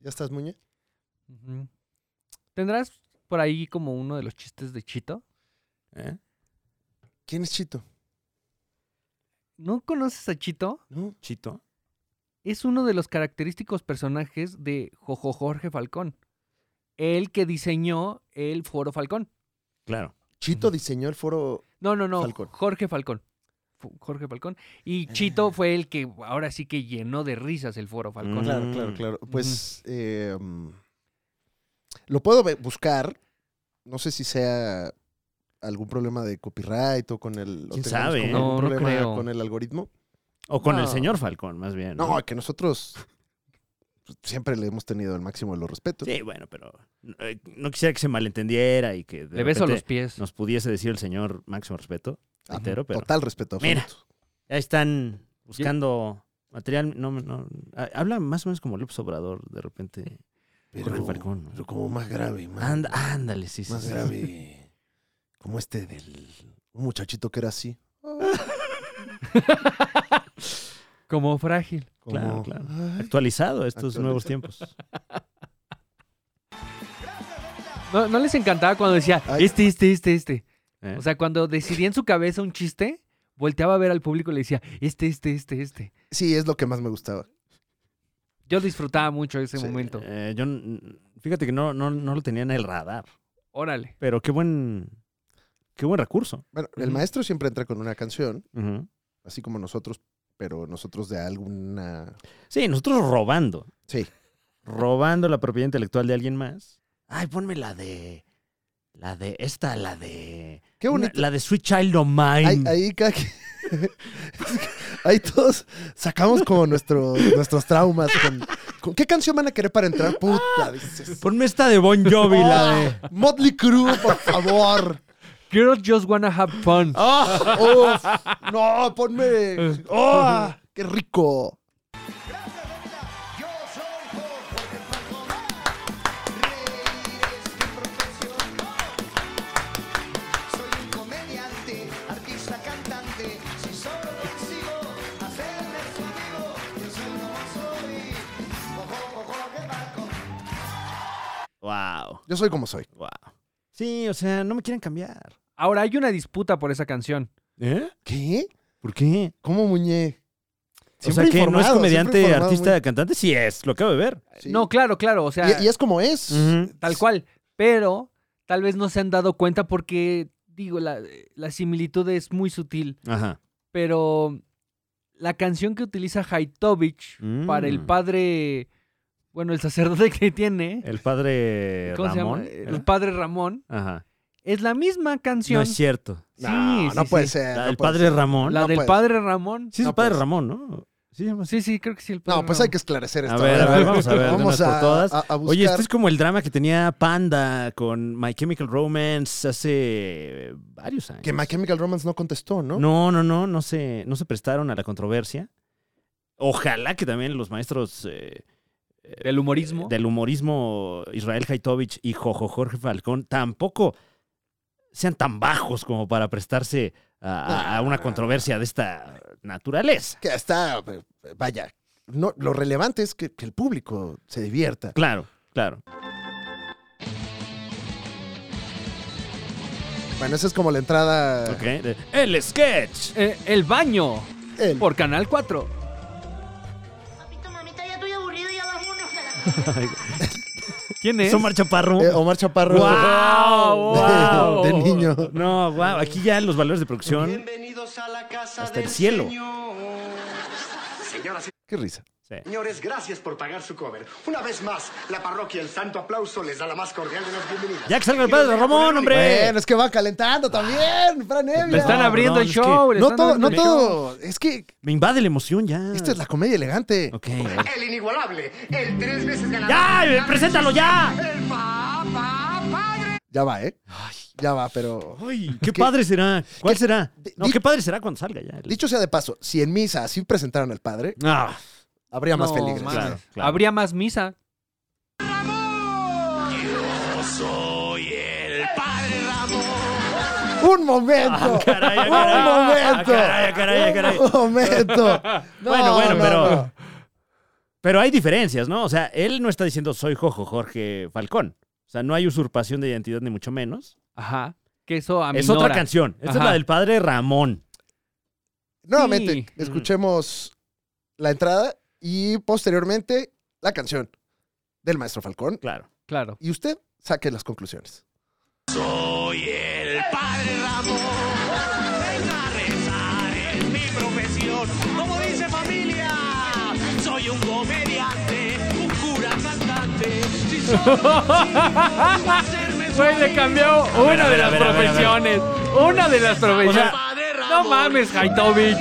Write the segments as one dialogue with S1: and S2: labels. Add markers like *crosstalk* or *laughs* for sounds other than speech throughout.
S1: ¿Ya estás, Muñe?
S2: Ujú. ¿Tendrás por ahí como uno de los chistes de Chito?
S3: ¿Eh?
S1: ¿Quién es Chito?
S2: ¿No conoces a Chito?
S1: ¿No?
S3: Chito.
S2: Es uno de los característicos personajes de Jojo Jorge Falcón. El que diseñó el Foro Falcón.
S3: Claro.
S1: Chito
S2: Ujú.
S1: diseñó el foro.
S2: No, no, no.
S1: Falcón.
S2: Jorge Falcón. Fu- Jorge Falcón.
S3: Eh.
S2: Y Chito fue el que ahora sí que llenó de risas el Foro Falcón.
S3: Mm.
S1: Claro, claro, claro. Pues eh, mm, lo puedo ve- buscar. No sé si sea algún problema de copyright o con el. o
S3: ¿Quién
S1: tengamos
S3: sabe,
S1: como
S3: eh?
S1: algún
S2: No, no
S1: problema
S2: creo.
S1: con el algoritmo.
S3: O con el
S2: No.
S3: señor Falcón, más bien.
S1: No, que nosotros siempre le hemos tenido el máximo de los respetos.
S3: Sí, bueno, pero eh, no quisiera que se malentendiera y que de
S2: Le beso
S3: repente
S2: los pies.
S3: nos pudiese decir el señor máximo respeto.
S1: Ah,
S3: entero, pero
S1: Total respeto.
S3: Mira.
S1: absoluto.
S3: ya están buscando material. No, no, ah, habla más o menos como López Obrador, de repente. Jorge Falcón. ¿no?
S1: pero como más grave, más,
S3: Anda- ándale, sí, sí.
S1: más
S3: sí.
S1: grave. Como este del un muchachito que era así.
S2: Como frágil.
S1: como-
S3: Claro, claro.
S1: Ay,
S3: Actualizado a estos
S1: Actualizado.
S3: nuevos
S1: *laughs*
S3: tiempos.
S2: ¿No, no les encantaba cuando decía,
S1: Ay.
S2: este, este, este, este?
S3: ¿eh?
S2: O sea, cuando decidía en su cabeza un chiste, volteaba a ver al público y le decía, este, este, este, este.
S1: Sí, es lo que más me gustaba.
S2: Yo disfrutaba mucho ese
S1: Sí.
S2: momento.
S3: Eh, yo, n- fíjate que no, no, no lo tenía en el radar,
S2: Órale.
S3: pero qué buen, qué buen recurso.
S1: Bueno, el
S2: Ujú.
S1: maestro siempre entra con una canción,
S3: Ujú.
S1: así como nosotros, pero nosotros de alguna.
S3: Sí, nosotros robando,
S1: Sí.
S3: robando la propiedad intelectual de alguien más. Ay, ponme la de, la de, esta, la de,
S1: Qué
S3: una-
S1: bonito.
S3: la de Sweet Child O' Mine.
S1: Ahí, ahí cada *laughs* quien- ahí todos sacamos como nuestro- nuestros traumas. Con, con- ¿Qué canción van a querer para entrar? Puta, dices.
S3: Ponme esta de Bon Jovi, la
S1: *laughs*
S3: *laughs* de.
S1: Motley Crue, por
S3: *laughs*
S1: favor.
S2: Girls just wanna have fun.
S1: Oh. Uf, no,
S3: *laughs*
S1: ponme. ¡Oh! ¡Qué rico!
S4: Soy un comediante, artista, cantante. Si solo consigo hacerme sonido, yo soy como soy. Ojo, ojo, que barco.
S3: Wow,
S1: Yo soy como soy.
S3: wow. Sí, o sea, no me quieren cambiar.
S2: Ahora hay una disputa por esa canción.
S3: ¿Eh?
S1: ¿Qué?
S3: ¿Por qué?
S1: ¿Cómo muñe?
S3: o sea,
S1: Siempre
S3: que no
S1: informado,
S3: es
S1: siempre
S3: comediante,
S1: informado,
S3: artista,
S1: muy-
S3: cantante, sí es, lo acabo de ver.
S1: Sí.
S2: No, claro, claro. O sea,
S1: Y, y es como es.
S3: Ujú.
S2: tal cual. Pero tal vez no se han dado cuenta porque, digo, la, la similitud es muy sutil.
S3: Ajá.
S2: Pero la canción que utiliza Haitovich para el
S3: Mm.
S2: padre, bueno, el sacerdote que tiene,
S3: El padre
S1: Eh,
S2: ¿cómo se llama?
S3: Ramón.
S2: El
S3: ¿era?
S2: padre Ramón,
S3: Ajá.
S2: es la misma
S3: No
S2: canción.
S3: es cierto.
S2: Sí,
S1: no, no
S2: sí,
S1: puede
S2: sí.
S1: ser. no
S3: el
S1: puede
S3: padre
S1: ser.
S3: Ramón.
S2: La
S1: no
S2: del
S1: puede
S2: padre Ramón.
S3: Sí, es
S1: no
S3: el padre
S1: puede ser.
S3: Ramón, ¿no? Sí, se llama así.
S2: Sí, sí, creo que sí, el padre
S1: No, pues hay
S2: Ramón.
S1: que esclarecer
S3: A
S1: esto.
S3: ver, a ver, vamos a ver, de
S1: *laughs* Vamos
S3: una por
S1: a,
S3: todas.
S1: a- a buscar.
S3: Oye, esto es como el drama que tenía Panda con My Chemical Romance hace varios años.
S1: Que My Chemical Romance no contestó, ¿no?
S3: No, no, no, no se, no se prestaron a la controversia. Ojalá que también los maestros eh, eh,
S2: Del humorismo.
S3: del humorismo Israel Haitovich y Jojo Jorge Falcón tampoco sean tan bajos como para prestarse a, a- a una controversia de esta naturaleza.
S1: Que hasta, eh, vaya, no, lo relevante es que, que el público se divierta.
S3: Claro, claro.
S1: Bueno, esa es como la entrada.
S3: Ok. De- El sketch.
S2: Eh, el baño
S1: El-
S2: por Canal 4.
S4: Papito, mamita, ya estoy aburrido, ya vámonos a la
S2: ¿Quién es?
S3: Son marcha parro.
S1: eh, Omar Chaparro.
S2: ¡Guau!
S1: De, de niño.
S3: No, wow. Aquí ya los valores de producción.
S4: *laughs* Bienvenidos a la casa
S3: Hasta el
S4: del
S3: cielo.
S4: Señor. Señoras y
S1: Qué risa.
S3: Sí.
S4: señores, gracias por pagar su cover. Una vez más, la parroquia El Santo Aplauso les da la más cordial de las bienvenidas.
S3: Ya que salga el padre Ramón, hombre.
S1: Bueno, es que va calentando
S3: Ah.
S1: también, Fran Evia.
S2: Le están
S3: No,
S2: abriendo
S3: perdón,
S2: el
S3: es que-
S2: show. le
S1: No
S2: están
S1: todo, no
S2: abriendo el show.
S1: todo. Es que
S3: Me invade la emoción ya.
S1: esta es la comedia elegante.
S3: Ok.
S4: El inigualable, el tres veces ganador.
S3: ¡Ya! ¡Preséntalo ya!
S4: El papá padre.
S1: Ya va, ¿eh? Ya va, pero.
S3: Ay, qué padre será. ¿Cuál será?
S1: di-
S3: No,
S1: di-
S3: qué padre será cuando salga ya.
S1: Dicho sea de paso, si en misa así presentaron al padre,
S3: Ah,
S1: habría más
S2: No,
S1: peligros.
S2: mames.
S3: Claro, claro.
S2: Habría más misa.
S1: ¡Un momento!
S3: caray, ah,
S1: ¡Un
S3: caray. Ah,
S1: momento!
S3: caray, ah, caray, ah, caray. *laughs*
S1: ¡Un momento! No,
S3: bueno, bueno,
S1: no,
S3: pero.
S1: no.
S3: Pero hay diferencias, ¿no? O sea, él no está diciendo soy Jojo Jorge Falcón. O sea, no hay usurpación de identidad ni mucho menos.
S2: Ajá. Que eso a
S3: Es otra canción. Esta es
S2: Ajá.
S3: la del padre Ramón.
S1: Nuevamente,
S2: Sí.
S1: escuchemos la entrada y posteriormente la canción del maestro Falcón.
S3: Claro.
S2: Claro.
S1: Y usted saque las conclusiones.
S5: Soy el padre Ramón. Vengo a rezar es mi profesión. Como dice familia, soy un comediante, un cura cantante. Si solo consigo hacerme
S2: Güey, le
S5: feliz.
S2: cambió
S3: ver,
S2: una
S3: a
S2: de
S3: ver, a
S2: las
S3: ver, a ver, a ver.
S2: profesiones. Una de las
S5: Soy el
S2: profesiones.
S5: padre
S2: No
S5: Ramón.
S2: mames, Haitovich.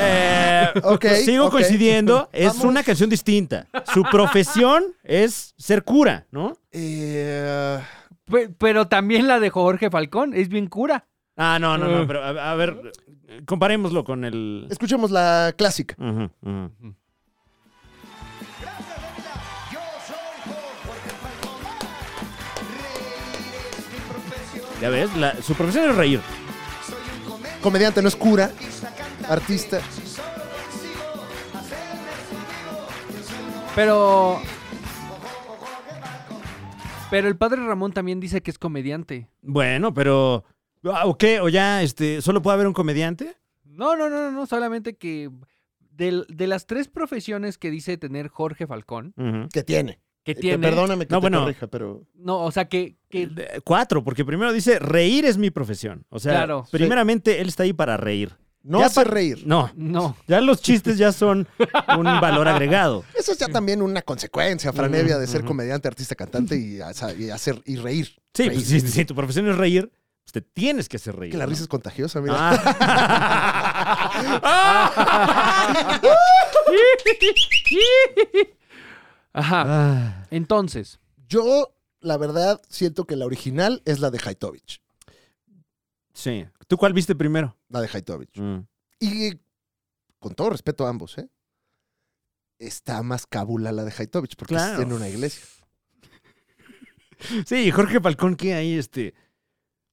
S3: Eh,
S1: Ok,
S3: sigo
S1: ok.
S3: coincidiendo. Es
S1: Vamos.
S3: una canción distinta. Su profesión es ser cura, ¿no?
S1: Eh,
S2: Pe- Pero también la de Jorge Falcón es bien cura.
S3: Ah, no, no,
S2: Eh.
S3: no. Pero a, a ver, comparémoslo con el.
S1: escuchemos la clásica.
S3: Ujú, ujú.
S4: Gracias, Lolita. Yo soy Jorge Falcón. Reír es mi profesión.
S3: Ya ves, la- su profesión es reír.
S4: Soy un comediante,
S1: Comediante, no es cura.
S4: artista, cantante.
S1: Artista.
S4: Si solo consigo hacerme sonido, yo soy un
S2: Pero.
S4: Jojo Jorge Falcón.
S2: Pero el padre Ramón también dice que es comediante.
S3: Bueno, pero. ah, ¿O qué? ¿O ya este, solo puede haber un comediante?
S2: No, no, no, no, no. Solamente que. del- De, las tres profesiones que dice tener Jorge Falcón,
S3: Ujú.
S1: Que tiene.
S2: que
S1: Eh,
S2: tiene.
S1: Perdóname que
S3: No,
S1: te
S3: bueno.
S1: corrija, pero.
S2: No, o sea, que. que-
S3: Eh, Cuatro, porque primero dice reír es mi profesión. O sea,
S2: Claro.
S3: primeramente él está ahí para reír.
S1: No
S3: Ya
S1: hace
S3: pa-
S1: reír.
S3: No,
S2: no.
S3: ya los chistes ya son un valor agregado.
S1: Eso es ya también una consecuencia, Franevia, de ser
S3: Mm. Ujú.
S1: comediante, artista, cantante y, haza- y hacer y reír.
S3: Sí,
S1: Reír.
S3: pues, si, si tu profesión es reír, pues te tienes que hacer reír.
S1: Que la
S3: ¿no?
S1: risa es contagiosa, mira.
S3: Ah.
S2: Ajá.
S3: *laughs* Ah.
S2: Entonces.
S1: Yo, la verdad, siento que la original es la de Haitovich.
S3: Sí. ¿Tú cuál viste primero?
S1: La de Haitovich.
S3: Mm.
S1: Y con todo respeto a ambos, ¿eh? Está más cabula la de Haitovich porque
S3: Claro.
S1: es en una iglesia.
S3: Sí, Jorge Falcón, que ahí este.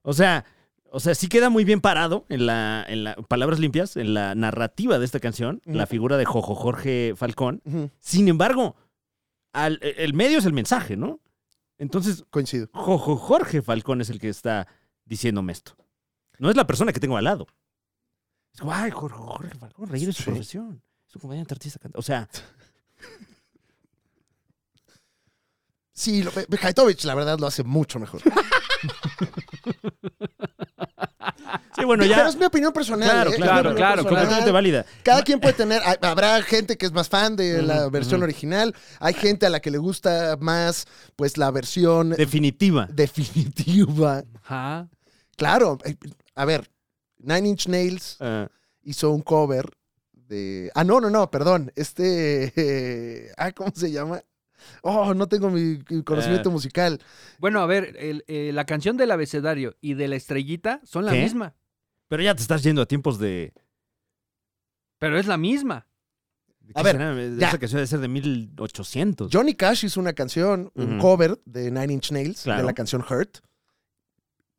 S3: O sea, o sea, sí queda muy bien parado en la, en la palabras limpias, en la narrativa de esta canción,
S1: Ujú.
S3: la figura de Jojo Jorge Falcón.
S1: Ujú,
S3: Sin embargo, al- e, el medio es el mensaje, ¿no? Entonces,
S1: Coincido.
S3: Jojo Jorge Falcón es el que está diciéndome esto. No es la persona que tengo al lado. Es como, ay, Jorge, Jorge Falcón, reír es su
S1: Sí.
S3: profesión. Es un comediante artista. canta-". O
S1: *laughs*
S3: sea,
S1: Sí, lo- Be- Haitovich, la verdad, lo hace mucho mejor.
S3: sí, bueno,
S1: Pero
S3: ya.
S1: es mi opinión personal.
S3: Claro,
S1: ¿eh? Es mi
S3: claro,
S1: opinión
S3: claro,
S1: personal.
S3: completamente válida.
S1: Cada quien puede tener, hay- habrá gente que es más fan de la
S3: Ujú,
S1: versión
S3: ujú.
S1: original, hay gente a la que le gusta más, pues, la versión
S3: Definitiva.
S1: definitiva.
S2: Ajá.
S1: Claro, eh, a ver, Nine Inch Nails
S3: Ah,
S1: hizo un cover de. Ah, no, no, no, perdón. Este. *laughs* eh, ah, ¿cómo se llama? Oh, no tengo mi mi conocimiento
S3: Eh.
S1: musical.
S2: Bueno, a ver, el- eh, la canción del abecedario y de la estrellita son la
S3: ¿Qué?
S2: misma.
S3: pero ya te estás yendo a tiempos de.
S2: Pero es la misma.
S3: de-
S1: A
S3: ¿qué
S1: ver,
S3: será? De
S1: ya.
S3: Esa canción debe ser de 1800.
S1: Johnny Cash hizo una canción, un
S3: Ujú.
S1: cover de Nine Inch Nails, de
S3: Claro.
S1: la canción Hurt.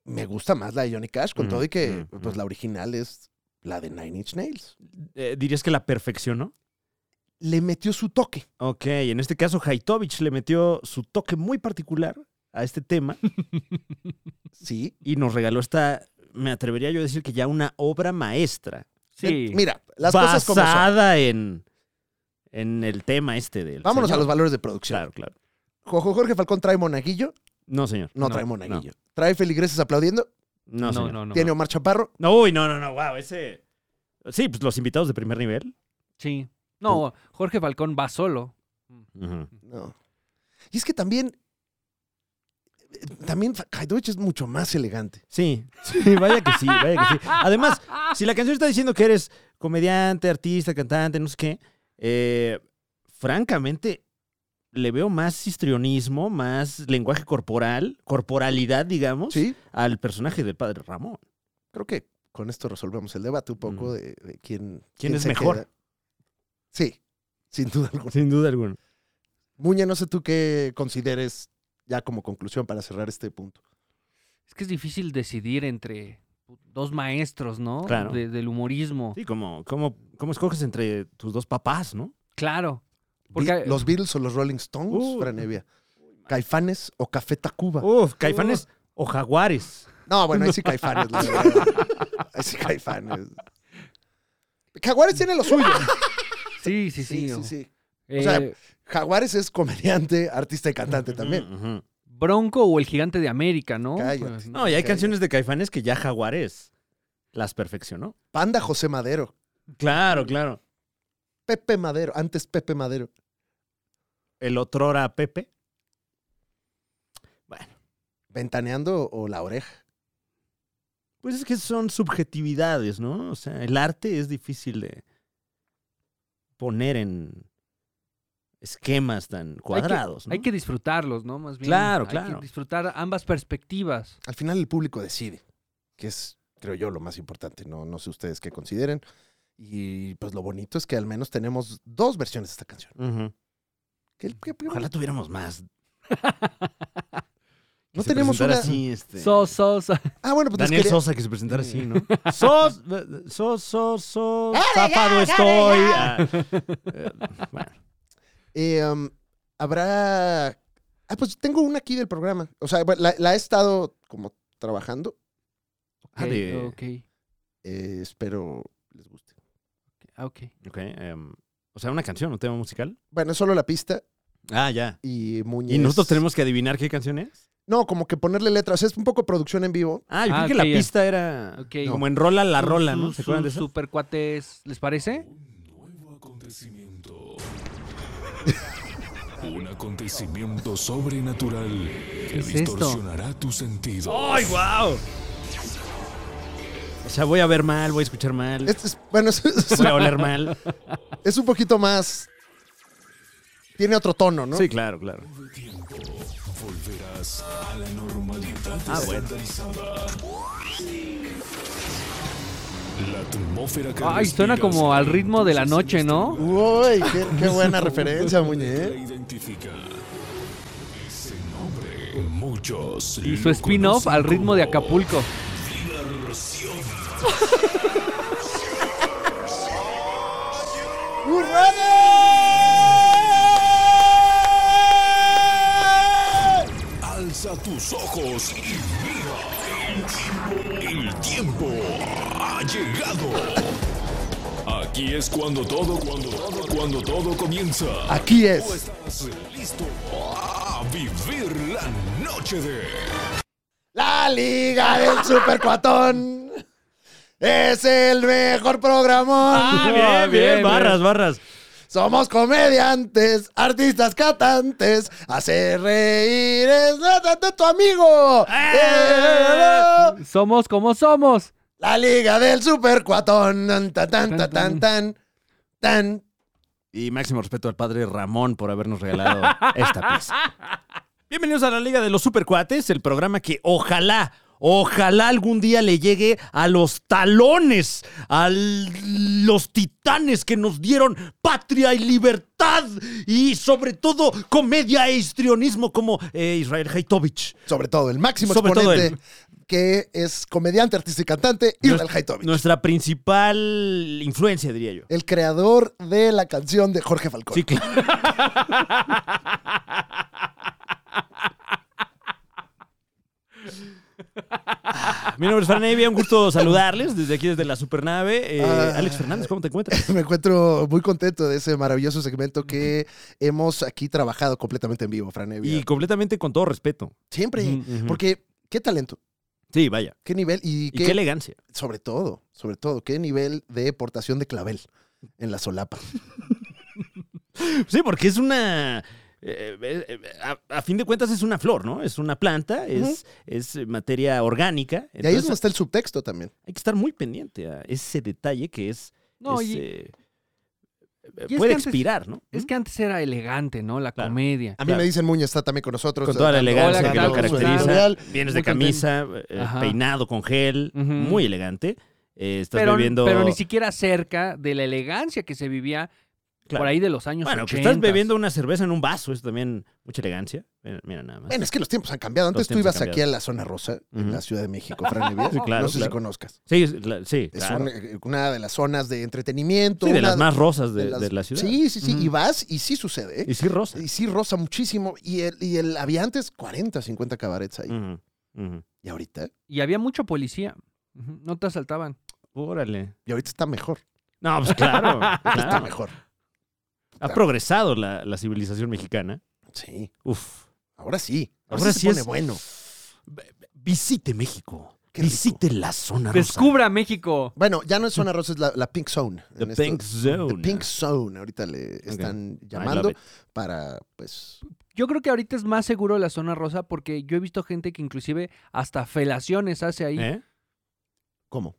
S1: Me gusta más la de Johnny Cash, con
S3: Ujú,
S1: todo y que
S3: ujú,
S1: pues,
S3: ujú.
S1: la original es la de Nine Inch Nails.
S3: Eh, ¿Dirías que la perfeccionó?
S1: Le metió su toque.
S3: Ok, en este caso, Haitovich le metió su toque muy particular a este tema.
S1: Sí.
S3: y nos regaló esta, me atrevería yo a decir que ya una obra maestra,
S2: Sí.
S1: Eh, Mira, las
S3: basada
S1: cosas como son.
S3: en, en el tema este del...
S1: Vámonos a
S3: señor.
S1: los valores de producción.
S3: Claro, claro.
S1: Jojo Jorge Falcón trae monaguillo.
S3: No, señor.
S1: No,
S2: No,
S1: trae
S2: no.
S1: monaguillo. Trae feligreses aplaudiendo.
S3: No,
S2: no,
S3: señor.
S2: no, no.
S1: Tiene Omar Chaparro.
S3: No, uy, no, no, no, wow, ese... Sí, pues los invitados de primer nivel.
S2: Sí. No, Jorge Falcón va solo.
S3: Ujú.
S1: No. Y es que también. También Haitovich es mucho más elegante.
S3: Sí, sí, vaya que sí, vaya que sí. Además, si la canción está diciendo que eres comediante, artista, cantante, no sé qué, eh, francamente le veo más histrionismo, más lenguaje corporal, corporalidad, digamos,
S1: Sí,
S3: al personaje del padre Ramón.
S1: creo que con esto resolvemos el debate un poco
S3: Ujú.
S1: de, de quién,
S3: es
S1: se
S3: mejor?
S1: queda. Sí, sin duda alguna.
S3: *laughs* Sin duda alguna.
S1: Muña, no sé tú qué consideres ya como conclusión para cerrar este punto.
S2: Es que es difícil decidir entre pues, dos maestros, ¿no?
S3: Claro.
S2: De- del humorismo.
S3: Sí, como, como, como escoges entre tus dos papás, ¿no?
S2: Claro. Porque-
S1: Bi- ¿Los Beatles o los Rolling Stones,
S3: Uh.
S1: Franevia? ¿Caifanes o Café Tacuba?
S3: Uf, caifanes o jaguares.
S1: No, bueno, ahí sí Caifanes, la verdad. Ahí sí Caifanes. Jaguares tiene lo suyo.
S2: *laughs*
S3: Ah,
S2: Sí, sí, sí.
S1: Sí,
S3: oh.
S1: sí,
S2: o-
S1: sí.
S2: eh,
S1: sea- Jaguares es comediante, artista y cantante también. Mm,
S3: Ujú, ujú.
S2: Bronco o el gigante de América, ¿no?
S1: Cállate.
S2: Pues,
S3: No, y hay
S1: Ok.
S3: canciones de caifanes que ya jaguares las perfeccionó.
S1: Panda José Madero. Mm.
S3: Claro, claro.
S1: Pepe Madero, antes Pepe Madero.
S3: El otrora Pepe.
S1: Ventaneando o La Oreja.
S3: Pues es que son subjetividades, ¿no? O sea, el arte es difícil de poner en esquemas tan
S2: hay que-
S3: cuadrados,
S1: pues,
S3: ¿no?
S2: Hay que disfrutarlos, ¿no? Más bien.
S3: Claro,
S2: hay
S3: claro.
S2: que disfrutar ambas perspectivas.
S1: Al final el público decide, que es, creo yo, lo más importante. No, no sé ustedes qué consideren. Y pues lo bonito es que al menos tenemos dos versiones de esta canción.
S3: Ujú.
S1: Que el- que-
S3: Ojalá
S2: *laughs*
S3: tuviéramos más.
S1: no
S3: Que se
S1: tenemos
S3: presentara
S1: una.
S3: así, este,
S2: So, so, so.
S1: Ah, bueno, pues les
S3: Daniel
S1: quería-
S3: Sosa que se presentara así,
S2: *laughs*
S3: ¿no? Sos, sos, sos, sos, zapado estoy. Ah, eh,
S2: *laughs*
S3: bueno.
S1: Eh, um, Habrá. Ah, pues tengo una aquí del programa. O sea, bueno, la, la he estado como trabajando.
S3: Ah, de-
S2: Ok,
S1: Eh, espero les guste.
S2: ok, ah, ok.
S3: Ok, em, o sea, una canción, un tema musical.
S1: Bueno, es solo la pista
S3: Ah, ya.
S1: y Muñez.
S3: ¿Y nosotros tenemos que adivinar qué canción es?
S1: No, como que ponerle letras. O sea, es un poco producción en vivo.
S3: Ah, yo
S2: Ah,
S3: creo que
S2: ok,
S3: la
S2: ya.
S3: pista era
S2: Ok.
S3: como en rola la
S2: Sus-
S3: rola, ¿no?
S2: sus-
S3: ¿Se acuerdan de
S2: sus
S3: eso?
S2: supercuates, ¿les parece?
S6: Un nuevo acontecimiento. *laughs* Un acontecimiento sobrenatural que
S2: es esto?
S6: distorsionará tus sentidos.
S3: wow! O sea, voy a ver mal, voy a escuchar mal,
S1: Este es- bueno, *laughs* es, es-
S3: voy a oler mal.
S1: es un poquito más. Tiene otro tono, ¿no?
S3: Sí, claro, claro.
S6: De tiempo volverás a la normalidad
S3: Ah, bueno.
S6: estandarizada. La atmósfera que
S2: Ay, suena como al ritmo de la noche, ¿no?
S1: Uy, qué, qué buena referencia, ¿eh?
S6: La
S1: Muñez.
S6: identifica. Ese nombre muchos
S2: Y su spin-off al ritmo de
S3: *laughs*
S2: Acapulco.
S6: Alza tus ojos y mira. El tiempo ha llegado. Aquí es cuando todo, cuando todo, cuando todo comienza.
S1: Aquí
S6: Tú
S1: es.
S6: estás listo a vivir la noche de
S1: La Liga del Supercuatón. Es el mejor programa.
S3: Ah,
S2: bien,
S3: bien, bien,
S2: bien.
S3: barras, barras.
S1: Somos comediantes, artistas cantantes. Hacer reír es la- la- la- tu amigo. Eh, eh, eh.
S2: Somos como somos.
S1: La Liga del Supercuatón. Tan, tan, tan, tan, tan, tan, tan.
S3: Y máximo respeto al padre Ramón por habernos regalado esta pieza. Bienvenidos a la Liga de los Supercuates, el programa que ojalá, ojalá algún día le llegue a los talones, a los titanes que nos dieron patria y libertad y sobre todo comedia e histrionismo como eh, Israel Haitovich.
S1: Sobre todo, el máximo
S3: Sobre todo
S1: exponente que es comediante, artista y cantante, Israel
S3: Nuestra-
S1: Haitovich.
S3: Nuestra principal influencia, diría yo.
S1: El creador de la canción de Jorge Falcón.
S3: Sí, claro. Ah, Mi nombre es Fran Evia, un gusto saludarles desde aquí, desde la supernave. Eh,
S1: Ah.
S3: Alex Fernández, ¿cómo te encuentras?
S1: *laughs* Me encuentro muy contento de ese maravilloso segmento que hemos aquí trabajado completamente en vivo, Fran Evia.
S3: Y completamente con todo respeto.
S1: Siempre,
S3: Ujú, ujú.
S1: porque qué talento,
S3: Sí, vaya.
S1: qué nivel y
S3: Y
S1: qué,
S3: qué, elegancia.
S1: sobre todo, sobre todo, qué nivel de portación de clavel en la solapa.
S3: Sí, porque es una... eh, eh, eh, a, a fin de cuentas es una flor, ¿no? Es una planta, es, es eh, materia orgánica.
S1: y ahí es
S3: Entonces,
S1: donde está el subtexto también.
S3: Hay que estar muy pendiente a ese detalle que es...
S2: No,
S3: es,
S2: y-
S3: eh,
S2: es que
S3: puede
S2: antes-
S3: expirar, ¿no?
S2: Es que antes era elegante, ¿no? La
S3: Claro. Ah,
S2: comedia.
S1: A mí
S3: Claro.
S1: me dicen Muña está también con nosotros.
S3: Con toda la
S1: dando-
S3: elegancia
S2: Hola,
S3: que
S2: ¿qué
S3: lo
S2: tal? ¿Cómo
S3: caracteriza.
S1: Editorial.
S3: Vienes
S2: Muy
S3: de camisa, eh,
S2: Ajá.
S3: peinado con gel,
S2: Ujú.
S3: muy elegante. Eh, estás
S2: Pero,
S3: bebiendo.
S2: pero ni siquiera cerca de la elegancia que se vivía
S3: Claro.
S2: por ahí de los años
S3: Bueno, que
S2: 80.
S3: estás bebiendo una cerveza en un vaso, es también mucha elegancia. Mira, mira nada más.
S1: Bueno, es que los tiempos han cambiado.
S3: Los
S1: Antes tú
S3: tiempos han
S1: ibas aquí a la zona rosa, en
S3: Ujú.
S1: la Ciudad de México, Fran Evia.
S3: Sí, claro,
S1: no sé
S3: claro.
S1: si conozcas.
S3: Sí, es la- sí,
S1: Es
S3: claro.
S1: una, una de las zonas de entretenimiento.
S3: Sí, de
S1: una
S3: las más rosas de,
S1: de las-
S3: de la ciudad.
S1: Sí, sí, sí.
S3: Ujú.
S1: Y vas y sí sucede. ¿eh?
S3: Y sí, rosa.
S1: Y sí rosa muchísimo. Y, el, y el, había antes 40, 50 cabarets ahí.
S3: Ujú, ujú.
S1: Y ahorita,
S2: Y había mucho policía. Ujú, No te asaltaban.
S3: Órale.
S1: y ahorita está mejor.
S3: No, pues claro. *laughs*
S1: Ahorita está
S3: claro.
S1: mejor.
S3: Ha progresado la, la civilización mexicana.
S1: Sí.
S3: Uf.
S1: Ahora sí. Ahora,
S3: Ahora
S1: sí, se
S3: sí
S1: pone
S3: es-
S1: bueno.
S3: V- Visite México.
S1: Qué rico.
S3: Visite la zona
S2: Pues,
S3: rosa.
S2: Descubra México.
S1: Bueno, ya no es zona rosa, es la, la Pink Zone.
S3: The
S1: en esto.
S3: Pink Zone. Ah,
S1: The Pink Zone. Ahorita le están
S3: I
S1: llamando
S3: love it.
S1: para, pues,
S2: Yo creo que ahorita es más seguro la zona rosa porque yo he visto gente que inclusive hasta felaciones hace ahí.
S3: ¿Eh?
S1: ¿cómo?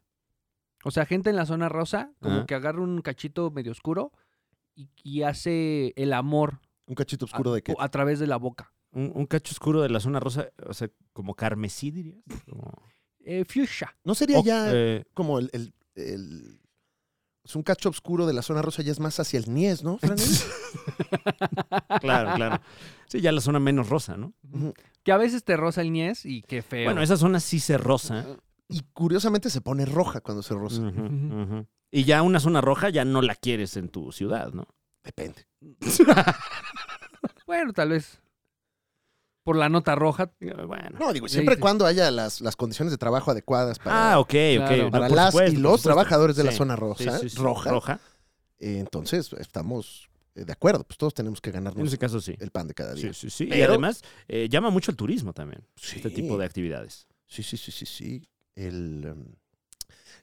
S2: O sea, gente en la zona rosa como
S3: Ajá.
S2: que agarra un cachito medio oscuro y, y hace el amor
S1: Un cachito
S2: a,
S3: Ah,
S1: oscuro de
S3: oh,
S1: qué.
S2: a través de la boca.
S3: Un, un cacho oscuro de la zona rosa, o sea, como carmesí, dirías. Como-
S2: Eh, fuchsia.
S1: ¿No sería
S3: o-
S1: ya
S3: eh,
S1: como el, el, el- Es un cacho oscuro de la zona rosa, ya es más hacia el Nies, ¿no,
S3: *laughs*
S1: Fran?
S3: claro, claro. Sí, ya la zona menos rosa, ¿no?
S1: Ujú.
S2: Que a veces te rosa el niés y qué feo.
S3: Bueno, esa zona sí se rosa.
S1: y curiosamente se pone roja cuando se rosa.
S3: Ujú, ujú. Y ya una zona roja ya no la quieres en tu ciudad, ¿no?
S1: Depende.
S2: Bueno, tal vez por la nota roja. *laughs*
S3: Bueno.
S1: No, digo,
S2: Sí,
S1: siempre y
S2: sí.
S1: cuando haya las, las condiciones de trabajo adecuadas para,
S3: ah, ok,
S2: Claro.
S3: ok. No,
S1: para
S3: por
S1: las
S3: supuesto,
S1: y
S3: por
S1: los
S3: supuesto.
S1: trabajadores de la
S3: Sí,
S1: zona
S3: sí,
S1: rosa,
S3: sí, sí.
S1: roja,
S3: Roja.
S1: eh, entonces estamos eh, de acuerdo, pues todos tenemos que
S3: En
S1: ganarnos
S3: ese caso sí.
S1: el pan de cada día.
S3: Sí, sí, sí. Y
S1: Pero-
S3: además eh, llama mucho el turismo también,
S1: Sí,
S3: este tipo de actividades.
S1: sí, sí, sí, sí, sí. El, em,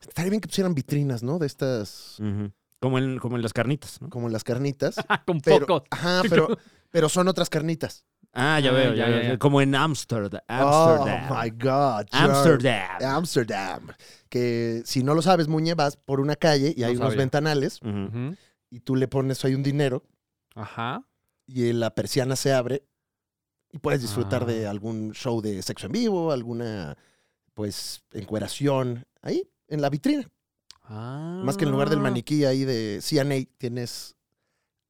S1: estaría bien que pusieran vitrinas, ¿no? De
S2: Mm.
S1: estas,
S3: Ujú. como, en, como en las carnitas, ¿no?
S1: como las
S2: *laughs*
S1: carnitas.
S2: Ah, con
S1: pero,
S2: pocos. *laughs*
S1: Ajá, pero, pero son otras carnitas.
S3: Ah, ya
S2: Ah,
S3: veo, ya,
S2: ya,
S3: veo.
S2: ya, ya.
S3: Como en Amsterdam. Amsterdam.
S1: Oh, my God. George.
S3: Amsterdam.
S1: Amsterdam. Que si no lo sabes, Muñe, vas por una calle y hay
S2: No
S1: unos
S2: sabía.
S1: ventanales
S3: Ujú.
S2: Ujú.
S1: y tú le pones ahí un dinero
S2: Ajá.
S1: y la persiana se abre y puedes disfrutar
S2: Ah.
S1: de algún show de sexo en vivo, alguna, pues, encueración ahí, en la vitrina. Más que en lugar del
S2: Ah.
S1: maniquí ahí de CNA, tienes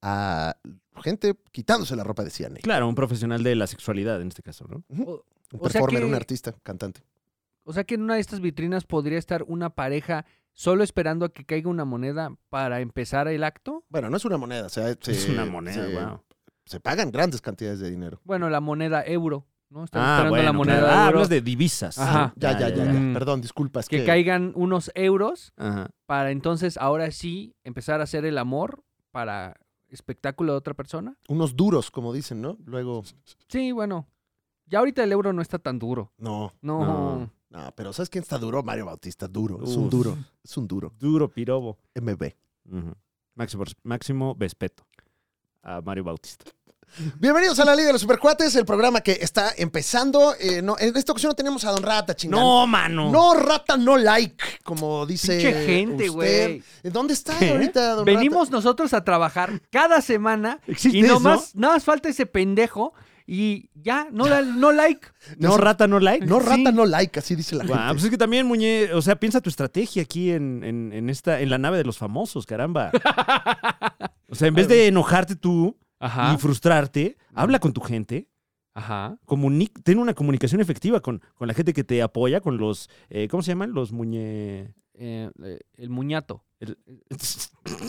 S1: a gente quitándose la ropa de CNA.
S3: Claro, un profesional de la sexualidad en este caso, ¿no?
S1: Un
S2: O sea
S1: performer,
S2: que-
S1: un artista, cantante.
S2: O sea que en una de estas vitrinas podría estar una pareja solo esperando a que caiga una moneda para empezar el acto.
S1: Bueno, no es una moneda, o sea, se-
S3: es una moneda,
S1: se-
S3: wow.
S1: se pagan grandes cantidades de dinero.
S2: Bueno, la moneda euro, ¿no? Están
S3: Ah,
S2: esperando
S3: bueno,
S2: la moneda
S3: claro. Ah,
S2: euro.
S3: hablas de divisas.
S2: Ajá.
S1: Ya, ya, ya, ya.
S2: ya. Mm.
S1: Perdón, disculpas.
S2: Que
S1: que-
S2: caigan unos euros
S3: Ajá.
S2: para entonces ahora sí empezar a hacer el amor para espectáculo de otra persona.
S1: Unos duros, como dicen, ¿no? Luego,
S2: Sí, bueno. Ya ahorita el euro no está tan duro.
S1: no.
S2: No.
S3: No.
S1: No, pero ¿sabes quién está duro? Mario Bautista, duro. Es un
S3: Uf.
S1: duro. Es un duro.
S3: Duro pirobo.
S1: MB.
S3: Ujú. Máximo, máximo respeto a Mario Bautista.
S1: Bienvenidos a la Liga de los Supercuates, el programa que está empezando. Eh, no, en esta ocasión no tenemos a Don Rata, chingón.
S3: mano.
S1: No, rata, no like, como dice.
S2: Pinche gente,
S1: usted.
S2: güey.
S1: ¿Dónde está
S3: ¿Eh?
S1: ahorita, don
S2: Venimos nosotros a trabajar cada
S3: *laughs*
S2: semana
S3: Existe
S2: y
S3: eso?
S2: nomás, nada más falta ese pendejo y ya, no, la- no like.
S3: No rata, no like.
S1: Rata? No, rata,
S2: Sí.
S1: no like, así dice la
S3: Guau,
S1: gente.
S3: pues es que también, Muñe, o sea, piensa tu estrategia aquí en, en- en esta, en la nave de los famosos, caramba. O sea, en vez de enojarte tú
S2: Ajá.
S3: y frustrarte, habla con tu gente,
S2: Ajá.
S3: comuni- ten una comunicación efectiva con, con la gente que te apoya, con los, eh, ¿cómo se llaman? Los Muñe...
S2: eh, eh, el muñato,
S3: el-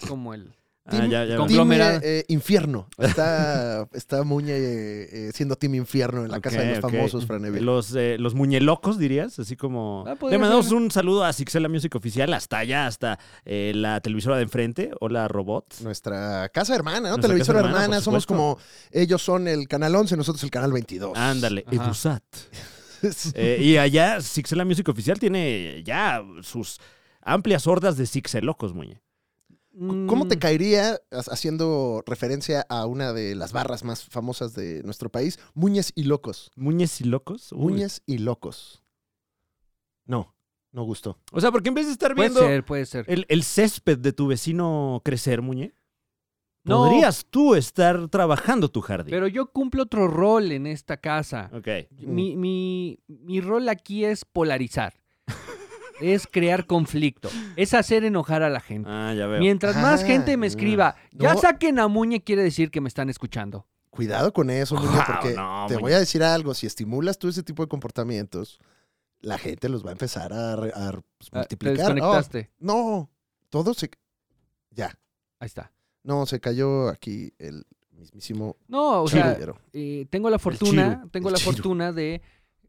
S2: como el...
S3: Ah, ya, ya.
S2: con-
S1: Team,
S2: Conglomerado.
S1: eh, infierno. Está, está Muñe eh, eh, siendo Team Infierno en la casa de los
S3: Ok, ok.
S1: famosos, Fran Evia.
S3: Los, eh, los muñelocos, dirías, así como...
S2: Ah, podría
S3: Le mandamos
S2: ser.
S3: un saludo a Sixela Music Oficial, hasta allá, hasta eh, la televisora de enfrente. Hola, robot.
S1: Nuestra casa hermana, ¿no?
S3: Nuestra
S1: Televisora
S3: casa hermana,
S1: hermana,
S3: por
S1: somos
S3: supuesto.
S1: como ellos son el canal 11, nosotros el canal 22. *laughs*
S3: Ándale,
S2: Ajá.
S3: Edusat.
S1: Sí.
S3: Eh, y allá Sixela Music Oficial tiene ya sus amplias hordas de Sixelocos, muñe.
S1: ¿Cómo
S3: mm.
S1: te caería, ha- haciendo referencia a una de las barras más famosas de nuestro país, Muñes y Locos?
S3: ¿Muñes y locos? Uy.
S1: Muñes y Locos. No, no gustó.
S3: O sea, porque en vez de estar
S2: Mm, Puede
S3: viendo
S2: ser, puede ser.
S3: el, el césped de tu vecino crecer, muñe,
S2: No.
S3: podrías tú estar trabajando tu jardín.
S2: Pero yo cumplo otro rol en esta casa.
S3: Ok. *laughs*
S2: Mi, mi- mi rol aquí es polarizar. es crear conflicto, es hacer enojar a la gente.
S3: Ah, ya veo.
S2: Mientras más
S1: Ah,
S2: gente me
S1: ya.
S2: escriba, ya
S1: No.
S2: saquen a Muñe quiere decir que me están escuchando.
S1: Cuidado con eso, Muñe,
S3: Wow,
S1: porque
S3: no,
S1: te
S3: Muñe.
S1: voy a decir algo. Si estimulas tú ese tipo de comportamientos, la gente los va a empezar a, re- a, pues,
S2: Ah, Te
S1: multiplicar. Oh,
S2: desconectaste.
S1: no, todo se... Ya.
S2: Ahí está.
S1: No, se cayó aquí el mismísimo
S2: No, o sea,
S1: chirulero.
S2: eh, tengo la fortuna,
S3: chiru,
S2: tengo
S3: el
S2: la
S3: chiru.
S2: fortuna de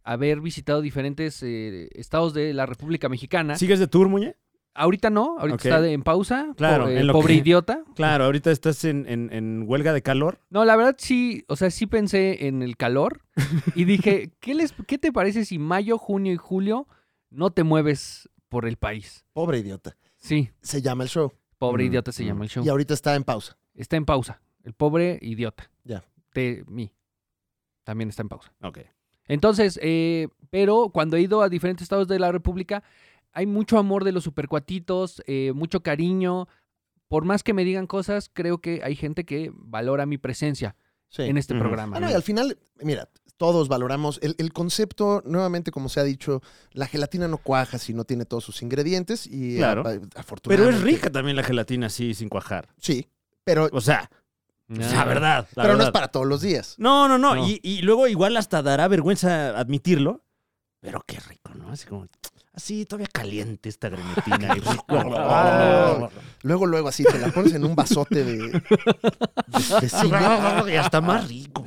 S2: haber visitado diferentes eh, estados de la República Mexicana.
S3: ¿Sigues de tour, Muñe?
S2: Ahorita no, ahorita
S3: Ok.
S2: está de- en pausa.
S3: Claro,
S2: po- eh,
S3: en lo
S2: pobre
S3: que-
S2: idiota.
S3: Claro, ahorita estás en, en- en huelga de calor.
S2: No, la verdad sí, o sea, sí pensé en el calor y
S3: *laughs*
S2: dije, ¿qué, les, ¿qué te parece si mayo, junio y julio no te mueves por el país?
S1: Pobre idiota.
S2: Sí,
S1: Se llama el show.
S2: pobre
S3: Mm,
S2: idiota se
S3: mm.
S2: llama el show.
S1: Y ahorita está en pausa.
S2: Está en pausa. El pobre idiota.
S1: Ya.
S2: De mí. También está en pausa.
S3: Ok.
S2: Entonces, eh, pero cuando he ido a diferentes estados de la República, hay mucho amor de los supercuatitos, eh, mucho cariño. Por más que me digan cosas, creo que hay gente que valora mi presencia
S1: Sí.
S2: en este
S3: Ujú.
S2: programa.
S1: Bueno, Ah, y al final, mira, todos valoramos el, el concepto, nuevamente, como se ha dicho, la gelatina no cuaja si no tiene todos sus ingredientes y
S3: Claro.
S1: a- a-
S3: Pero
S1: afortunadamente.
S3: es rica también la gelatina así, sin cuajar.
S1: Sí, pero,
S3: O sea,
S2: Ah.
S3: la
S2: *laughs*
S3: verdad. la
S1: pero no es
S3: verdad.
S1: para todos los días.
S3: No, no, no.
S2: No.
S3: Y, y luego igual hasta dará vergüenza admitirlo. Pero qué rico, ¿no? Así como, así todavía caliente esta grenetina.
S1: *laughs*
S3: y rico.
S1: Ah. Luego, luego así, te la pones en un vasote de, de, de cine,
S3: *laughs* y hasta más rico.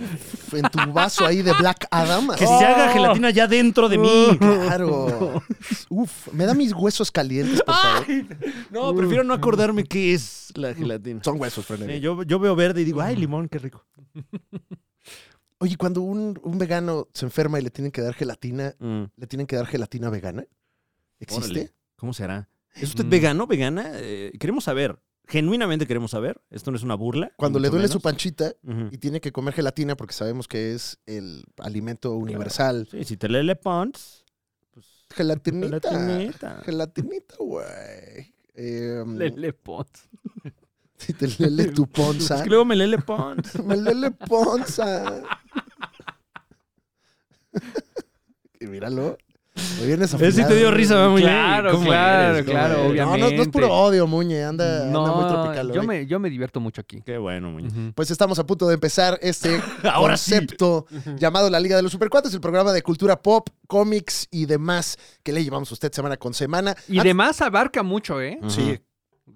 S1: en tu vaso ahí de Black Adam.
S3: Que
S1: así.
S3: se haga gelatina ya dentro de mí.
S1: Claro. Uf, me da mis huesos calientes, por favor.
S3: No, prefiero no acordarme qué es la gelatina.
S1: Son huesos, Frenery.
S3: Eh, yo, yo veo verde y digo, ay, limón, qué rico.
S1: Oye, cuando un, un vegano se enferma y le tienen que dar gelatina, ¿le tienen que dar gelatina vegana? ¿Existe?
S3: Órale. ¿Cómo será? ¿Es usted
S2: Mm.
S3: vegano, vegana? Eh, queremos saber. Genuinamente queremos saber. Esto no es una burla.
S1: Cuando
S3: ni
S1: le
S3: mucho
S1: duele su
S3: menos. Mm.
S1: panchita
S3: Ujú.
S1: y tiene que comer gelatina porque sabemos que es el alimento universal.
S3: Sí, si te lele pants, pues.
S1: Gelatinita.
S3: gelatinita.
S1: Gelatinita, güey. Em,
S2: Lele Pons.
S1: si te lele
S3: *laughs*
S1: tu
S3: Es
S1: ponza.
S3: que luego me lele *laughs* pants.
S1: *laughs* Me lele ponza. y míralo. Muy bien
S3: Ese sí te dio risa, ¿verdad, Muñe?
S2: Claro,
S3: ¿Cómo
S2: claro,
S3: eres? ¿Cómo
S2: claro,
S3: eres?
S2: obviamente.
S1: No, no, no es puro odio, Muñe. Anda, anda muy tropical.
S2: yo
S1: hoy.
S2: me, yo me divierto mucho aquí.
S3: Ah, Qué bueno, Muñe.
S1: Pues estamos a punto de empezar este
S3: *laughs* Ahora sí.
S1: concepto llamado La Liga de los Supercuates, el programa de cultura pop, cómics y demás que le llevamos a usted semana con semana.
S2: Y
S1: Ah, Mm.
S2: además abarca mucho, ¿eh?
S1: Sí.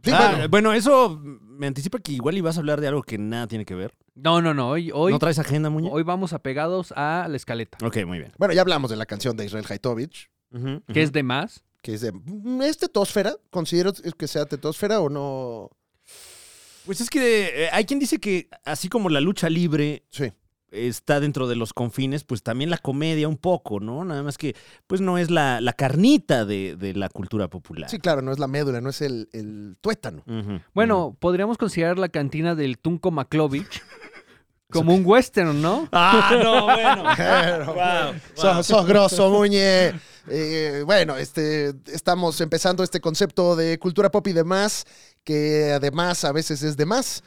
S1: Sí,
S3: Ah,
S1: bueno,
S3: bueno. eso me anticipa que igual ibas a hablar de algo que nada tiene que ver.
S2: No, no, no. Hoy, hoy,
S3: ¿No traes agenda, Muñe?
S2: hoy vamos apegados a la escaleta,
S3: Ok, muy bien.
S1: bueno, ya hablamos de la canción de Israel Haitovich,
S3: Ujú,
S2: que es
S3: ujú.
S2: de más.
S1: que es de. mm, ¿Es tetosfera? ¿Considero que sea tetosfera o no?
S3: Pues es que eh, hay quien dice que así como la lucha libre
S1: Sí.
S3: está dentro de los confines, pues también la comedia un poco, ¿no? Nada más que, pues no es la, la carnita de, de la cultura popular.
S1: Sí, claro, no es la médula, no es el, el
S3: *laughs*
S1: tuétano.
S3: Ujú,
S2: Bueno,
S3: ujú.
S2: podríamos considerar la cantina del
S1: *laughs*
S2: Tunco Maklovich como un western, ¿no?
S3: Ah,
S2: *laughs*
S3: no, bueno.
S1: *laughs* Pero,
S3: Wow,
S1: Sos,
S3: wow.
S1: sos grosso, Muñe. Eh, bueno, este, estamos empezando este concepto de cultura pop y demás, que además a veces es de más.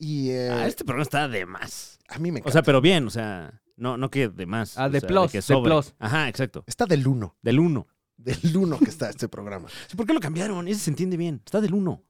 S1: Y eh,
S3: Ah, este programa está de más.
S1: a mí me encanta.
S3: O sea, pero bien, o sea, no, no que de más.
S2: Ah,
S3: o
S2: de
S3: sea,
S2: plus,
S3: que
S2: de
S3: sobre.
S2: plus.
S3: Ajá, exacto.
S1: está del uno,
S3: Del uno.
S1: del uno que está este programa.
S3: Sí, ¿Por qué lo cambiaron? Ese se entiende bien. Está del uno.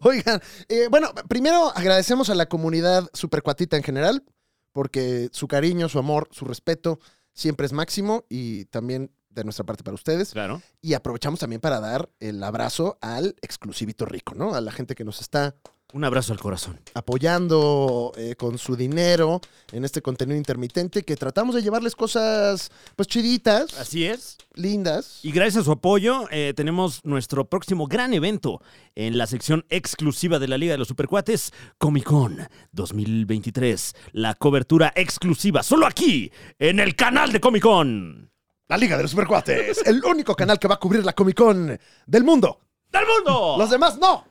S1: Oigan, eh, bueno, primero agradecemos a la comunidad supercuatita en general, porque su cariño, su amor, su respeto siempre es máximo y también de nuestra parte para ustedes.
S3: Claro.
S1: Y aprovechamos también para dar el abrazo al exclusivito rico, ¿no? A la gente que nos está
S3: Un abrazo al corazón.
S1: apoyando eh, con su dinero en este contenido intermitente que tratamos de llevarles cosas pues chiditas,
S3: Así es.
S1: lindas.
S3: Y gracias a su apoyo, eh, tenemos nuestro próximo gran evento en la sección exclusiva de la Liga de los Supercuates, Comic Con 2023. La cobertura exclusiva, solo aquí, en el canal de Comic Con.
S1: La Liga de los Supercuates, el único canal que va a cubrir la Comic Con del mundo.
S3: ¡Del mundo!
S1: Los demás no.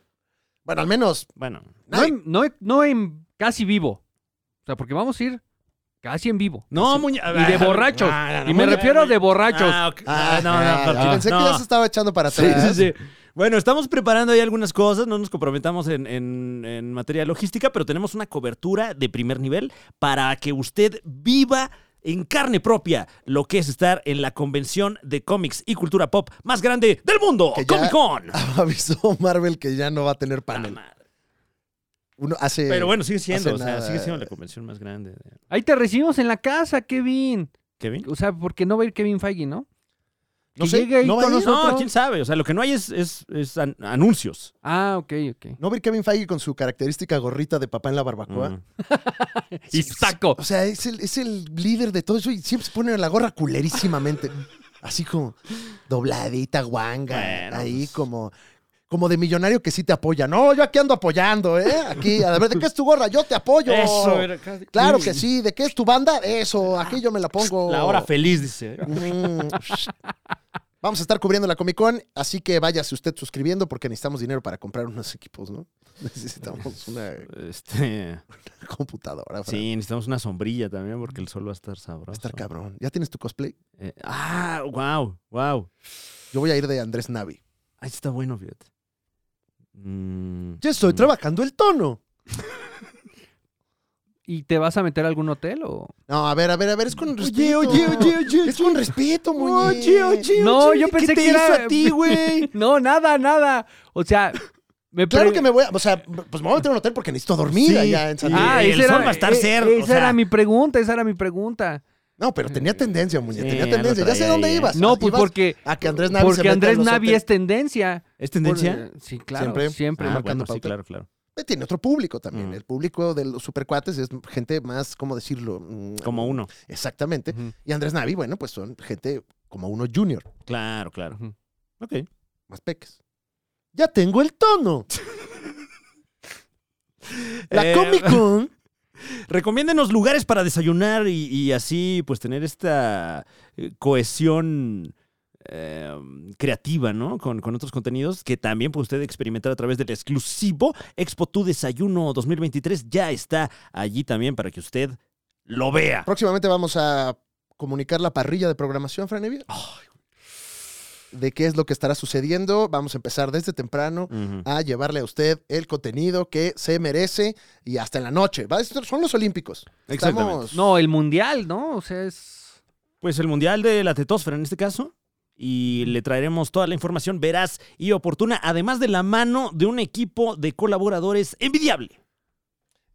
S1: Bueno, al menos
S3: Bueno,
S2: No, en- no, en- no en casi vivo. O sea, porque vamos a ir casi en vivo.
S3: no, Ah, muñeca.
S2: Y de borrachos. y me refiero de borrachos.
S3: Ah, ok.
S1: Ah,
S3: Ah, no, no,
S1: ah,
S3: no,
S1: Pensé que
S3: no.
S1: ya se estaba echando para
S3: Sí,
S1: atrás.
S3: sí, sí. Bueno, estamos preparando ahí algunas cosas, no nos comprometamos en, en- en materia logística, pero tenemos una cobertura de primer nivel para que usted viva en carne propia lo que es estar en la convención de cómics y cultura pop más grande del mundo,
S1: Que ya- *laughs*
S3: Comic Con.
S1: *laughs* Avisó Marvel que ya no va a tener panel. Uno hace.
S3: Pero bueno, sigue siendo,
S1: hace
S3: o sea,
S1: nada-
S3: sigue siendo la convención más grande. de-
S2: Ahí te recibimos en la casa, Kevin.
S3: Kevin.
S2: O sea, porque no va a ir Kevin Feige, ¿no?
S1: No
S2: Que
S1: sé,
S2: llegue ahí
S1: no va a
S2: con
S1: ir.
S2: nosotros.
S3: No, quién sabe. O sea, lo que no hay es, es- es an- anuncios.
S2: Ah, ok, ok.
S1: ¿No ver Kevin Feige con su característica gorrita de papá en la barbacoa?
S3: Mm.
S2: Y saco.
S1: O sea, es el, es el líder de todo eso y siempre se pone la gorra culerísimamente. Así como dobladita, guanga.
S3: Bueno,
S1: ahí
S3: pues.
S1: como, como de millonario que sí te apoya. No, yo aquí ando apoyando, ¿eh? Aquí, a ver, ¿de qué es tu gorra? Yo te apoyo.
S3: Eso, era casi-
S1: Claro que sí. ¿De qué es tu banda? Eso, aquí yo me la pongo.
S3: La hora
S1: *laughs*
S3: feliz, dice.
S1: Mm. Vamos a estar cubriendo la Comic Con, así que váyase usted suscribiendo porque necesitamos dinero para comprar unos equipos, ¿no? *laughs* Necesitamos una
S3: Este,
S1: computadora. Fran.
S3: sí, necesitamos una sombrilla también porque el sol va a estar
S1: Va a
S3: sabroso.
S1: estar cabrón. ¿Ya tienes tu cosplay?
S3: Eh, ah, wow, wow.
S1: Yo voy a ir de Andrés Navi.
S3: Ahí está bueno, fíjate. Mm,
S1: Ya estoy
S3: mm.
S1: trabajando el tono.
S2: ¿Y te vas a meter a algún hotel o...? *laughs*
S1: No, a ver, a ver, a ver, es con respeto.
S3: Oye, oye, oye, oye.
S1: Es con respeto, muñe.
S2: No, yo pensé
S3: ¿qué te
S2: que
S3: hizo
S2: era-
S3: a ti, güey?
S2: No, nada, nada. O sea, me
S1: Claro
S2: pre-
S1: que me voy a... O sea, pues me voy a meter a un hotel porque necesito dormir
S3: Sí.
S1: allá en San Diego.
S2: Ah,
S3: Y el
S2: esa era,
S3: sol va a estar
S2: eh,
S3: cerca,
S2: Esa
S3: o sea.
S2: era mi pregunta, esa era mi pregunta.
S1: No, pero tenía tendencia, muñe.
S3: Mm. Sí,
S1: tenía
S3: ya lo
S1: tendencia. Ya sé
S3: traía
S1: dónde
S3: ahí, ¿eh?
S1: ibas.
S2: No, pues
S1: Ibas
S2: porque,
S1: A que Andrés Navi se
S2: porque
S1: meta a
S2: Andrés
S1: los
S2: Navi
S1: hoteles.
S2: es tendencia.
S3: *laughs* ¿Es
S2: Por- eh,
S3: tendencia?
S2: sí, claro,
S1: Siempre.
S2: siempre.
S3: Ah,
S1: marcando
S3: bueno, sí,
S1: pauta.
S3: claro, claro.
S1: Eh, tiene otro público también.
S3: Mm.
S1: El público de los supercuates es gente más, ¿cómo decirlo? Mm,
S3: Como uno.
S1: Exactamente.
S3: Ujú.
S1: Y Andrés Navi, bueno, pues son gente como uno junior,
S3: Claro, claro.
S2: Ujú.
S3: Ok.
S1: más peques. Ya tengo el
S3: *laughs*
S1: tono. La
S3: Eh,
S1: Comic Con.
S3: Recomiéndenos lugares para desayunar y, y así, pues, tener esta eh, cohesión eh, creativa, ¿no? Con, con otros contenidos que también puede usted experimentar a través del exclusivo Expo Tu Desayuno 2023. Ya está allí también para que usted lo vea.
S1: Próximamente vamos a comunicar la parrilla de programación, Franevia. De qué es lo que estará sucediendo. Vamos a empezar desde temprano.
S3: Ujú.
S1: a llevarle a usted el contenido que se merece y hasta en la noche. ¿va? Estos Son los Olímpicos.
S3: Exactamente.
S1: Estamos-
S2: No, el mundial, ¿no? O sea, es...
S3: Pues el Mundial de la Tetósfera en este caso. Y le traeremos toda la información veraz y oportuna, además de la mano de un equipo de colaboradores envidiable.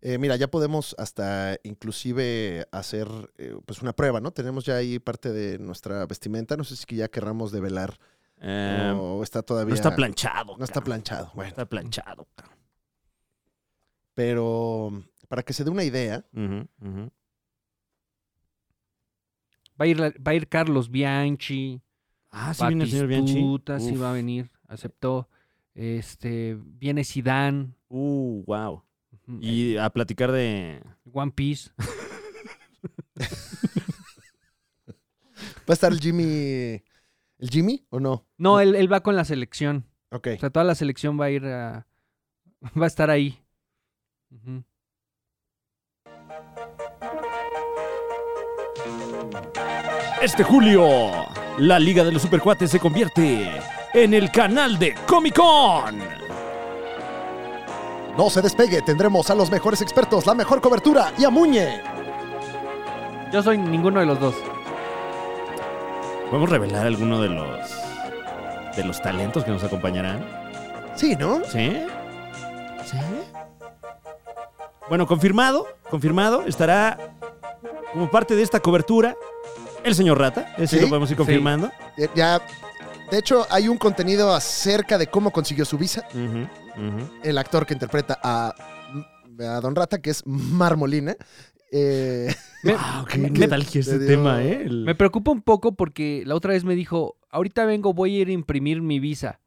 S1: Eh, mira, ya podemos hasta inclusive hacer eh, pues una prueba, ¿no? Tenemos ya ahí parte de nuestra vestimenta. No sé si que ya querramos develar
S3: Eh,
S1: o está todavía...
S3: no está planchado.
S1: Oh, No está
S3: cabrón.
S1: planchado,
S3: No
S1: bueno.
S3: está planchado. cabrón.
S1: Pero para que se dé una idea,
S3: Ujú, ujú.
S2: Va a ir, la- va a ir Carlos Bianchi,
S3: Ah, sí
S2: Batistuta,
S3: viene el señor Bianchi.
S2: sí
S3: Uf.
S2: va a venir, aceptó. Este, viene Zidane,
S3: Uh, wow.
S2: ujú,
S3: Y a platicar de...
S2: eh, One Piece.
S1: ¿va a estar el Jimmy... ¿El Jimmy o no?
S2: No, él, él va con la selección.
S1: Ok.
S2: O sea, toda la selección va a ir a... *laughs* Va a estar ahí. Ujú.
S3: Este julio, la Liga de los Supercuates se convierte en el canal de Comic Con.
S1: No se despegue, tendremos a los mejores expertos, la mejor cobertura y a Muñe.
S2: Yo soy ninguno de los dos.
S3: ¿Podemos revelar alguno de los... de los talentos que nos acompañarán?
S1: Sí, ¿no?
S3: ¿Sí? ¿Sí? Bueno, confirmado, confirmado, estará como parte de esta cobertura el señor Rata, eso
S1: ¿Sí?
S3: lo podemos ir confirmando.
S1: Eh, Ya. De hecho, hay un contenido acerca de cómo consiguió su visa.
S3: Ujú, ujú.
S1: El actor que interpreta a, a Don Rata, que es Marmolina. Eh, *laughs*
S3: Ah, ok,
S1: me-
S3: ¿Qué tal que este
S1: me dio-
S3: tema, eh? El-
S2: Me preocupa un poco porque la otra vez me dijo, ahorita vengo, voy a ir a imprimir mi visa.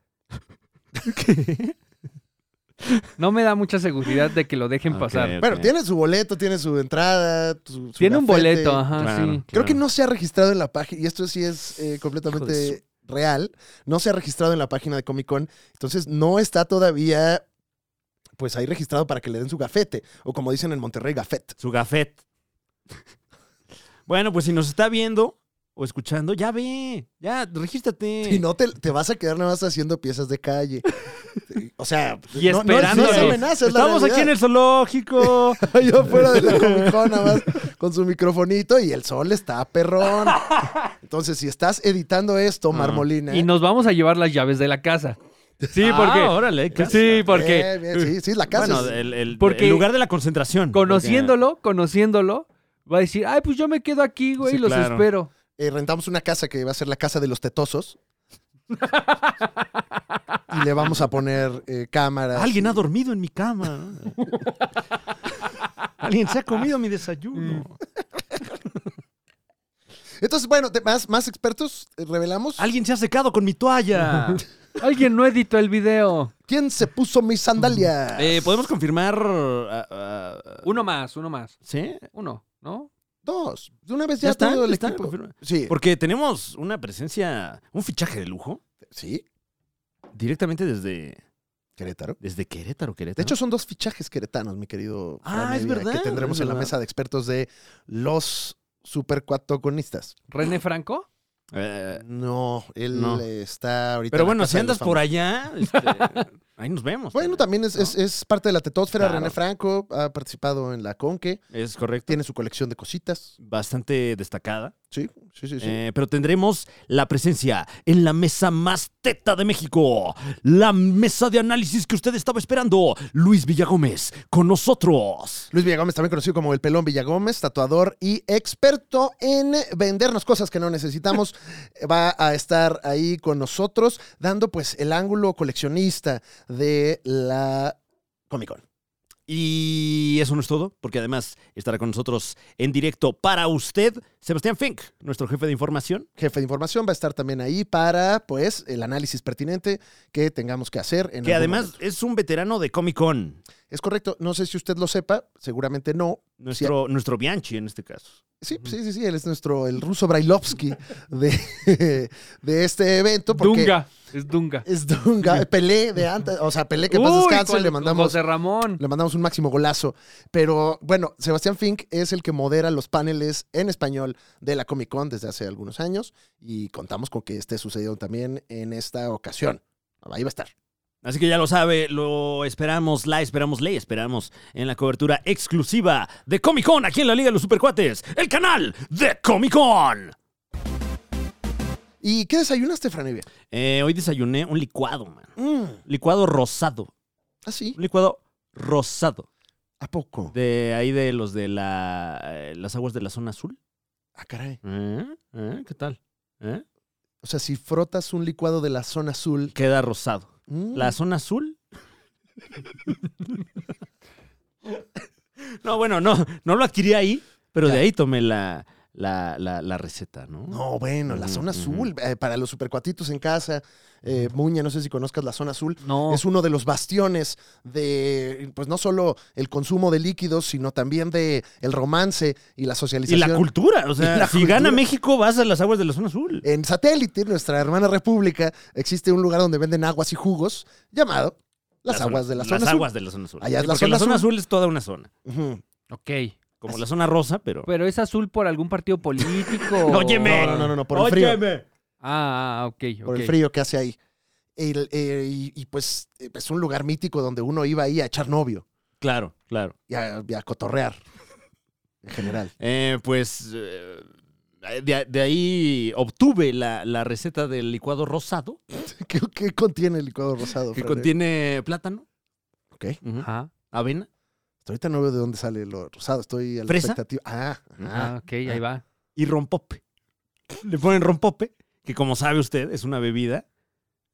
S2: No me da mucha seguridad de que lo dejen
S3: Ok,
S2: pasar.
S3: ok.
S1: bueno, tiene su boleto, tiene su entrada. su- su
S2: Tiene un
S1: gafete.
S2: boleto, ajá,
S3: Claro,
S2: ah, sí.
S1: Creo que
S3: claro.
S1: no se ha registrado en la página, y esto sí es eh,
S3: Hijo de
S1: completamente real, no se ha registrado en la página de Comic Con, entonces no está todavía, pues ahí registrado para que le den su gafete, o como dicen en Monterrey, gafet.
S3: Su gafet. *laughs* bueno, pues si nos está viendo o escuchando, ya ve, ya, regístrate.
S1: Y no te, te vas a quedar nada más haciendo piezas de calle. O sea,
S2: Y
S1: no, no es- no es
S2: esperándolos.
S1: amenaza, es la
S3: Estamos aquí en
S1: realidad.
S3: el zoológico.
S1: Yo fuera de la Comic Con, nada más con su microfonito y el sol está
S3: *laughs*
S1: perrón. Entonces, si estás editando
S3: Ah.
S1: esto, Marmolina.
S2: Y nos vamos a llevar las llaves de la casa. Sí,
S3: Ah,
S2: porque.
S3: órale, hay casa.
S2: Sí, porque.
S1: Bien, eh, bien, sí, sí, la casa.
S3: Bueno,
S1: es-
S3: el, el-
S2: Porque-
S3: el lugar de la concentración.
S2: Conociéndolo, conociéndolo, va a decir, ay, pues yo me quedo aquí, güey,
S3: Sí,
S2: los
S3: claro.
S2: espero.
S1: eh, rentamos una casa que va a ser la casa de los tetosos. y le vamos a poner eh, cámaras.
S3: Porque Alguien ha dormido en
S1: *laughs*
S3: mi cama. Alguien se ha comido mi desayuno.
S1: Entonces, bueno, te- más, más expertos eh, revelamos.
S3: Alguien se ha secado con mi toalla.
S2: Alguien no editó el video.
S1: ¿Quién se puso mis sandalias?
S3: Eh, ¿Podemos confirmar? ah, ah,
S2: Uno más, uno más.
S3: ¿Sí?
S2: Uno, ¿no?
S1: Dos. De una vez ya,
S3: ¿Ya está?
S1: todo el
S3: ¿Ya está?
S1: equipo.
S3: Confirma.
S1: Sí.
S3: Porque tenemos una presencia, un fichaje de lujo
S1: Sí,
S3: directamente desde,
S1: Querétaro.
S3: desde Querétaro, Querétaro.
S1: De hecho, son dos fichajes queretanos, mi querido.
S3: Ah,
S1: Fran
S3: es
S1: Evia, Que
S3: verdad,
S1: tendremos
S3: es
S1: en la
S3: verdad.
S1: mesa de expertos de los supercuatoconistas.
S2: René Franco.
S3: Eh,
S1: No, él
S3: No.
S1: eh, está ahorita.
S3: pero
S1: en la
S3: bueno,
S1: casa
S3: si
S1: de
S3: andas
S1: los
S3: por allá,
S1: *laughs*
S3: este, ahí nos vemos.
S1: Bueno, también es, es- es parte de la tetósfera.
S3: Claro.
S1: René Franco ha participado en la Conque,
S3: Es correcto.
S1: tiene su colección de cositas.
S3: Bastante destacada.
S1: Sí, sí, sí, sí.
S3: Eh, pero tendremos la presencia en la mesa más teta de México. La mesa de análisis que usted estaba esperando. Luis Villagómez con nosotros.
S1: Luis Villagómez, también conocido como el Pelón Villagómez, tatuador y experto en vendernos cosas que no
S3: *laughs*
S1: necesitamos, va a estar ahí con nosotros dando pues el ángulo coleccionista de la Comic Con.
S3: Y eso no es todo, porque además estará con nosotros en directo para usted Sebastián Fink, nuestro jefe de información.
S1: Jefe de información va a estar también ahí para pues el análisis pertinente que tengamos que hacer. En
S3: Que
S1: algún
S3: además
S1: momento.
S3: es un veterano de Comic Con.
S1: Es correcto, no sé si usted lo sepa, seguramente no.
S3: Nuestro, nuestro Bianchi en este caso.
S1: Sí, sí, sí, sí, él es nuestro, el ruso Brailovsky de, *laughs* de este evento. Porque
S2: Dunga. Es Dunga.
S1: Es Dunga, Pelé de antes, o sea, Pelé que pasa
S2: Uy,
S1: descanso,
S2: con-
S1: le
S2: con
S1: mandamos,
S2: José Ramón.
S1: le mandamos un máximo golazo. Pero bueno, Sebastián Fink es el que modera los paneles en español de la Comic Con desde hace algunos años y contamos con que esté sucediendo también en esta ocasión. Ahí va a estar.
S3: Así que ya lo sabe, lo esperamos, la esperamos, le esperamos en la cobertura exclusiva de Comic Con aquí en la Liga de los Supercuates, el canal de Comic Con.
S1: ¿Y qué desayunaste, Franivia?
S3: Eh, hoy desayuné un licuado, man.
S1: Mm,
S3: Licuado rosado.
S1: ¿Ah, sí?
S3: Un licuado rosado.
S1: ¿A poco?
S3: De ahí de los de la, eh, las aguas de la zona azul.
S1: Ah, caray.
S3: ¿Eh? ¿Eh? ¿Qué tal? ¿Eh?
S1: O sea, si frotas un licuado de la zona azul...
S3: Queda rosado.
S1: mm,
S3: ¿La zona azul? *laughs* no, bueno, no, no lo adquirí ahí, pero de ahí tomé la, la, la, la receta, ¿no?
S1: No, bueno, la
S3: Ujú,
S1: zona
S3: ujú.
S1: azul, eh, para los supercuatitos en casa, eh, Muña, no sé si conozcas la zona azul,
S2: No.
S1: es uno de los bastiones de, pues no solo el consumo de líquidos, sino también de el romance y la
S3: Y
S1: socialización.
S3: la cultura,
S1: *laughs*
S3: o sea,
S1: Y la
S3: si
S1: cultura. Eh,
S3: gana México vas a las aguas de la zona azul.
S1: En Satélite, nuestra hermana república, existe un lugar donde venden aguas y jugos llamado las,
S3: La
S1: aguas
S3: zona-
S1: de la
S3: Las
S1: zona azul.
S3: aguas de la zona azul.
S1: Allá es
S3: Sí,
S1: la
S3: porque
S1: zona
S3: la zona
S1: azul.
S3: azul es toda una zona.
S1: Ujú.
S2: Ok.
S3: Como la zona rosa, pero...
S1: Pues
S2: Pero es azul por algún partido político.
S3: *laughs* Óyeme.
S1: No, no, no, no, por el frío.
S3: Óyeme.
S2: Ah, ah, ok.
S1: Por
S2: Ah, ok.
S1: el frío que hace ahí. El, eh, y, y, pues eh, es un lugar mítico donde uno iba ahí a echar novio
S3: Claro, claro.
S1: y a, y a cotorrear en general.
S3: Eh, pues eh, de, de ahí obtuve la, la receta del licuado rosado.
S1: *laughs* ¿Qué, qué contiene el licuado rosado?
S3: Que
S1: Fran?
S3: contiene plátano.
S1: Ok.
S3: Ujú.
S2: Ajá.
S3: Avena.
S1: Ahorita no veo de dónde sale lo rosado. Estoy a la
S3: ¿Fresa?
S1: expectativa. Ah, ah.
S2: Ah, ok, ahí va.
S3: Y rompope. Le ponen rompope, que como sabe usted, es una bebida,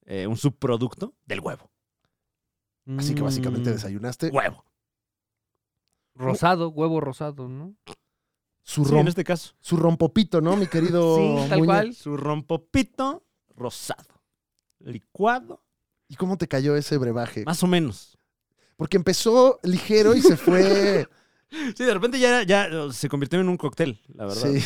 S3: eh, un subproducto del huevo.
S1: Así que básicamente
S2: Mm,
S1: desayunaste
S3: Huevo.
S2: Rosado, huevo rosado, ¿no?
S1: su,
S3: Sí,
S1: rom-
S3: en este caso.
S1: su rompopito, ¿no, mi
S3: *laughs*
S1: querido?
S2: sí, tal
S1: Muñe?
S2: cual.
S3: Su rompopito rosado. Licuado.
S1: ¿Y cómo te cayó ese brebaje?
S3: Más o menos.
S1: Porque empezó ligero y
S3: *laughs*
S1: se fue.
S3: Sí, de repente ya, era- ya eh, se convirtió en un cóctel, la verdad.
S1: sí. *laughs*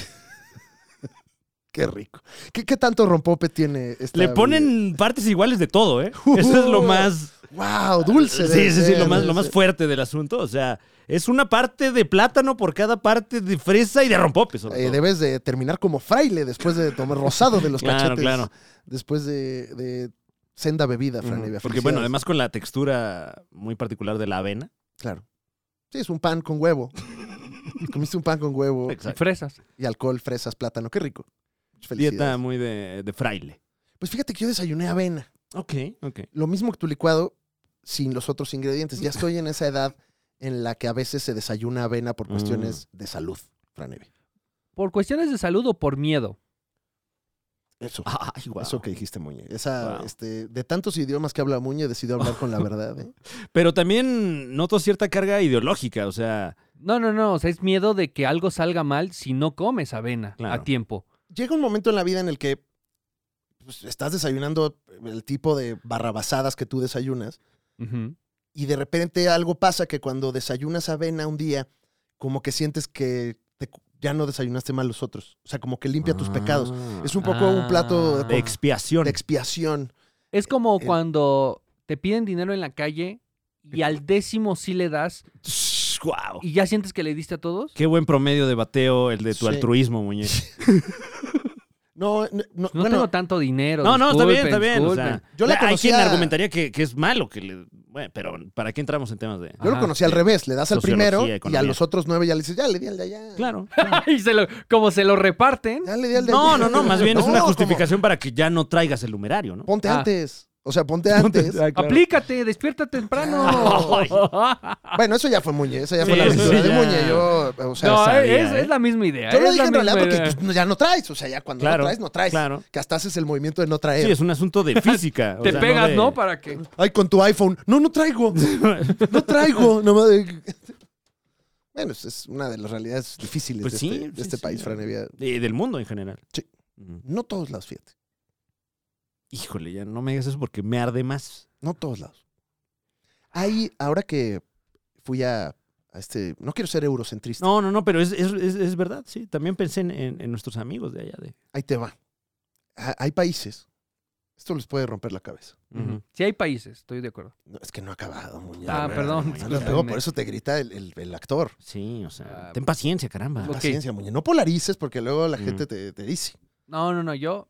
S1: Qué rico. ¿Qué, qué tanto rompope tiene esta
S3: Le ponen partes iguales de todo, ¿eh?
S1: Uh,
S3: Eso es lo más...
S1: ¡Wow! Dulce.
S3: Sí,
S1: debe
S3: sí, sí, lo
S1: ser,
S3: más,
S1: debe
S3: lo más
S1: ser.
S3: fuerte del asunto. O sea, es una parte de plátano por cada parte de fresa y de rompope. sobre
S1: Eh,
S3: todo.
S1: debes de terminar como fraile después de tomar rosado de los
S3: Claro,
S1: cachetes.
S3: claro.
S1: Después de, de senda bebida, Fran.
S3: Ujú,
S1: Evia.
S3: Porque bueno,
S1: Felicidades.
S3: además con la textura muy particular de la avena.
S1: Claro. Sí, es un pan con huevo. *laughs* Comiste un pan con huevo
S2: Y Fresas.
S1: y alcohol, fresas, plátano. Qué rico.
S3: Dieta
S1: Felicidades.
S3: muy de, de fraile.
S1: Pues fíjate que yo desayuné avena.
S3: Ok, ok.
S1: lo mismo que tu licuado sin los otros ingredientes. Ya estoy en esa edad en la que a veces se desayuna avena por cuestiones de salud, Franevi.
S2: ¿Por cuestiones de salud o por miedo?
S1: Eso.
S3: Ay, guau.
S1: Eso que dijiste, Muñe. Esa,
S3: Wow.
S1: este, de tantos idiomas que habla Muñe, decidió hablar con la verdad. ¿eh?
S3: Pero también noto cierta carga ideológica, o sea,
S2: No, no, no. O sea, es miedo de que algo salga mal si no comes avena
S3: Claro.
S2: a tiempo.
S1: Llega un momento en la vida en el que pues, estás desayunando eh, el tipo de barrabasadas que tú desayunas
S2: Ujú.
S1: y de repente algo pasa que cuando desayunas avena un día, como que sientes que te cu- ya no desayunaste mal los otros. O sea, como que limpia tus pecados. Es un poco un plato
S3: Ah. de
S1: de,
S3: expiación.
S1: de expiación.
S2: Es como
S1: Eh,
S2: cuando te piden dinero en la calle y al décimo sí le das
S3: Wow.
S2: y ya sientes que le diste a todos.
S3: Qué buen promedio de bateo el de
S1: Sí.
S3: tu
S1: *laughs*
S3: altruismo, muñeco.
S1: No, no, no,
S2: No
S1: bueno,
S2: tengo tanto dinero.
S3: No, no, está bien, está
S2: disculpen,
S3: bien. o sea,
S2: disculpen.
S1: Yo la
S3: hay quien
S1: conocía-
S3: argumentaría que, que es malo que le. Bueno, pero ¿para qué entramos en temas de.?
S1: yo lo
S2: Ajá,
S1: conocí al revés. Le das al
S3: Sociología,
S1: primero y
S3: economía.
S1: a los otros nueve ya le dices, ya le di al de allá. *laughs*
S3: Claro.
S2: *laughs* y se lo- como se lo reparten.
S1: Ya le di al de
S3: No,
S1: allá.
S3: no, no,
S1: *laughs*
S3: más bien es una
S1: No,
S3: justificación para que ya no traigas el numerario, ¿no?
S1: como, ponte
S2: Ah.
S1: antes. O sea,
S3: *laughs*
S1: ponte antes.
S2: Aplícate, despierta
S1: *laughs*
S2: temprano. *laughs*
S3: Ay.
S1: Bueno, eso ya fue Muñe. Esa ya fue
S3: Sí,
S1: la
S3: eso
S1: aventura
S3: sí,
S1: de
S3: ya.
S1: Muñe. Yo, o sea,
S2: no,
S3: sabía,
S2: es,
S3: ¿eh?
S2: es la misma idea.
S1: yo lo
S2: es la
S1: dije en realidad
S2: misma
S1: porque
S2: idea.
S1: pues, no- ya no traes. O sea, ya cuando
S3: Claro,
S1: no traes, no traes.
S3: claro.
S1: Que hasta haces el movimiento de no traer.
S3: Sí, es un asunto *laughs* de física. o
S2: Te
S3: sea,
S2: pegas,
S3: de-
S2: ¿no? Para que.
S1: Ay, con tu iPhone. No, no
S3: *laughs*
S1: traigo. No traigo. No, madre. Bueno, es- es una de las realidades difíciles
S3: Pues
S1: de,
S3: sí,
S1: este, de
S3: sí,
S1: este
S3: sí.
S1: país, Franevia.
S3: de- del mundo en general.
S1: Sí.
S3: Ujú.
S1: No todos lados, fíjate.
S3: Híjole, ya no me digas eso porque me arde más.
S1: No todos lados. Ahí, ahora que fui a, a este. No quiero ser eurocentrista.
S3: No, no, no, pero es, es- es- es verdad, sí. También pensé en, en- en nuestros amigos de allá. De...
S1: Ahí te va. Ha- hay países. Esto les puede romper la cabeza.
S3: Ujú.
S2: Sí, hay países, estoy de acuerdo.
S1: No, es que no ha acabado, muñeco.
S2: Ah, perdón.
S1: No, luego, por eso te grita el, el- el actor.
S3: Sí, o sea,
S2: Ah,
S3: ten paciencia, caramba.
S2: Ok.
S1: Paciencia, muñeco. No polarices porque luego la
S3: Mm.
S1: gente te, te dice.
S2: No, no, no, yo.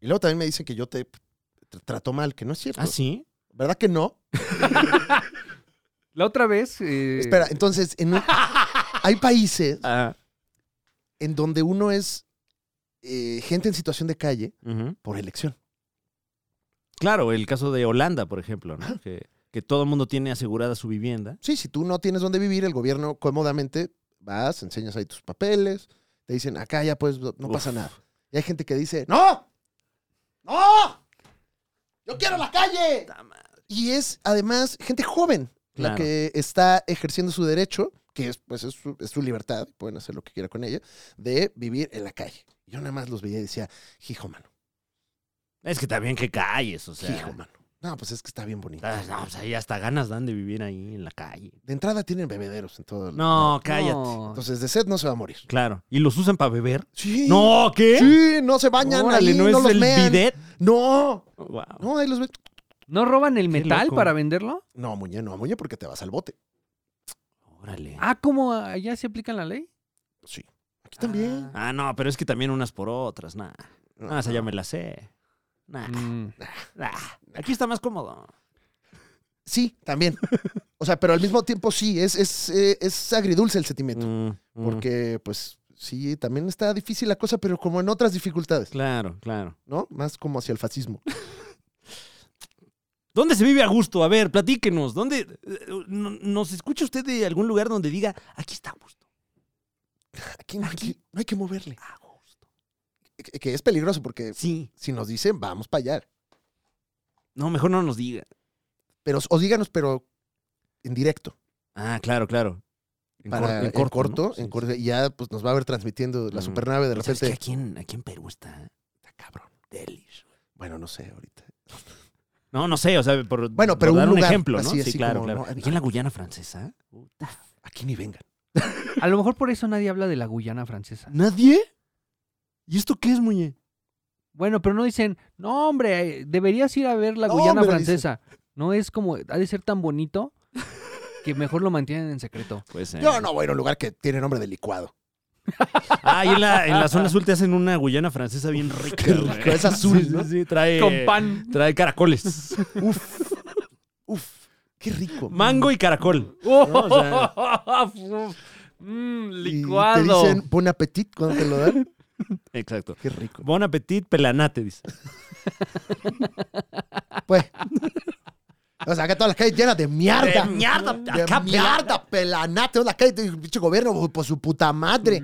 S1: Y luego también me dicen que yo te, te trato mal, que no es cierto.
S3: ¿Ah, sí?
S1: ¿Verdad que no?
S2: La otra vez. eh,
S1: Espera, entonces, en un- hay países
S3: Ah,
S1: en donde uno es eh, gente en situación de calle
S3: ujú.
S1: por elección.
S3: Claro, el caso de Holanda, por ejemplo, ¿no? que, que todo el mundo tiene asegurada su vivienda.
S1: Sí, si tú no tienes dónde vivir, el gobierno cómodamente vas, enseñas ahí tus papeles, te dicen, acá ya pues no
S3: Uf.
S1: pasa nada. Y hay gente que dice, ¡No! ¡No! ¡Yo quiero la calle! Y es además gente joven la
S3: Claro.
S1: que está ejerciendo su derecho, que es, pues, es, su, es su libertad, pueden hacer lo que quiera con ella, de vivir en la calle. Yo nada más los veía y decía, hijo mano,
S3: Es que también que calles, o sea.
S1: hijo mano. No, pues es que está bien bonito.
S3: ah, No, o sea, y hasta ganas dan de vivir ahí en la calle.
S1: De entrada tienen bebederos en todo el...
S3: No, cállate.
S2: no.
S1: Entonces de sed no se va a morir.
S3: Claro. ¿Y los usan para beber?
S1: Sí.
S3: No, ¿qué?
S1: Sí, no se bañan
S3: Órale,
S1: ahí,
S3: ¿no
S1: no,
S3: es
S1: los
S3: el
S1: mean.
S3: bidet?
S1: No,
S3: Wow.
S1: no, ahí los ven.
S2: ¿No roban el metal
S3: loco.
S2: para venderlo?
S1: No, muñe, no, muñe, porque te vas al bote.
S3: Órale.
S2: Ah, ¿cómo allá se aplica la ley?
S1: Sí. Aquí también.
S2: Ah.
S3: Ah, no, pero es que también unas por otras, nah.
S1: No,
S3: Ah, esa ya me la sé. Nah,
S2: Mm.
S3: nah. Aquí está más cómodo.
S1: Sí, también. O sea, pero al mismo tiempo sí, es, es, eh, es agridulce el sentimiento.
S3: Mm, Porque.
S1: Porque, pues, sí, también está difícil la cosa, pero como en otras dificultades,
S3: Claro, claro.
S1: ¿no? Más como hacia el fascismo.
S3: ¿Dónde se vive a gusto? A ver, platíquenos. ¿Dónde eh, no- nos escucha usted de algún lugar donde diga, aquí está a gusto?
S1: Aquí no, aquí no hay que moverle.
S3: A gusto.
S1: Que que es peligroso porque
S3: Sí.
S1: si nos dicen, vamos para allá.
S3: No, mejor no nos diga.
S1: Pero, o díganos, pero en directo.
S3: Ah, claro, claro. En,
S1: para-
S3: cor- en
S1: en corto,
S3: ¿no?
S1: en
S3: Sí,
S1: corto,
S3: sí.
S1: y ya pues nos va a ver transmitiendo la
S3: Mm.
S1: supernave de
S3: ¿Sabes
S1: repente.
S3: que aquí en, aquí en Perú está, está cabrón? Delis.
S1: Bueno, no sé ahorita.
S3: No, no sé, o sea, por,
S1: Bueno,
S3: por
S1: pero un
S3: dar
S1: lugar,
S3: ejemplo, ¿no?
S1: así,
S3: sí,
S1: así
S3: claro,
S1: como,
S3: claro.
S1: ¿no?
S3: Aquí en la Guyana francesa.
S1: Aquí ni vengan.
S2: A lo mejor por eso nadie habla de la Guyana francesa.
S3: ¿Nadie? ¿Y esto qué es, Muñe?
S2: Bueno, pero no dicen, no, hombre, eh, deberías ir a ver la
S1: No,
S2: Guyana
S1: hombre",
S2: francesa. No es como, ha de ser tan bonito que mejor lo mantienen en secreto.
S3: Pues,
S1: Yo no voy a ir a un lugar que tiene nombre de licuado.
S3: Ah, y en la, en la zona azul te hacen una Guyana francesa *laughs* bien rica. güey.
S1: rico, es azul,
S3: Sí, sí,
S1: ¿no?
S3: sí, trae,
S2: Con
S3: *laughs*
S2: pan.
S3: trae *laughs* caracoles.
S1: Uf. Uf. Qué rico.
S3: Mango y caracol.
S1: *laughs*
S2: No,
S3: o sea-
S2: Mmm,
S1: Y
S2: licuado.
S1: te dicen buen appetit cuando te lo dan. *laughs*
S3: Exacto.
S1: Qué rico.
S3: Bon appetit, pelanate, dice.
S1: Pues. O sea, acá todas las calles llenas de mierda.
S3: De mierda,
S1: De
S3: acá
S1: mierda, pelanate. Todas las calles del pinche gobierno por- por su puta
S3: Mm.
S1: madre.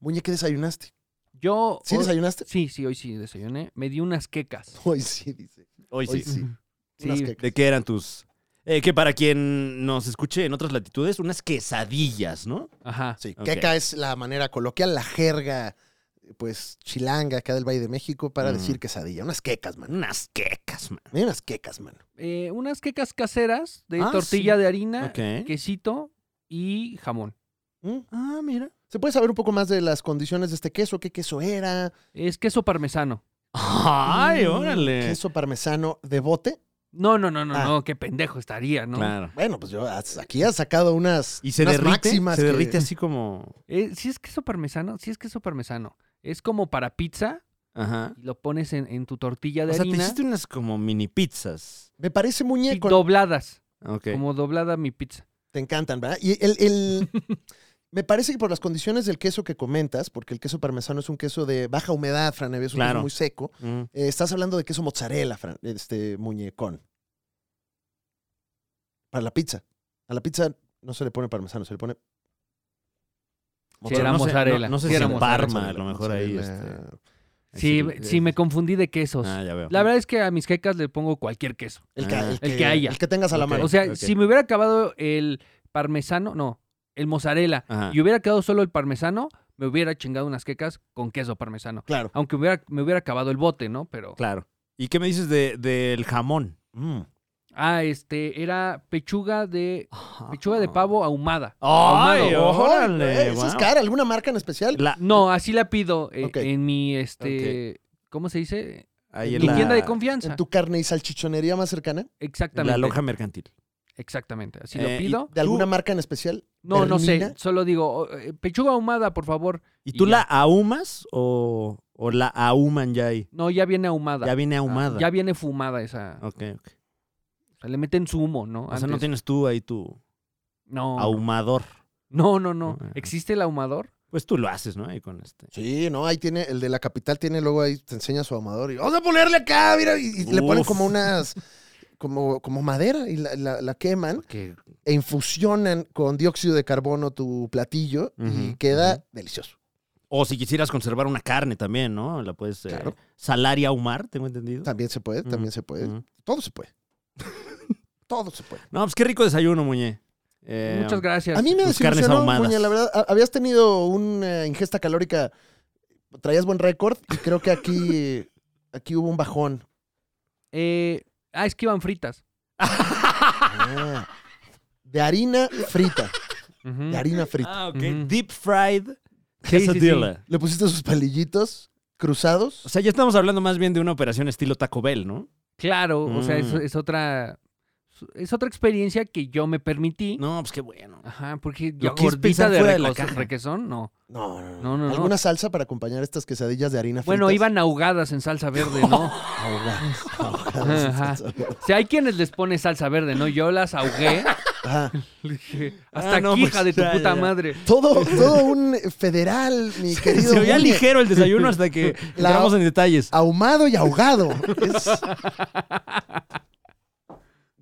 S1: Muñe, ¿qué desayunaste? *laughs*
S2: Yo.
S1: ¿Sí
S2: hoy-
S1: desayunaste?
S2: Sí, sí, hoy sí desayuné. Me di unas quecas.
S1: Hoy sí, dice.
S3: Hoy
S1: Hoy
S3: sí.
S1: sí.
S2: Sí,
S1: Unas quecas.
S3: ¿De qué eran tus...? eh, que para quien nos escuche en otras latitudes, unas quesadillas, ¿no?
S2: Ajá.
S1: Sí,
S3: Ok.
S1: queca es la manera coloquial, la jerga, pues, chilanga acá del Valle de México para
S3: Mm.
S1: decir quesadilla. Unas quecas, mano.
S3: Unas quecas, man.
S1: Mira unas quecas, mano.
S2: Eh, unas quecas caseras de
S3: Ah,
S2: tortilla
S3: sí.
S2: de harina,
S3: Ok.
S2: quesito y jamón.
S1: ¿Mm?
S3: Ah, mira.
S1: ¿Se puede saber un poco más de las condiciones de este queso? ¿Qué queso era?
S2: Es queso parmesano.
S3: ¡Ay,
S1: Mm,
S3: órale!
S1: ¿Queso parmesano de bote?
S2: No, no, no, no,
S1: Ah.
S2: no, qué pendejo estaría, ¿no?
S3: Claro.
S1: Bueno, pues yo as- aquí has sacado unas,
S3: Y se
S1: unas
S3: derrite,
S1: máximas.
S3: se
S1: que-
S3: derrite así como...
S2: Eh, si es queso parmesano, si es queso parmesano. Es como para pizza
S3: Ajá.
S2: y lo pones en, en tu tortilla de
S3: O sea, te
S2: harina
S3: hiciste unas como mini pizzas.
S1: Me parece
S2: y
S1: muñeco.
S2: dobladas,
S3: Ok.
S2: como doblada mi pizza.
S1: Te encantan, ¿verdad? Y el, el- *laughs* me parece que por las condiciones del queso que comentas, porque el queso parmesano es un queso de baja humedad, Fran, es un
S3: Claro.
S1: queso muy seco.
S3: Mm.
S1: eh, estás hablando de queso mozzarella, Fran, este muñecón. Para la pizza. A la pizza no se le pone parmesano, se le pone
S2: Si era
S3: no sé-
S2: mozzarella.
S3: no- no sé
S2: si
S3: si
S2: era
S3: en
S2: mozzarella.
S3: Parma, a lo mejor ahí.
S1: mozzarella.
S3: este,
S2: Sí,
S3: exhibi-
S2: sí, me confundí de quesos.
S3: Ah, ya veo.
S2: La verdad es que a mis quecas le pongo cualquier queso.
S1: El que,
S3: Ah.
S1: el, que,
S2: El que haya.
S1: el que tengas a la
S3: Ok.
S1: mano.
S2: O sea,
S3: ok.
S2: si me hubiera acabado el parmesano, no, el mozzarella,
S3: Ajá.
S2: y hubiera quedado solo el parmesano, me hubiera chingado unas quecas con queso parmesano.
S1: claro.
S2: Aunque hubiera, me hubiera acabado el bote, ¿no? Pero.
S3: Claro. ¿Y qué me dices de- del jamón?
S2: Ah, este, era pechuga de. Pechuga de pavo ahumada.
S3: Ah. ¡Ay,
S2: Ahumado.
S1: Ay,
S3: órale!
S1: güey, ¿Esa es
S3: guau.
S1: cara? ¿Alguna marca en especial?
S3: La-
S2: No, así la pido eh,
S1: Ok.
S2: en mi, este. ¿Cómo se dice?
S3: ahí
S1: en
S2: mi
S1: la-
S2: tienda de
S1: En
S2: confianza.
S1: tu carne y salchichonería más cercana.
S3: en la
S2: Exactamente.
S3: loja mercantil.
S2: Exactamente. Así
S3: Eh,
S2: lo
S3: y-
S2: pido.
S1: ¿De alguna marca en especial?
S2: No, no sé.
S1: Berlina.
S2: Solo digo, oh, eh, pechuga ahumada, por favor.
S3: ¿Y
S2: Y
S3: tú
S2: ya.
S3: la ahumas o, o la ahuman ya ahí?
S2: No, ya viene ahumada.
S3: Ya viene
S2: Ah,
S3: ahumada.
S2: ya viene fumada esa.
S3: Ok, ok.
S2: O sea, le meten su humo, ¿no?
S3: O sea, no
S2: Antes.
S3: tienes tú ahí tu
S2: No,
S3: ahumador.
S2: no, no, no.
S3: Ah.
S2: ¿Existe el ahumador?
S3: Pues tú lo haces, ¿no? Ahí con este.
S1: Sí, no, ahí tiene, el de la capital tiene luego ahí, te enseña su amador y vamos a ponerle acá, mira, y, y le ponen
S3: Uf.
S1: como unas, como, como madera y la, la- la queman
S3: Que-
S1: e infusionan con dióxido de carbono tu platillo y
S3: Ujú,
S1: queda
S3: ujú.
S1: delicioso.
S3: O si quisieras conservar una carne también, ¿no? La puedes eh,
S1: Claro.
S3: salar y ahumar, tengo entendido.
S1: También se puede, también
S3: Ujú,
S1: se puede.
S3: ujú.
S1: Todo se *laughs* puede. Todo se puede.
S3: No, pues qué rico desayuno, Muñe. Eh,
S2: Muchas gracias.
S1: A mí me
S3: Tus carnes
S1: desilusionó,
S3: ahumadas.
S1: Muñe, la verdad. Ha- Habías tenido una ingesta calórica, traías buen récord y creo que aquí, aquí hubo un bajón.
S2: Eh, ah, es que iban fritas.
S1: Ah. de harina frita,
S2: Ujú.
S1: de harina frita.
S3: Ah, ok.
S2: Ujú.
S3: Deep fried
S2: Sí, sí, sí.
S3: quesadilla.
S1: Le pusiste sus palillitos cruzados.
S3: O sea, ya estamos hablando más bien de una operación estilo Taco Bell, ¿no?
S2: Claro, o sea, es,
S3: Mm.
S2: es otra es otra experiencia que yo me permití.
S3: No, pues qué bueno.
S2: Ajá, porque yo
S3: que es
S2: gordita
S3: pensar
S2: de,
S3: fuera de la
S2: recos-
S3: caja.
S2: requesón, no.
S1: No, no,
S2: No, no, no.
S1: ¿Alguna salsa para acompañar estas quesadillas de harina frita?
S2: Bueno, iban ahogadas en salsa
S3: *laughs*
S2: verde, ¿no?
S1: Ahogadas, ahogadas en
S2: Ajá.
S1: Ah, salsa verde.
S2: O sea, hay quienes les pone salsa verde, ¿no? Yo las
S3: *laughs*
S2: ahogué.
S1: Ajá.
S2: Le dije, hasta
S3: Ah, no,
S2: aquí,
S3: pues,
S2: hija de tu
S3: ya,
S2: puta
S3: ya.
S2: madre.
S1: Todo, todo un federal, mi querido.
S3: Se veía
S1: Muñe.
S3: ligero el desayuno hasta que
S1: La- Ah.
S3: entramos en detalles.
S1: ahumado y ahogado. Es-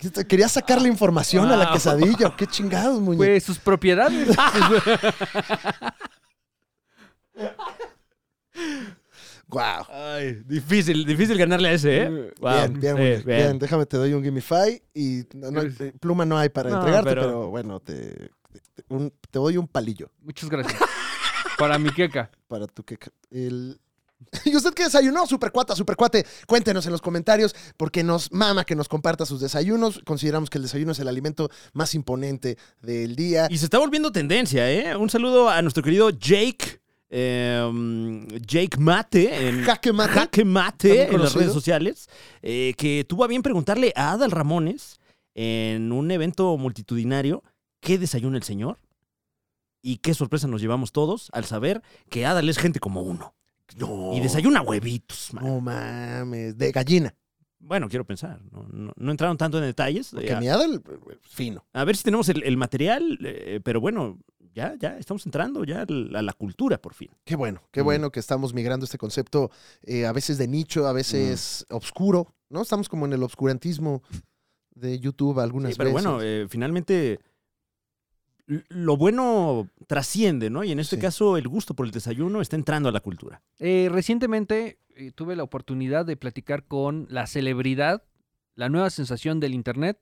S1: ¿Qué te- ¿Querías sacarle información a la
S3: Wow.
S1: quesadilla? ¿o ¿Qué chingados, muñe?
S2: Pues sus
S3: *laughs*
S2: propiedades.
S1: Guau.
S3: Ay, difícil, difícil ganarle a ese, ¿eh? Wow.
S1: Bien, bien,
S3: Sí,
S1: Muñe,
S3: bien.
S1: bien. Déjame, te doy un Gimify y no- no-
S2: Gracias.
S1: pluma no hay para
S3: No,
S1: entregarte, pero,
S3: pero-
S1: bueno, te, te- un- te doy un palillo
S2: Muchas gracias. Para mi queca.
S1: para tu que El... *laughs* ¿Y usted qué desayunó? Supercuata, supercuate. Cuéntenos en los comentarios porque nos mama que nos comparta sus desayunos. Consideramos que el desayuno es el alimento más imponente del día.
S3: Y se está volviendo tendencia, ¿eh? Un saludo a nuestro querido Jake. eh, Jake Mate en
S1: Jaque mate.
S3: Jaque Mate
S1: También
S3: en las
S1: conocido.
S3: redes sociales, eh, que tuvo a bien preguntarle a Adal Ramones en un evento multitudinario qué desayuna el señor y qué sorpresa nos llevamos todos al saber que Adal es gente como uno
S1: No.
S3: y desayuna huevitos. man.
S1: No mames, de gallina.
S3: Bueno, quiero pensar. No, no- no entraron tanto en detalles.
S1: Porque
S3: Ya.
S1: mi Adal, fino.
S3: A ver si tenemos el, el material, eh, pero bueno, ya, ya estamos entrando ya al- a la cultura por fin.
S1: Qué bueno, qué
S3: Mm.
S1: bueno que estamos migrando este concepto eh, a veces de nicho, a veces obscuro, ¿no? Estamos como en el obscurantismo de YouTube algunas
S3: Sí, pero
S1: veces.
S3: bueno, eh, finalmente l- lo bueno trasciende, ¿no? Y en este
S1: Sí.
S3: caso el gusto por el desayuno está entrando a la cultura.
S2: Eh, recientemente eh, tuve la oportunidad de platicar con la celebridad, la nueva sensación del internet,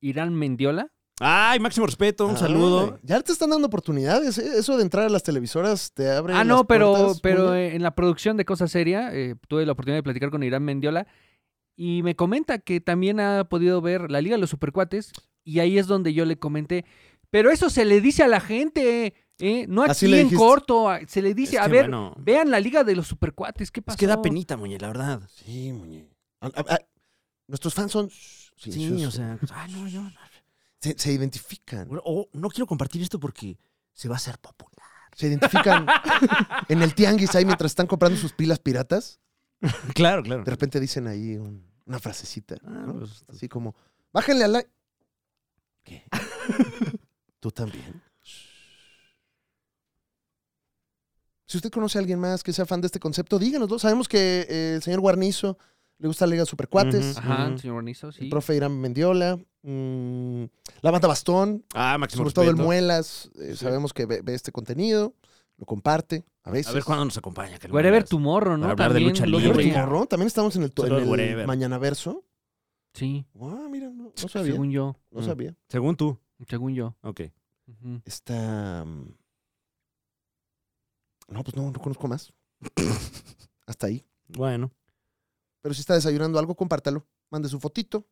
S2: Irán Mendiola.
S3: Ay, máximo respeto, eh, un
S1: Ah,
S3: saludo.
S1: órale. Ya te están dando oportunidades. ¿eh? Eso de entrar a las televisoras te abre.
S2: Ah, no,
S1: las
S2: pero,
S1: puertas,
S2: pero
S1: Julio.
S2: eh, en la producción de Cosa Seria eh, tuve la oportunidad de platicar con Irán Mendiola y me comenta que también ha podido ver la Liga de los Supercuates y ahí es donde yo le comenté, pero eso se le dice a la gente, ¿eh? no aquí
S1: Así le
S2: en
S1: dijiste.
S2: corto, a- se le dice,
S3: Es
S2: a
S3: que,
S2: ver,
S3: bueno,
S2: vean la Liga de los Supercuates, ¿qué pasó?
S3: es que da penita, Muñe, la verdad.
S1: Sí, muñe. Ah, ah, ah, nuestros fans son.
S3: Sí,
S1: silenciosos.
S3: o sea, ay, no, yo no.
S1: Se, se identifican.
S3: O no quiero compartir esto porque se va a hacer popular.
S1: Se identifican en el tianguis ahí mientras están comprando sus pilas piratas.
S3: *laughs* Claro, claro.
S1: De repente dicen ahí un- una frasecita.
S3: Ah,
S1: ¿no?
S3: pues,
S1: Así como, bájenle a la...
S3: *laughs*
S1: ¿Qué? ¿Tú también? Si usted conoce a alguien más que sea fan de este concepto, díganoslo. Sabemos que eh, el señor Guarnizo le gusta la Liga Supercuates.
S3: Ujú. Ah,
S2: Ajá,
S3: Ujú.
S2: señor Bonizo, sí.
S1: El profe Irán Mendiola. mm, la banda Bastón.
S3: Ah, máximo
S1: sobre
S3: respeto.
S1: todo el Muelas. eh,
S3: Sí.
S1: Sabemos que ve, ve este contenido. Lo comparte a veces.
S3: A ver cuándo nos acompaña. que el
S2: Wherever
S3: Muelas.
S2: Tomorrow, ¿no?
S3: Para hablar de
S2: También
S3: lucha
S2: lo
S1: Lo de
S3: libre.
S2: vi.
S1: Tomorrow, También estamos en el, to- en
S3: Solo
S1: el
S3: whatever.
S1: Mañana Verso.
S2: Sí,
S1: Ah, mira, no, no sabía.
S2: según yo,
S1: No
S3: Mm.
S1: sabía.
S3: Según tú.
S2: según yo.
S3: Ok.
S2: Ujú.
S1: Esta. mm, No, pues no, no conozco
S3: *laughs*
S1: más. Hasta ahí.
S3: Bueno. *laughs*
S1: Pero si está desayunando algo, compártalo. Mande su fotito.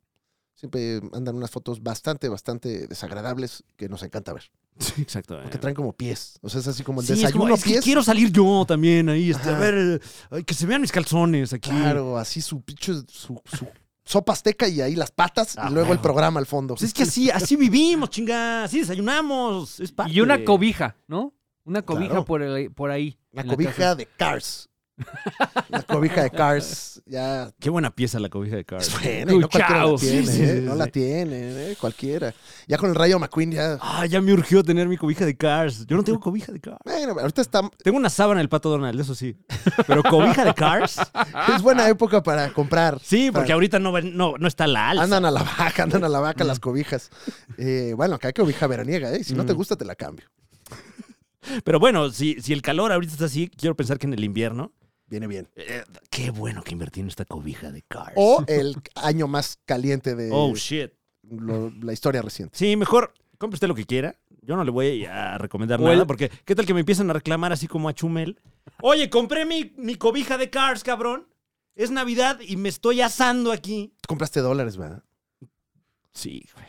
S1: Siempre mandan unas fotos bastante, bastante desagradables que nos encanta ver.
S3: Sí, exacto.
S1: Porque
S3: eh.
S1: traen como pies. O sea, es así como el
S3: Sí, es
S1: desayuno
S3: como, es que
S1: pies.
S3: quiero salir yo también ahí. este, a
S1: Ajá.
S3: ver, eh, que se vean mis calzones aquí.
S1: Claro, así su pinche, su, su sopa azteca y ahí las patas
S3: Ah,
S1: y luego el
S3: bueno.
S1: programa al fondo.
S3: Pues es que así, así vivimos, chinga. Así desayunamos. Es parte
S2: Y una
S3: de-
S2: cobija, ¿no? Una cobija
S1: Claro.
S2: por, el- por ahí.
S1: La
S2: en
S1: cobija
S2: casa.
S1: de
S3: *laughs*
S1: Cars. La cobija de Cars. Ya
S3: Qué buena pieza la cobija de Cars.
S1: Bueno, y no cualquiera la
S2: Cuchaos.
S1: tiene,
S3: Sí, sí,
S1: ¿eh?
S3: sí,
S1: no
S3: sí.
S1: la tiene, ¿eh? cualquiera. Ya con el Rayo McQueen ya...
S3: *laughs* Ah, ya me urgió tener mi cobija de Cars. Yo no tengo cobija de Cars.
S1: Bueno, ahorita está...
S3: Tengo una sábana del pato Donald, eso sí. Pero cobija de Cars.
S1: Es buena época para comprar.
S3: Ah, *laughs* Sí, porque
S1: Para-
S3: ahorita no, va- no, Ah, no está la alza.
S1: Andan a la vaca, andan a la vaca las cobijas. Eh, bueno, acá hay cobija veraniega, ¿eh? Si no te gusta, te la cambio.
S3: Pero bueno, si, si el calor ahorita está así, quiero pensar que en el invierno.
S1: Viene bien.
S3: eh, qué bueno que invertí en esta cobija de Cars.
S1: O el año más caliente de
S3: oh shit.
S1: lo- la historia reciente.
S3: Sí, mejor compre usted lo que quiera. Yo no le voy a recomendar
S2: O
S3: nada,
S2: el-
S3: porque ¿qué tal que me empiezan a reclamar así como a Chumel? Oye, compré mi, mi cobija de Cars, cabrón. Es Navidad y me estoy asando aquí.
S1: Tú compraste dólares, ¿verdad?
S3: Sí, güey.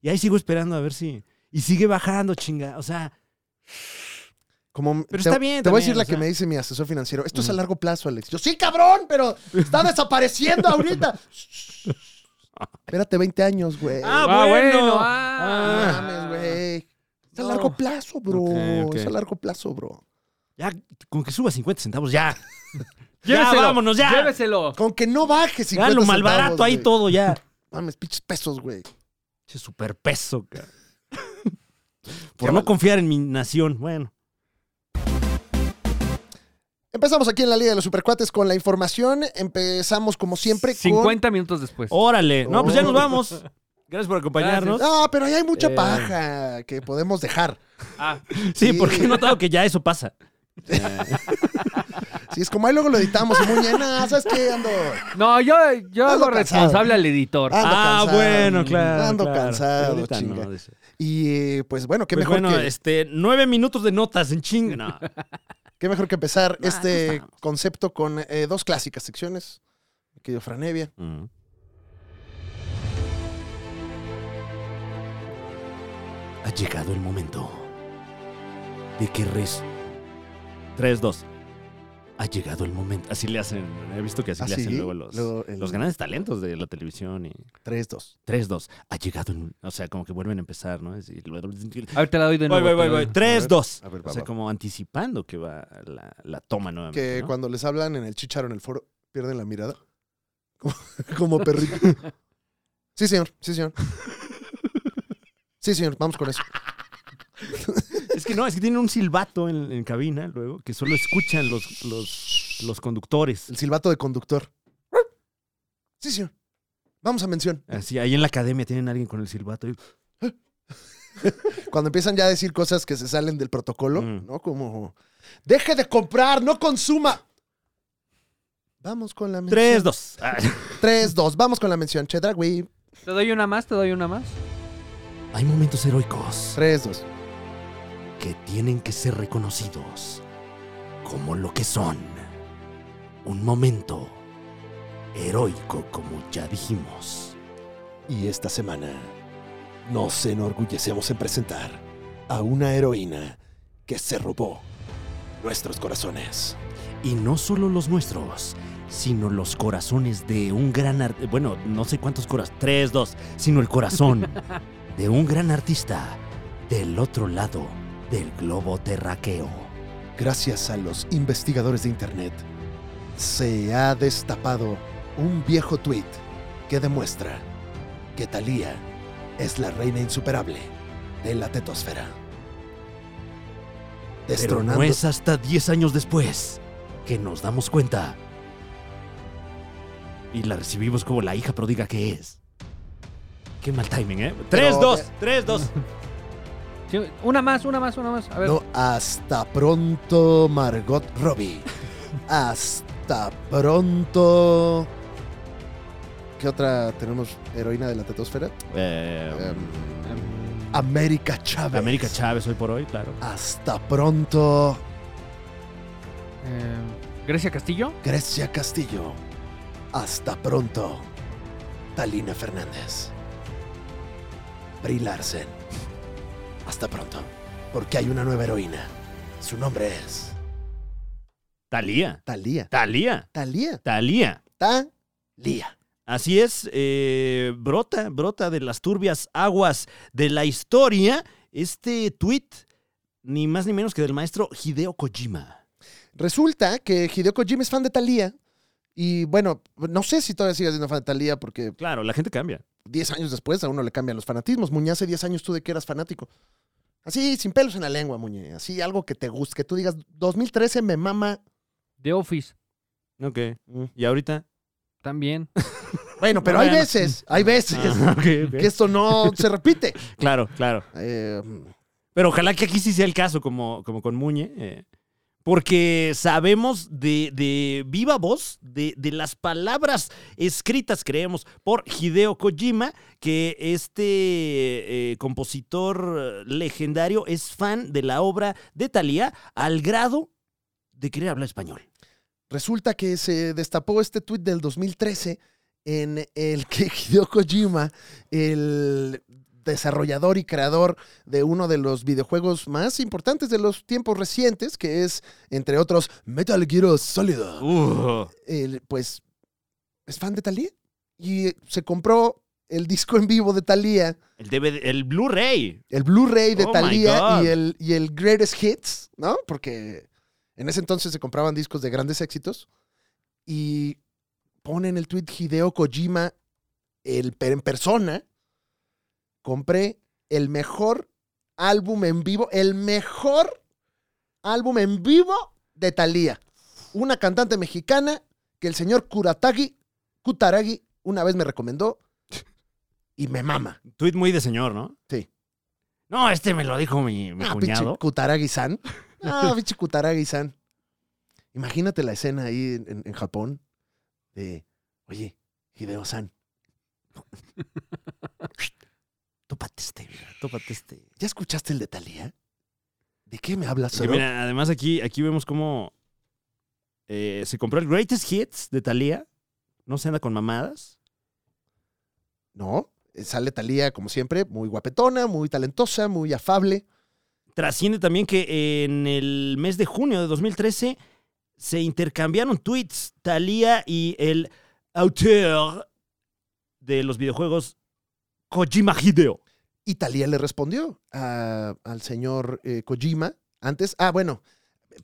S3: Y ahí sigo esperando a ver si. Y sigue bajando, chinga. O sea,
S1: Como
S3: Pero
S1: te,
S3: está bien
S1: Te voy a
S3: también,
S1: decir la
S3: o
S1: que
S3: sea.
S1: me dice mi asesor financiero. Esto es a largo plazo, Alex. Yo, sí, cabrón, pero está desapareciendo
S3: *laughs*
S1: ahorita. Espérate 20 años, güey.
S3: Ah,
S2: Ah, bueno.
S3: bueno.
S2: ah.
S1: No mames, güey. Es a
S3: No.
S1: largo plazo, bro.
S3: Ok, ok.
S1: Es a largo plazo, bro.
S3: ya, con que suba 50 centavos, ya. ya,
S2: Lléveselo,
S3: vámonos, ya.
S2: Lléveselo.
S1: Con que no baje
S3: Ya
S1: 50
S3: lo
S1: centavos,
S3: malbarato ahí
S1: güey.
S3: todo, ya.
S1: Mames, pinches pesos, güey.
S3: Che, superpeso, cabrón. Por
S1: Ya
S3: no
S1: vale.
S3: confiar en mi nación. Bueno.
S1: Empezamos aquí en la Liga de los Supercuates con la información. Empezamos, como siempre, con...
S2: 50 minutos después.
S3: Órale. No, pues ya nos
S1: Oh.
S3: vamos. Gracias por acompañarnos.
S1: No, pero ahí hay mucha
S3: Eh.
S1: paja que podemos dejar.
S2: Ah,
S3: Sí,
S1: Sí.
S3: porque he notado que ya eso pasa.
S1: Sí, es como ahí luego lo editamos y muy bien. "Ah, ¿sabes qué? Ando,
S2: no, yo, yo
S1: Ando
S2: hago
S1: cansado.
S2: responsable al editor.
S1: ando
S3: ah,
S1: cansado.
S3: bueno, claro.
S1: Ando
S3: claro.
S1: cansado,
S3: Ahorita no,
S1: chinga.
S3: dice.
S1: Y eh, pues bueno, qué,
S3: Pues
S1: mejor
S3: bueno,
S1: que,
S3: este, nueve minutos de notas en *laughs* chinga. No.
S1: qué mejor que empezar este concepto con eh, dos clásicas secciones. Mi querido Franevia.
S3: Mm. Ha llegado el momento de que res... 3, 2. Ha llegado el momento. Así le hacen. He visto que así
S1: Ah,
S3: le hacen
S1: ¿sí?
S3: luego los,
S1: Luego el-
S3: los grandes talentos de la televisión. Y...
S1: 3, 2.
S3: 3, 2. Ha llegado el... O sea, como que vuelven a empezar, ¿no? Es decir, luego-
S2: A ver, te la doy de
S3: Voy,
S2: nuevo.
S3: voy,
S2: te la
S3: voy,
S2: doy.
S3: voy. 3, 2.
S1: A ver,
S3: O
S1: va,
S3: sea,
S1: va.
S3: como anticipando que va la, la toma nuevamente.
S1: Que
S3: ¿no?
S1: cuando les hablan en el chicharo en el foro, pierden la mirada. *laughs* Como perrito. Sí, señor. Sí, señor. Sí, señor. Vamos con eso.
S3: Es que no, es que tienen un silbato en, en cabina luego que solo escuchan los, los, los conductores.
S1: El silbato de conductor. Sí, señor. Vamos a mención.
S3: Así, ahí en la academia tienen a alguien con el silbato. y-
S1: Cuando empiezan ya a decir cosas que se salen del protocolo,
S3: Mm.
S1: ¿no? Como, deje de comprar, no consuma. Vamos con la mención.
S3: Tres, dos. Ah.
S1: Tres, dos. Vamos con la mención. Chedragui.
S2: ¿Te doy una más? ¿Te doy una más?
S3: Hay momentos heroicos
S1: Tres, dos.
S3: que tienen que ser reconocidos como lo que son. Un momento heroico, como ya dijimos.
S7: Y esta semana nos enorgullecemos en presentar a una heroína que se robó nuestros corazones.
S3: Y no solo los nuestros, sino los corazones de un gran artista. Bueno, no sé cuántos corazones. Tres, dos. Sino el corazón de un gran artista del otro lado del globo terraqueo.
S1: Gracias a los investigadores de Internet, se ha destapado un viejo tuit que demuestra que Thalía es la reina insuperable de la tetosfera.
S3: Pero
S1: Destronando.
S3: no es hasta 10 años después que nos damos cuenta. Y la recibimos como la hija prodiga que es. Qué mal timing, ¿eh?
S1: Pero-
S3: 3, 2, 3, *laughs* 2.
S2: Sí, una más, una más, una más. A ver.
S1: No, hasta pronto, Margot
S3: *laughs*
S1: Robbie. Hasta pronto. ¿Qué otra tenemos heroína de la tetosfera? Em, América Chávez.
S3: Eh, América Chávez hoy por hoy, claro.
S1: Hasta pronto,
S2: Eh, Grecia Castillo.
S1: Grecia Castillo. Hasta pronto, Talina Fernández. Brie Larsen. Hasta pronto, porque hay una nueva heroína. Su nombre es
S3: Talía.
S1: Talía.
S3: Talía.
S1: Talía.
S3: Talía.
S1: Talía.
S3: Así es, eh, brota, brota de las turbias aguas de la historia este tuit, ni más ni menos que del maestro Hideo Kojima.
S1: Resulta que Hideo Kojima es fan de Talía. Y bueno, no sé si todavía sigue siendo fan de Talía porque
S3: Claro, la gente cambia.
S1: 10 años después a uno le cambian los fanatismos. Muñe, hace 10 años tú de que eras fanático. Así, sin pelos en la lengua, Muñe. Así, algo que te guste, que tú digas, 2013 me mama.
S2: The Office.
S3: Ok.
S1: Mm.
S3: ¿Y ahorita?
S2: También.
S1: Bueno, pero hay
S3: Bueno.
S1: veces, hay veces
S3: Ah, *laughs* ok, ok.
S1: *laughs* que esto no se repite.
S3: Claro, claro.
S1: Eh,
S3: Pero ojalá que aquí sí sea el caso, como, como con Muñe. eh, porque sabemos de, de viva voz, de, de las palabras escritas, creemos, por Hideo Kojima, que este eh, compositor legendario es fan de la obra de Thalía al grado de querer hablar español.
S1: resulta que se destapó este tuit del 2013 en el que Hideo Kojima, el desarrollador y creador de uno de los videojuegos más importantes de los tiempos recientes, que es, entre otros, Metal Gear Solid. el- pues es fan de Thalía y eh, se compró el disco en vivo de Thalía,
S3: el DVD, el Blu-ray.
S1: el Blu-ray de
S3: Oh, my
S1: Thalía
S3: God.
S1: y el, y el Greatest Hits, ¿no? Porque en ese entonces se compraban discos de grandes éxitos y ponen el tweet Hideo Kojima el, per- en persona. Compré el mejor álbum en vivo, el mejor álbum en vivo de Thalía. Una cantante mexicana que el señor Kuratagi, Kutaragi, una vez me recomendó y me mama.
S3: Tweet muy de señor, ¿no?
S1: Sí.
S3: No, este me lo dijo mi, mi
S1: Ah,
S3: cuñado.
S1: pinche Kutaragi-san. Ah, pinche Kutaragi-san. Imagínate la escena ahí en, en- en Japón de, oye, Hideo-san,
S3: Tópate este, mira, tópate este.
S1: ¿ya escuchaste el de Thalía? ¿De qué me hablas?
S3: Porque
S1: Zoro?
S3: mira, además aquí, aquí vemos cómo eh, se compró el Greatest Hits de Thalía. No se anda con mamadas.
S1: No, eh, sale Thalía, como siempre, muy guapetona, muy talentosa, muy afable.
S3: Trasciende también que en el mes de junio de 2013 se intercambiaron tweets Thalía y el auteur de los videojuegos Kojima Hideo.
S1: Y Thalía le respondió a- al señor eh, Kojima antes. Ah, bueno,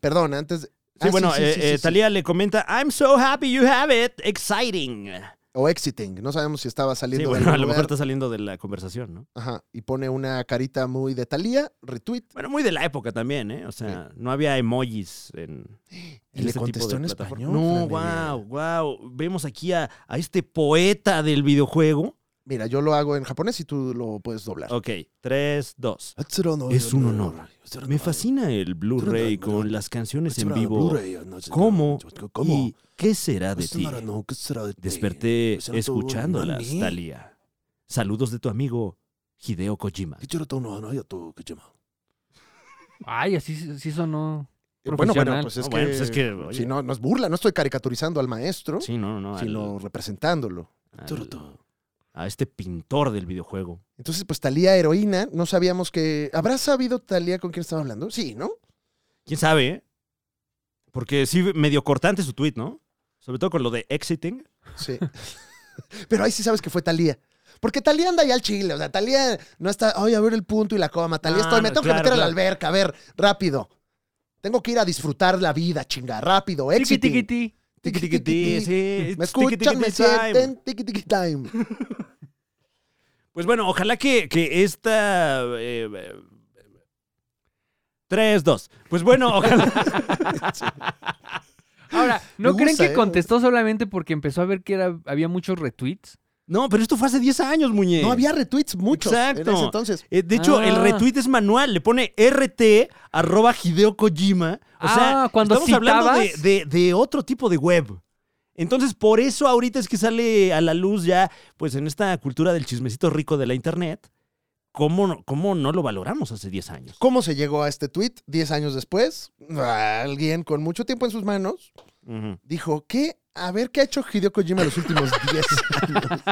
S1: perdón, antes.
S3: Sí,
S1: ah,
S3: bueno,
S1: sí, sí,
S3: eh,
S1: sí,
S3: eh,
S1: sí, sí.
S3: Thalía le comenta, I'm so happy you have it, exciting.
S1: O exiting, no sabemos si estaba
S3: Sí,
S1: saliendo de
S3: bueno, a
S1: algún
S3: lo mejor
S1: lugar.
S3: está saliendo de la conversación, ¿no?
S1: Ajá, y pone una carita muy de Thalía, retweet.
S3: Bueno, muy de la época también, ¿eh? O sea, no había emojis en.
S7: le
S3: este tipo
S7: contestó
S3: de
S7: en
S3: plataformas.
S7: español,
S3: No,
S7: Fran
S3: wow, wow. Vemos aquí a, a este poeta del videojuego.
S1: Mira, yo lo hago en japonés y tú lo puedes doblar.
S3: Ok, 3, 2. Es un honor. Me fascina el Blu-ray con las canciones en vivo. ¿Cómo? ¿Y qué será
S1: Pues
S3: de ti? Desperté escuchándolas, Thalía. Saludos de tu amigo Hideo Kojima.
S2: Ay, así, así sonó.
S1: Eh, bueno, bueno,
S2: Profesional.
S1: pues es
S3: No,
S1: que,
S3: bueno, pues es que, oye.
S1: si no, no es burla, no estoy caricaturizando al maestro,
S3: Sí, no, no. al-
S1: sino representándolo.
S3: al-
S7: Turuto.
S3: a este pintor del videojuego.
S1: Entonces, pues Talía heroína, no sabíamos que. ¿Habrá sabido Talía con quién estaba hablando? Sí, ¿no?
S3: ¿Quién sabe? eh? Porque sí, medio cortante su tweet, ¿no? Sobre todo con lo de exiting.
S1: Sí. *laughs* Pero ahí sí sabes que fue Talía. Porque Talía anda ya al chile. O sea, Talía no está. Ay, a ver el punto y la coma. Talía
S3: No,
S1: estoy. Me
S3: no,
S1: tengo
S3: claro,
S1: que meter a la
S3: claro.
S1: alberca. A ver, rápido. Tengo que ir a disfrutar la vida, chinga. Rápido,
S2: Tiki,
S1: éxito.
S2: tiki, ti.
S1: Tiki,
S3: Tiki, tiki,
S1: tiki,
S3: ti, sí.
S1: Me
S3: It's tiki, tiki,
S1: escuchan, me
S3: ti time.
S1: sienten. Tiki, tiki, time.
S3: Pues bueno, ojalá que, que esta... eh, eh, Tres, dos. Pues bueno, ojalá...
S1: *laughs*
S2: Ahora, ¿no
S1: Me
S2: creen
S1: gusta,
S2: que
S1: eh.
S2: contestó solamente porque empezó a ver que era, había muchos retweets?
S3: No, pero esto fue hace 10 años, muñe.
S1: No había retweets muchos en
S3: Exacto.
S1: ese entonces.
S3: Eh, de hecho,
S2: Ah.
S3: el retweet es manual. Le pone RT arroba Hideo Kojima. O sea,
S2: Ah, cuando
S3: estamos hablando de,
S2: citabas.
S3: de- de otro tipo de web. Entonces, por eso ahorita es que sale a la luz ya, pues en esta cultura del chismecito rico de la internet, ¿cómo, no- cómo no lo valoramos hace 10 años?
S1: ¿Cómo se llegó a este tweet 10 años después? Alguien con mucho tiempo en sus manos
S3: Ujú.
S1: dijo que a ver qué ha hecho Hideo Kojima los últimos 10 años.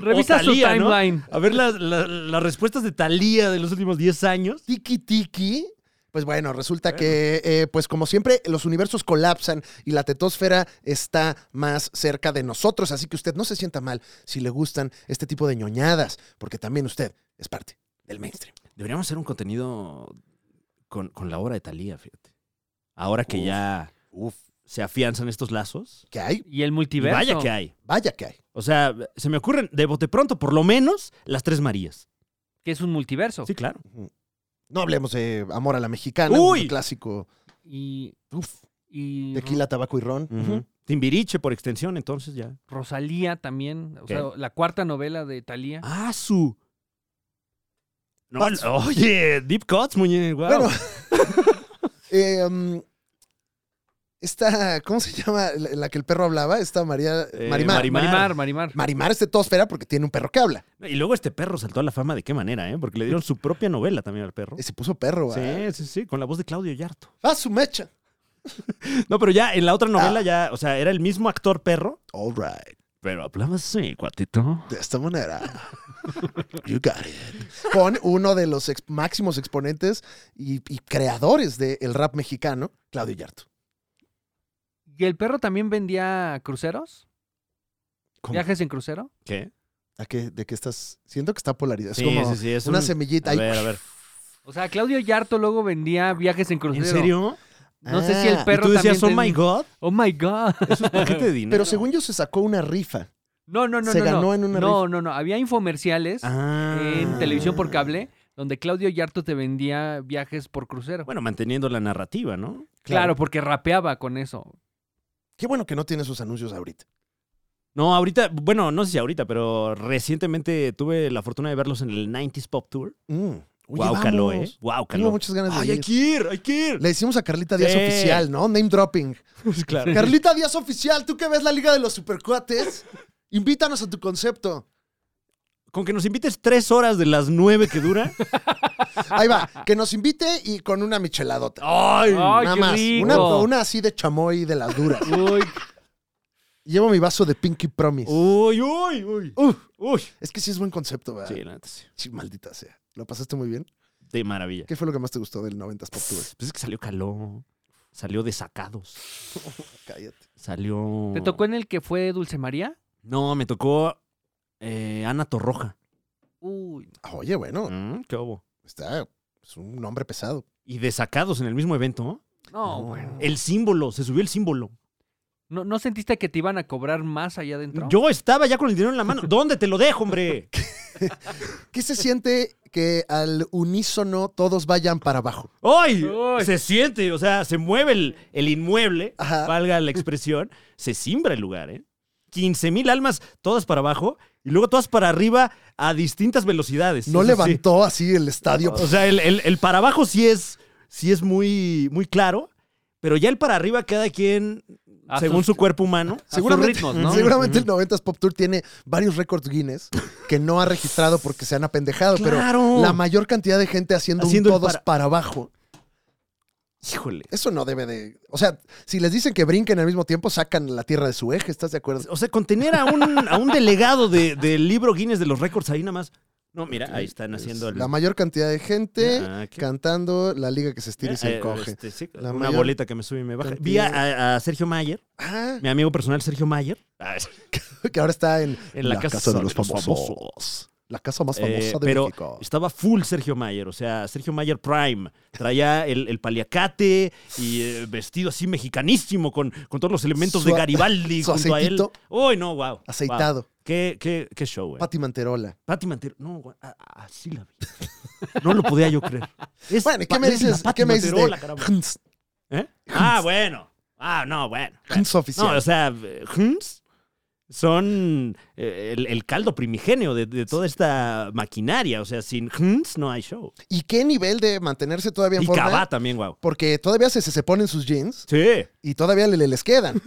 S2: Revisa su
S3: Thalía, ¿no?
S2: timeline.
S3: A ver las, la- las respuestas de Thalía de los últimos 10 años.
S1: Tiki Tiki. Pues bueno, resulta que, eh, pues como siempre, los universos colapsan y la tetosfera está más cerca de nosotros. Así que usted no se sienta mal si le gustan este tipo de ñoñadas, porque también usted es parte del mainstream.
S3: Deberíamos hacer un contenido con, con la obra de Thalía, fíjate. Ahora que
S1: Uf.
S3: ya
S1: Uf,
S3: se afianzan estos lazos.
S1: que hay,
S2: Y el
S3: Y
S2: multiverso.
S3: vaya que hay.
S1: vaya que hay.
S3: O sea, se me ocurren de bote pronto, por lo menos, las tres Marías.
S2: Que es un multiverso.
S3: Sí, claro.
S1: No hablemos de Amor a la Mexicana,
S3: Uy.
S1: un clásico.
S2: Y,
S1: Uf,
S2: y
S1: tequila, tabaco y ron.
S3: Ujú. Timbiriche, por extensión, entonces ya.
S2: Rosalía también. O
S3: ¿Qué?
S2: sea, la cuarta novela de Thalía.
S3: ¡Ah, su! No,
S1: Cuts.
S3: oye, Deep Cuts, muñe, guau. *laughs*
S1: Bueno. Eh, um, esta, ¿cómo se llama? La, la que el perro hablaba, esta María
S3: Eh,
S1: Marimar.
S3: Marimar.
S2: Marimar, Marimar.
S1: Marimar es tetosfera porque tiene un perro que habla.
S3: Y luego este perro saltó a la fama de qué manera, ¿eh? Porque le dieron su propia novela también al perro.
S1: Y se puso perro, ¿ah?
S3: Sí, sí, sí, con la voz de Claudio Yarto.
S1: ¡Ah, su mecha!
S3: No, pero ya en la otra novela
S1: Ah.
S3: ya, o sea, era el mismo actor perro.
S1: All right,
S3: Pero hablaba así, cuatito.
S1: de esta
S3: *laughs*
S1: manera. You got it. Con uno de los ex- máximos exponentes y, y creadores del rap mexicano, Claudio Yarto.
S2: ¿Y el perro también vendía cruceros?
S1: ¿Cómo?
S2: ¿Viajes en crucero?
S3: ¿Qué?
S1: ¿A qué, ¿De qué estás? Siento que está polarizado. Es
S3: Sí,
S1: como
S3: sí, sí, es
S1: una
S3: un-
S1: semillita
S3: A
S1: ahí.
S3: ver, a ver.
S2: O sea, Claudio Yarto luego vendía viajes en
S3: ¿En
S2: crucero.
S3: serio?
S2: No sé si
S1: Ah,
S2: el
S1: y
S2: perro
S3: ¿Y tú decías, oh
S2: también
S3: my
S2: ten-
S3: God?
S2: Oh my God. *laughs*
S3: Eso es paquete de dinero.
S1: Pero según yo se sacó una rifa.
S2: No, no, no,
S1: Se
S2: no.
S1: ganó
S2: no.
S1: en una
S2: No, no, no. Había infomerciales
S3: Ah.
S2: en televisión por cable donde Claudio Yarto te vendía viajes por crucero.
S3: Bueno, manteniendo la narrativa, ¿no?
S2: claro. porque rapeaba con eso.
S1: Qué bueno que no tiene esos anuncios ahorita.
S3: No, ahorita, bueno, no sé si ahorita, pero recientemente tuve la fortuna de verlos en el 90s Pop Tour.
S1: Mm. Oye,
S3: Guau, caló, ¿eh?
S1: vamos.
S3: Guau,
S1: Tengo
S3: caló.
S1: muchas ganas de
S3: Ay, hay
S1: ir.
S3: que ir, hay que ir.
S1: Le decimos a Carlita Díaz
S3: Sí.
S1: Oficial, ¿no? Name dropping.
S3: Pues claro.
S1: Carlita Díaz Oficial, tú que ves la Liga de los Supercuates, invítanos a tu concepto.
S3: Con que nos invites tres horas de las nueve que dura.
S1: *laughs* Ahí va, que nos invite y con una micheladota.
S3: ¡Ay!
S2: ¡Ay,
S1: Nada
S2: qué
S1: más.
S2: rico!
S1: Una, una así de chamoy de las duras.
S2: Uy,
S1: Llevo mi vaso de Pinky Promise.
S3: ¡Uy, uy, uy! ¡Uf! ¡Uy!
S1: Es que sí es buen concepto, ¿verdad?
S3: Sí, la neta sí.
S1: Sí, maldita sea. ¿Lo pasaste muy bien?
S3: De maravilla.
S1: ¿Qué fue lo que más te gustó del 90s Pop Tour?
S3: Pues es que salió caló. Salió de sacados.
S1: Cállate.
S3: Salió.
S2: ¿Te tocó en el que fue Dulce María?
S3: No, me tocó eh, Ana Torroja.
S2: Uy, no.
S1: Ah, Oye, bueno,
S3: Mm, ¿Qué hubo?
S1: está... Es un nombre pesado.
S3: Y de sacados en el mismo evento.
S2: no,
S1: No.
S2: bueno.
S3: El símbolo, se subió el símbolo.
S2: ¿No, ¿No sentiste que te iban a cobrar más allá adentro?
S3: Yo estaba ya con el dinero en
S1: *laughs*
S3: la mano. ¿Dónde te lo dejo, hombre?
S1: ¿Qué se siente que al unísono todos vayan para abajo?
S3: ¡Ay!
S2: Ay.
S3: Se siente, o sea, se mueve el, el inmueble,
S1: Ajá.
S3: valga
S1: *laughs*
S3: la expresión, se simbra el lugar, ¿eh? 15 mil almas, todas para abajo, y luego todas para arriba a distintas velocidades.
S1: No
S3: Eso sí.
S1: levantó así el estadio.
S3: O sea, el, el- el para abajo sí es, sí es muy, muy claro, pero ya el para arriba cada quien,
S1: Ah,
S2: A
S3: según
S2: sus-
S3: su cuerpo humano,
S2: a sus ritmos, ¿no?
S1: seguramente el 90s Pop Tour tiene varios récords Guinness que no ha registrado porque se han apendejado,
S3: ¡Claro!
S1: pero la mayor cantidad de gente haciendo, un
S3: Haciendo el
S1: todos
S3: para-
S1: para... abajo.
S3: híjole.
S1: Eso no debe de. O sea, si les dicen que brinquen al mismo tiempo, sacan la tierra de su eje, ¿estás de acuerdo?
S3: O sea, contener a un, a un delegado de- del libro Guinness de los récords ahí nada más. No, mira, ahí están haciendo el...
S1: La mayor cantidad de gente
S3: Ah, ¿qué?
S1: cantando la liga que se estira y se
S3: Eh,
S1: encoge.
S3: este, sí,
S1: La
S3: una
S1: mayor
S3: bolita que me sube y me baja.
S1: cantidad-
S3: Vi a, a Sergio Mayer,
S1: Ah, *laughs*
S3: mi amigo personal Sergio Mayer, Ah,
S1: que ahora está en,
S3: en la, casa, de los famosos.
S1: La casa más famosa
S3: Eh,
S1: de
S3: pero
S1: México.
S3: estaba full Sergio Mayer, o sea, Sergio Mayer Prime. Traía el, el paliacate y eh, vestido así mexicanísimo con, con todos los elementos
S1: Su-
S3: de Garibaldi
S1: su
S3: junto a él.
S1: aceitito.
S3: ¡Uy, no, wow! wow.
S1: Aceitado.
S3: Qué, qué, qué show, eh.
S1: Pati Manterola.
S3: Pati Mantero. No, guau, a- a- así la vi. No lo podía yo creer. Es
S1: Bueno, ¿y
S3: pa-
S1: ¿qué me
S3: es la
S1: dices?
S3: Pati
S1: ¿Qué me dices de *laughs*
S3: Manterola, caramba.
S1: Hans,
S3: ¿Eh? Ah, bueno. Ah, no, bueno. bueno.
S1: Hans oficial?
S3: No, o sea, eh, Huns son eh, el, el caldo primigenio de, de toda esta maquinaria. O sea, sin Huns no hay show.
S1: ¿Y qué nivel de mantenerse todavía en
S3: Y
S1: forma?
S3: Cabá también, guau.
S1: Porque todavía se, se ponen sus jeans
S3: Sí.
S1: y todavía le, le- les
S3: *laughs*
S1: quedan.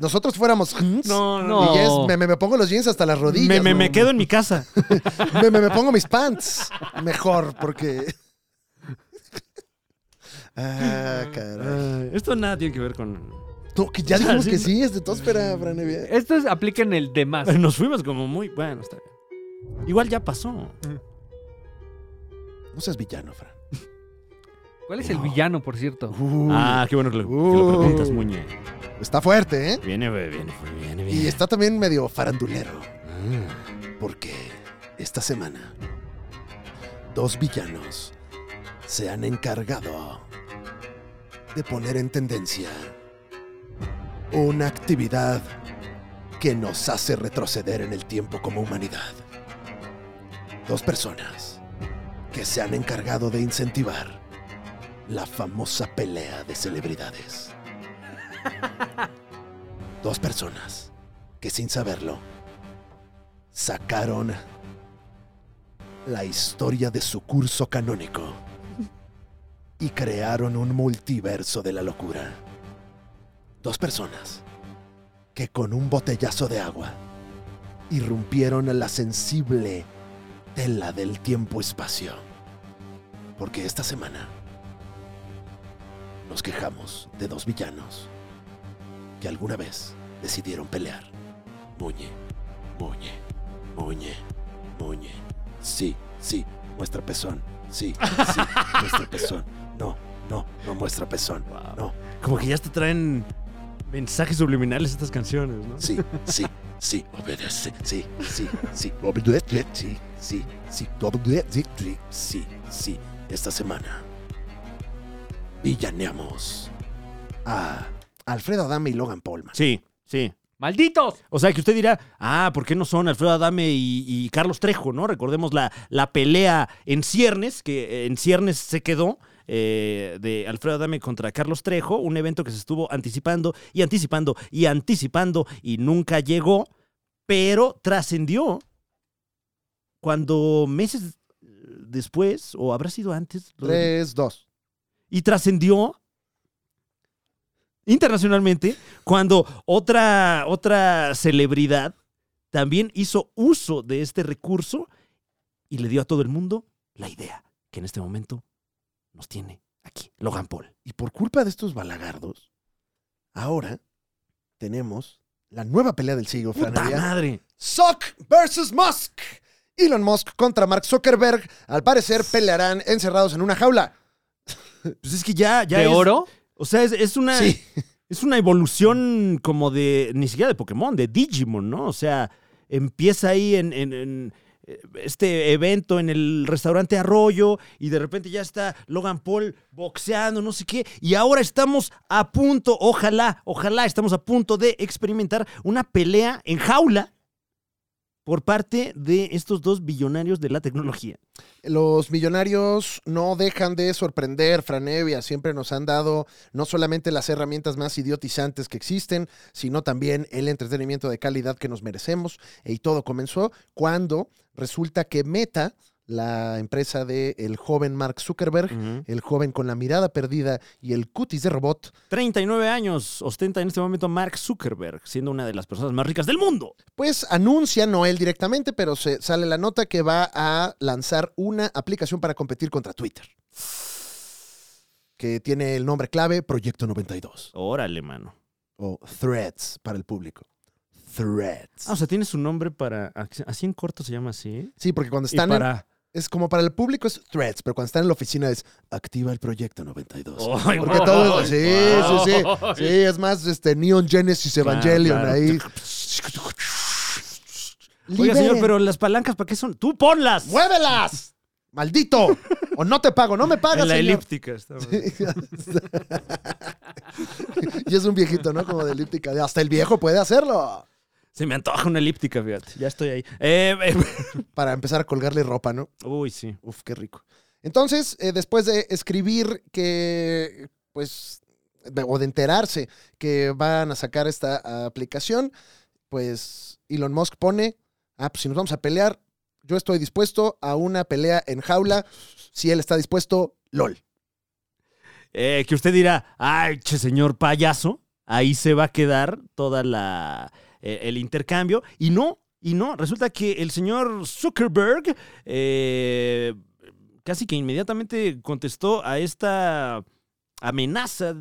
S1: Nosotros fuéramos Hans,
S3: No,
S2: no.
S1: y ya es, me, me- me pongo los jeans hasta las rodillas.
S3: me, me-
S1: ¿no?
S3: me quedo en
S1: *laughs*
S3: mi casa.
S1: Me, me- me pongo mis pants. Mejor,
S3: *laughs*
S1: porque. Ah, caray.
S3: Eh, Esto nada tiene que ver con...
S1: No, que ya
S3: *laughs*
S1: dijimos
S3: Sí,
S1: que
S3: no.
S1: sí, es de Tósfera, Fran Evia.
S2: Esto es, apliquen el
S1: *laughs*
S2: demás.
S3: Nos fuimos como muy... Bueno, está bien. Igual ya pasó.
S1: No seas villano, Fran.
S2: ¿Cuál es el villano, por cierto?
S1: Uy,
S3: Ah, qué bueno que lo, que lo
S1: Uy.
S3: preguntas, Muñe.
S1: Está fuerte, ¿eh?
S3: Viene, güey, viene, viene, viene.
S1: Y está también medio farandulero.
S7: Porque esta semana dos villanos se han encargado de poner en tendencia una actividad que nos hace retroceder en el tiempo como humanidad. Dos personas que se han encargado de incentivar la famosa pelea de celebridades. Dos personas que sin saberlo sacaron la historia de su curso canónico y crearon un multiverso de la locura. Dos personas que con un botellazo de agua irrumpieron a la sensible tela del tiempo-espacio. Porque esta semana nos quejamos de dos villanos que alguna vez decidieron pelear. Muñe, muñe, muñe, muñe. Sí, sí, muestra pezón. Sí, sí, muestra pezón. No, no, no muestra pezón.
S3: Wow.
S7: No,
S3: Como que ya te traen mensajes subliminales estas canciones, ¿no?
S7: sí, sí, sí, obedece. Sí, sí, sí, obedece. Sí, sí, sí, obedece. Sí, sí, sí. Esta semana villaneamos a
S1: Alfredo Adame y Logan Paul, man.
S3: Sí, sí.
S2: ¡Malditos!
S3: O sea, que usted dirá, ah, ¿por qué no son Alfredo Adame y, y Carlos Trejo, no? Recordemos la, la pelea en ciernes, que eh, en ciernes se quedó, eh, de Alfredo Adame contra Carlos Trejo, un evento que se estuvo anticipando y anticipando y anticipando y nunca llegó, pero trascendió cuando meses después, o habrá sido antes, lo de-
S1: Tres, dos.
S3: y trascendió internacionalmente cuando otra, otra celebridad también hizo uso de este recurso y le dio a todo el mundo la idea que en este momento nos tiene aquí, Logan Paul.
S1: Y por culpa de estos balagardos, ahora tenemos la nueva pelea del siglo, Fran
S3: ¡Puta
S1: Evia.
S3: madre!
S1: Zuck versus Musk. Elon Musk contra Mark Zuckerberg. Al parecer pelearán encerrados en una jaula.
S3: Pues es que ya... ya
S2: ¿De
S3: es-
S2: oro?
S3: O sea, es, es una...
S1: Sí.
S3: Es una evolución como de, ni siquiera de Pokémon, de Digimon, ¿no? O sea, empieza ahí en, en- en- eh, este evento en el restaurante Arroyo y de repente ya está Logan Paul boxeando, no sé qué. Y ahora estamos a punto, ojalá, ojalá estamos a punto de experimentar una pelea en jaula por parte de estos dos billonarios de la tecnología.
S1: Los millonarios no dejan de sorprender, Franevia. Siempre nos han dado no solamente las herramientas más idiotizantes que existen, sino también el entretenimiento de calidad que nos merecemos. Y todo comenzó cuando resulta que Meta, la empresa del joven Mark Zuckerberg,
S3: Mm.
S1: el joven con la mirada perdida y el cutis de robot,
S3: 39 años ostenta en este momento Mark Zuckerberg, siendo una de las personas más ricas del mundo.
S1: Pues anuncia, no él directamente, pero se sale la nota que va a lanzar una aplicación para competir contra Twitter. Que tiene el nombre clave Proyecto 92
S3: Órale, mano.
S1: o Threads para el público. Threads.
S3: Ah, o sea, tiene su nombre para... Así en corto se llama así. ¿eh?
S1: Sí, porque cuando
S3: Y
S1: están en-
S3: para...
S1: es como para el público es Threads, pero cuando están en la oficina es activa el Proyecto 92.
S3: Ay,
S1: Porque
S3: wow.
S1: todo
S3: *laughs*
S1: es- sí, sí, sí. Sí, es más este Neon Genesis
S3: Claro,
S1: Evangelion
S3: claro.
S1: ahí.
S3: Oiga, señor,
S1: Liberen.
S3: pero las palancas, ¿para qué son? ¡Tú ponlas!
S1: ¡Muévelas! ¡Maldito! O no te pago, no me pagas,
S3: En la
S1: señor.
S3: elíptica. está bueno.
S1: y es un viejito, ¿no? Como de elíptica. de, Hasta el viejo puede hacerlo.
S3: Se me antoja una elíptica, fíjate. Ya estoy ahí. Eh, eh, *laughs*
S1: Para empezar a colgarle ropa, ¿no?
S3: Uy, sí.
S1: Uf, qué rico. Entonces, eh, después de escribir que, pues, de- o de enterarse que van a sacar esta aplicación, pues Elon Musk pone, ah, pues si nos vamos a pelear, yo estoy dispuesto a una pelea en jaula. Si él está dispuesto, LOL.
S3: Eh, que usted dirá, ay, che, señor payaso, ahí se va a quedar toda la eh, el intercambio. Y no, y no, resulta que el señor Zuckerberg eh, casi que inmediatamente contestó a esta amenaza,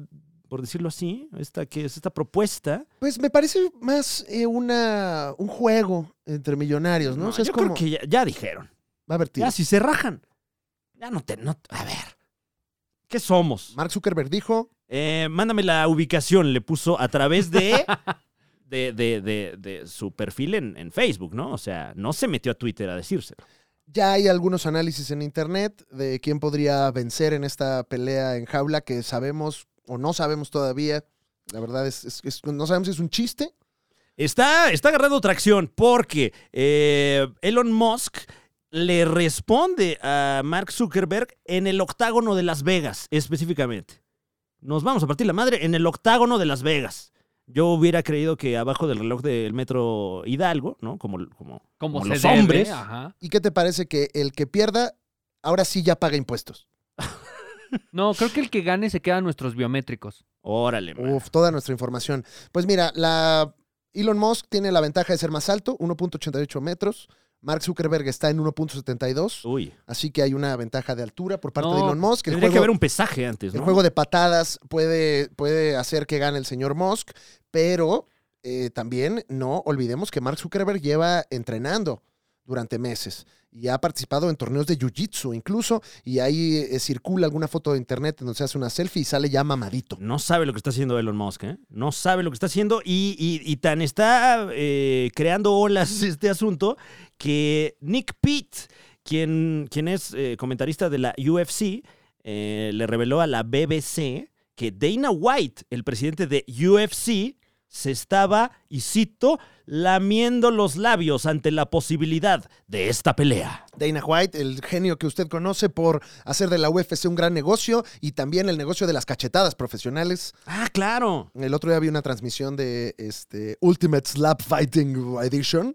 S3: por decirlo así, esta que es esta propuesta.
S1: Pues me parece más eh, una, un juego entre millonarios, ¿no?
S3: No,
S1: o sea, es
S3: yo
S1: como,
S3: creo que ya, ya dijeron.
S1: va a haber tiros.
S3: Ya si se rajan. Ya no te, no, a ver. ¿Qué somos?
S1: Mark Zuckerberg dijo,
S3: Eh, mándame la ubicación, le puso a
S2: *laughs*
S3: través de, de, de- de- de su perfil en, en Facebook, ¿no? O sea, no se metió a Twitter a decírselo.
S1: Ya hay algunos análisis en internet de quién podría vencer en esta pelea en jaula que sabemos o no sabemos todavía. La verdad es, es- es- no sabemos si es un chiste.
S3: Está, está agarrando tracción porque eh, Elon Musk le responde a Mark Zuckerberg en el octágono de Las Vegas, específicamente. Nos vamos a partir la madre en el octágono de Las Vegas. Yo hubiera creído que abajo del reloj del metro Hidalgo, ¿no? Como, como,
S2: Como,
S3: como
S2: se
S3: los
S2: debe, ah.
S3: hombres.
S2: ajá.
S1: ¿Y qué te parece que el que pierda ahora sí ya paga impuestos?
S2: No, creo que el que gane se quedan nuestros biométricos.
S3: Órale, man.
S1: Uf, toda nuestra información. Pues mira, la Elon Musk tiene la ventaja de ser más alto, 1.88 metros. Mark Zuckerberg está en 1.72,
S3: Uy.
S1: así que hay una ventaja de altura por parte
S2: No,
S1: de Elon Musk. El
S3: Tendría que
S1: juego-
S3: haber un pesaje antes, ¿no?
S1: El juego de patadas puede, puede hacer que gane el señor Musk, pero eh, también no olvidemos que Mark Zuckerberg lleva entrenando durante meses y ha participado en torneos de jiu-jitsu incluso, y ahí eh, circula alguna foto de internet en donde se hace una selfie y sale ya mamadito.
S3: No sabe lo que está haciendo Elon Musk, ¿eh? No sabe lo que está haciendo y, y- y tan está eh, creando olas *laughs* este asunto que Nick Pitt, quien, quien es eh, comentarista de la UFC, eh, le reveló a la BBC que Dana White, el presidente de UFC, se estaba, y cito, lamiendo los labios ante la posibilidad de esta pelea.
S1: Dana White, el genio que usted conoce por hacer de la UFC un gran negocio y también el negocio de las cachetadas profesionales.
S3: Ah, claro.
S1: El otro día vi una transmisión de este, Ultimate Slap Fighting Edition.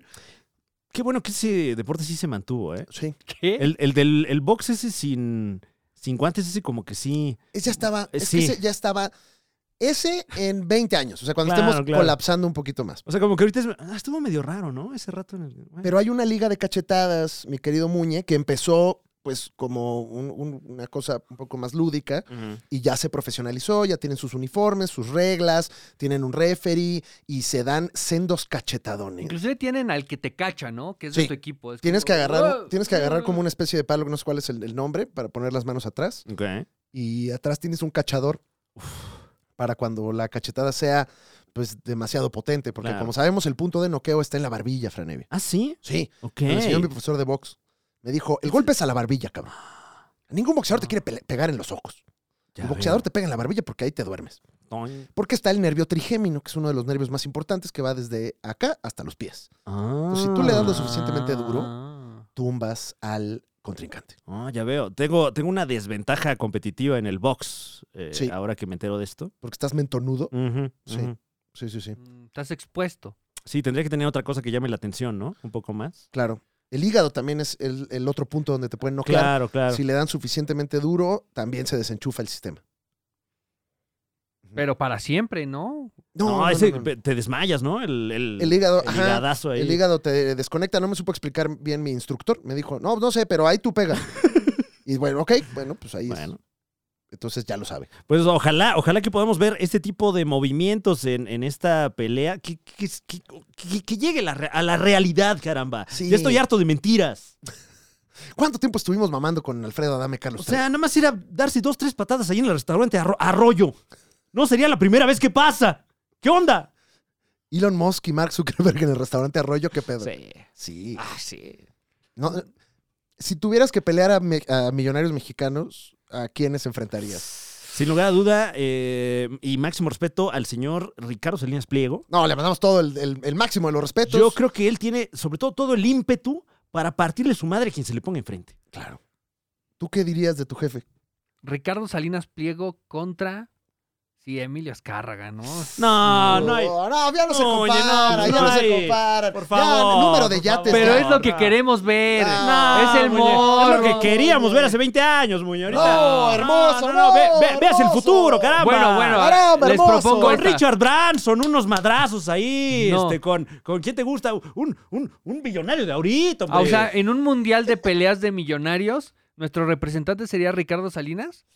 S3: Qué bueno que ese deporte sí se mantuvo, ¿eh?
S1: Sí.
S2: ¿Qué?
S3: El, el del el box ese sin, sin guantes, ese como que sí.
S1: Ese ya estaba, es
S3: Eh, Sí.
S1: que ese ya estaba. Ese en 20 años, o sea, cuando
S3: Claro,
S1: estemos
S3: claro.
S1: colapsando un poquito más.
S3: O sea, como que ahorita es- ah, estuvo medio raro, ¿no? Ese rato en el. bueno.
S1: Pero hay una liga de cachetadas, mi querido Muñe, que empezó pues como un- un- una cosa un poco más lúdica
S3: Ujú.
S1: y ya se profesionalizó, ya tienen sus uniformes, sus reglas, tienen un referee y se dan sendos cachetadones.
S2: Inclusive tienen al que te cacha, ¿no? Que es
S1: Sí.
S2: de tu equipo. Es
S1: Tienes
S2: como,
S1: que agarrar,
S2: "Wow".
S1: tienes que agarrar como una especie de palo, no sé cuál es el, el nombre, para poner las manos atrás
S3: Ok.
S1: y atrás tienes un cachador para cuando la cachetada sea pues demasiado potente, porque
S3: Claro.
S1: como sabemos el punto de noqueo está en la barbilla, Franevia.
S3: ¿Ah, sí?
S1: Sí,
S3: Ok.
S1: me lo enseñó mi profesor de box. Me dijo, el golpe es a la barbilla, cabrón. Ningún boxeador te quiere pele- pegar en los ojos.
S3: Ah. Ya
S1: el boxeador
S3: veo.
S1: te pega en la barbilla porque ahí te duermes.
S3: Toing.
S1: Porque está el nervio trigémino, que es uno de los nervios más importantes que va desde acá hasta los pies.
S3: Ah.
S1: Pues si tú le das lo suficientemente duro-
S2: Ah.
S1: Tumbas al contrincante.
S3: Ah, ya veo. Tengo, tengo una desventaja competitiva en el box. eh,
S1: Sí.
S3: Ahora que me entero de esto.
S1: Porque estás mentonudo.
S3: Sí.
S1: Sí. Sí, sí, sí.
S2: Mm, Estás expuesto.
S3: Sí, tendría que tener otra cosa que llame la atención, ¿no? Un poco más.
S1: Claro. El hígado también es el, el otro punto donde te pueden noquear.
S3: Claro, claro.
S1: Si le dan suficientemente duro, también se desenchufa el sistema.
S2: Pero para siempre, ¿no?
S3: No,
S1: no,
S3: ese
S1: no, no.
S3: pe- te desmayas, ¿no? El, el,
S1: El hígado,
S3: el
S1: ajá,
S3: higadazo ahí.
S1: El hígado te desconecta, no me supo explicar bien mi instructor. Me dijo, no, no sé, pero ahí tú
S3: *laughs*
S1: pegas. y bueno, ok, bueno, pues ahí es.
S3: Bueno.
S1: Entonces ya lo sabe.
S3: Pues ojalá, ojalá que podamos ver este tipo de movimientos en, en esta pelea. Que, que, que- que- que llegue la re- a la realidad, caramba.
S1: Sí.
S3: Ya estoy harto de mentiras.
S1: ¿Cuánto tiempo estuvimos mamando con Alfredo Adame Carlos?
S3: O sea, nada más ir a darse dos, tres patadas ahí en el restaurante Arro- Arroyo. No sería la primera vez que pasa. ¿Qué onda?
S1: Trejo? Elon Musk y Mark Zuckerberg en el restaurante Arroyo, qué pedo.
S2: Sí.
S1: Sí.
S2: Ah, sí.
S1: No, si tuvieras que pelear a, me- a millonarios mexicanos, ¿a quiénes enfrentarías?
S3: Sin lugar a duda, eh, y máximo respeto al señor Ricardo Salinas Pliego.
S1: No, le mandamos todo el, el- el máximo de los respetos.
S3: Yo creo que él tiene, sobre todo, todo el ímpetu para partirle su madre a quien se le ponga enfrente.
S1: Claro. ¿Tú qué dirías de tu jefe?
S2: Ricardo Salinas Pliego contra. Sí, Emilio Azcárraga, ¿no?
S3: Ah, No, no hay.
S1: no, ya no se
S3: No, oye, no,
S1: compara, ya
S3: no
S1: no se
S3: hay.
S1: compara.
S3: Por
S1: Ya,
S3: favor,
S1: número de
S3: por
S1: yates.
S3: favor.
S2: Pero
S1: ya.
S2: es lo que
S3: No.
S2: queremos ver.
S1: No,
S2: es el
S3: Muñe,
S2: morbo.
S3: Ah, Es lo que queríamos ver hace 20 años,
S1: No,
S3: Muñorita.
S1: hermoso, no,
S3: veas el
S1: hermoso.
S3: futuro, caramba.
S2: Bueno, bueno,
S1: Caramba,
S2: les
S1: hermoso.
S2: propongo
S1: Con
S3: Con
S2: esta.
S3: Richard Branson, unos madrazos ahí,
S2: No.
S3: este, con, con quién te gusta, un, un, un billonario de ahorita,
S2: Ah, O
S3: hombre.
S2: sea, en un mundial de peleas de millonarios, nuestro representante sería Ricardo Salinas.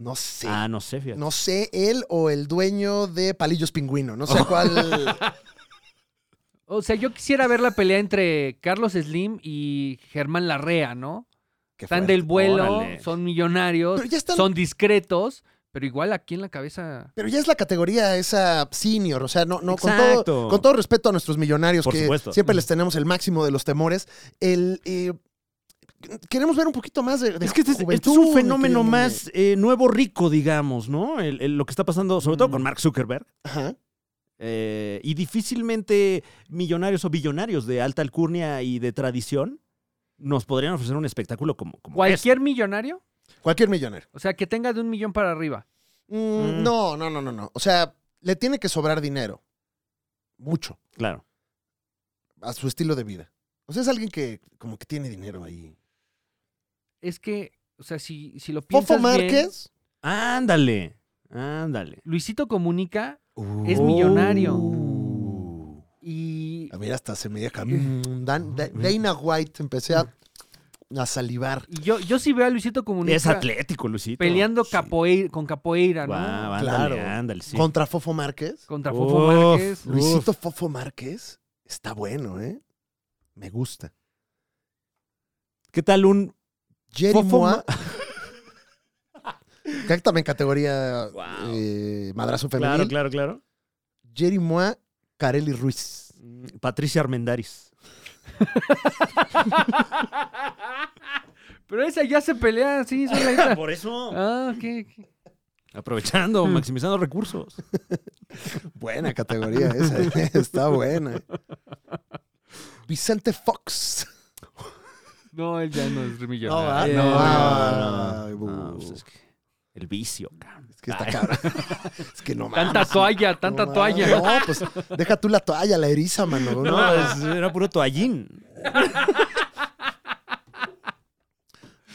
S1: No sé.
S3: Ah, no sé, fíjate.
S1: No sé, él o el dueño de Palillos Pingüino. No
S3: Oh.
S1: sé
S3: *laughs*
S1: cuál.
S2: O sea, yo quisiera ver la pelea entre Carlos Slim y Germán Larrea, ¿no?
S1: Qué
S2: Están
S1: fuerte.
S2: del vuelo,
S3: Órale.
S2: son millonarios,
S1: Pero ya están-
S2: son discretos, pero igual aquí en la cabeza.
S1: Pero ya es la categoría esa senior, o sea, no, no con,
S3: Exacto.
S1: todo, con todo respeto a nuestros millonarios,
S3: Por
S1: que
S3: supuesto.
S1: siempre les tenemos el máximo de los temores. El, eh, queremos ver un poquito más de, de
S3: Es que este, es- este
S1: juventud,
S3: es un
S1: mi
S3: fenómeno
S1: querido.
S3: más eh, nuevo rico, digamos, ¿no? El- el- lo que está pasando, sobre todo
S2: Mm.
S3: con Mark Zuckerberg.
S1: Ajá.
S3: eh, y difícilmente millonarios o billonarios de alta alcurnia y de tradición nos podrían ofrecer un espectáculo como, como este.
S2: Cualquier millonario,
S1: Cualquier millonario.
S2: o sea, que tenga de un millón para arriba.
S1: Mm,
S3: Mm.
S1: No, no, no, no, no. O sea, le tiene que sobrar dinero. Mucho.
S3: Claro.
S1: A su estilo de vida. O sea, es alguien que como que tiene dinero ahí.
S2: Es que, o sea, si, si lo piensas.
S1: Fofo
S2: bien,
S1: Márquez.
S3: Ándale, ándale.
S2: Luisito comunica Es
S1: Uh.
S2: millonario.
S1: Uh.
S2: y,
S1: A ver, hasta se me deja. Mm, Dan- Da- Dana White, empecé a, a salivar.
S2: y yo, yo sí veo a Luisito comunica
S3: Es atlético, Luisito.
S2: peleando
S3: Sí.
S2: capoeira, con capoeira, ¿no?
S3: Guau, ándale,
S1: Claro.
S3: ándale, sí.
S1: Contra Fofo Márquez.
S2: Contra Fofo
S3: Uf.
S2: Márquez.
S3: *laughs* Uf.
S1: Luisito Fofo Márquez está bueno, ¿eh? Me gusta.
S3: ¿Qué tal un
S1: Jerry
S3: Fofo
S1: Moa. *laughs* Exactamente, categoría
S3: Wow.
S1: eh, madrazo femenil.
S3: Claro, claro,
S1: Jerry Moa, Carelli Ruiz.
S3: claro. Patricia Armendaris.
S2: Pero esa ya se pelea, sí,
S3: *laughs*
S2: solita.
S3: Por eso. Mm.
S2: Ah, ok, ok.
S3: Ah, Aprovechando, maximizando recursos.
S1: Buena categoría esa, ¿eh? *laughs* está buena. Vicente Fox.
S2: No, él ya no es
S1: No,
S2: millonario.
S1: ¿verdad?
S3: Eh,
S1: Ah,
S3: no, no,
S1: uh.
S3: pues es que el vicio, cabrón.
S1: Es que está cabrón. *laughs* Es que no mames.
S2: Tanta toalla,
S1: no
S2: tanta
S1: mames.
S2: toalla.
S3: *laughs*
S1: No, pues deja tú la toalla, la eriza, mano.
S3: No,
S1: No,
S3: es- era puro toallín.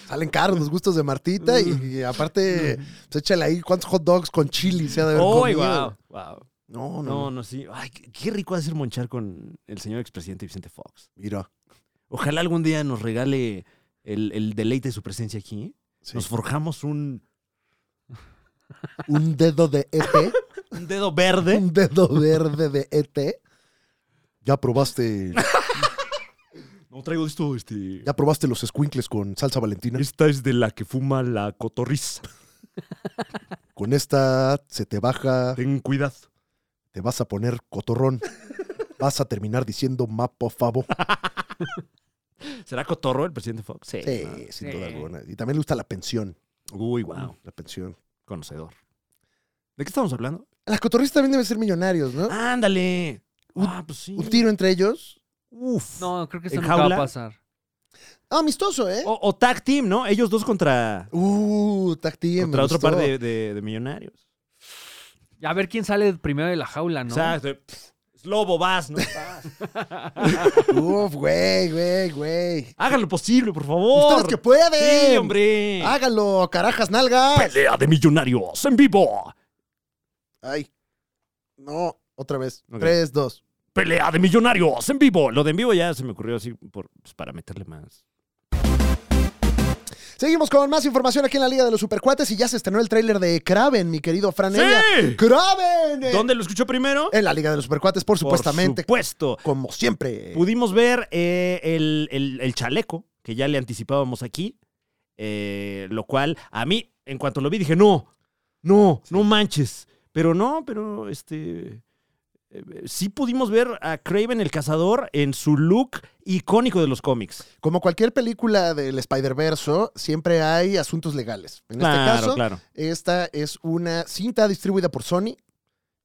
S1: Salen caros los gustos de Martita y,
S2: Mm.
S1: y aparte, se échale ahí cuántos hot dogs con chili se ha de haber
S3: ¡Ay,
S1: comido.
S3: guau! guau.
S1: No, no,
S3: No,
S1: no.
S3: no, sí. Ay, qué qué rico hacer monchar con el señor expresidente Vicente Fox.
S1: Mira.
S3: Ojalá algún día nos regale el, el deleite de su presencia aquí. ¿eh?
S1: sí.
S3: Nos forjamos un,
S1: Un dedo de
S2: *laughs*
S1: ET.
S3: un dedo verde.
S1: Un dedo verde de ET. Ya probaste.
S3: No traigo esto, este.
S1: Ya probaste los squinkles con salsa valentina.
S3: Esta es de la que fuma la cotorriza.
S1: Con esta se te baja.
S3: Ten cuidado.
S1: te vas a poner cotorrón. Vas a terminar diciendo mapo favo.
S3: ¿Será Cotorro el presidente Fox?
S1: Sí,
S3: ¿no?
S1: sin
S2: Sí.
S1: duda alguna. Y también le gusta la pensión.
S3: Uy, wow.
S1: La pensión.
S3: Conocedor. ¿De qué estamos hablando?
S1: Las cotorristas también deben ser millonarios, ¿no?
S3: ¡Ándale!
S1: Un-
S3: ah, pues sí.
S1: Un tiro entre ellos.
S3: Uf.
S2: No, creo que eso
S3: ¿En
S2: nunca va
S3: jaula?
S2: a pasar.
S1: Ah, amistoso, ¿eh?
S3: O, o tag team, ¿no? Ellos dos contra,
S1: Uh, tag team,
S3: contra
S1: me
S3: otro
S1: gustó.
S3: par de, de- de millonarios.
S2: A ver quién sale primero de la jaula, ¿no?
S3: Exacto. Es lobo,
S1: *laughs*
S3: vas, ¿no?
S1: Uf, güey, güey, güey.
S3: Háganlo posible, por
S1: Ustedes
S3: favor.
S1: que Ah, pueden.
S3: Sí, hombre.
S1: Hágalo, carajas, nalgas.
S3: Pelea de millonarios en vivo.
S1: Ay. No, otra vez.
S3: Ok.
S1: Tres, dos.
S3: Pelea de millonarios en vivo. Lo de en vivo ya se me ocurrió así por, pues, para meterle más.
S1: Seguimos con más información aquí en la Liga de los Supercuates y ya se estrenó el tráiler de Kraven, mi querido Fran Evia.
S3: ¡Sí!
S1: ¡Kraven! eh,
S3: ¿Dónde lo escuchó primero?
S1: En la Liga de los Supercuates, por Eh, supuestamente.
S3: Por supuesto.
S1: como siempre.
S3: Pudimos ver eh, el, el- el chaleco que ya le anticipábamos aquí. eh, lo cual, a mí, en cuanto lo vi, dije, no, no, no manches. Pero no, pero este. eh, Sí pudimos ver a Craven el Cazador en su look icónico de los cómics.
S1: Como cualquier película del Spider-Verso, siempre hay asuntos legales. En
S3: claro,
S1: este caso,
S3: claro.
S1: esta es una cinta distribuida por Sony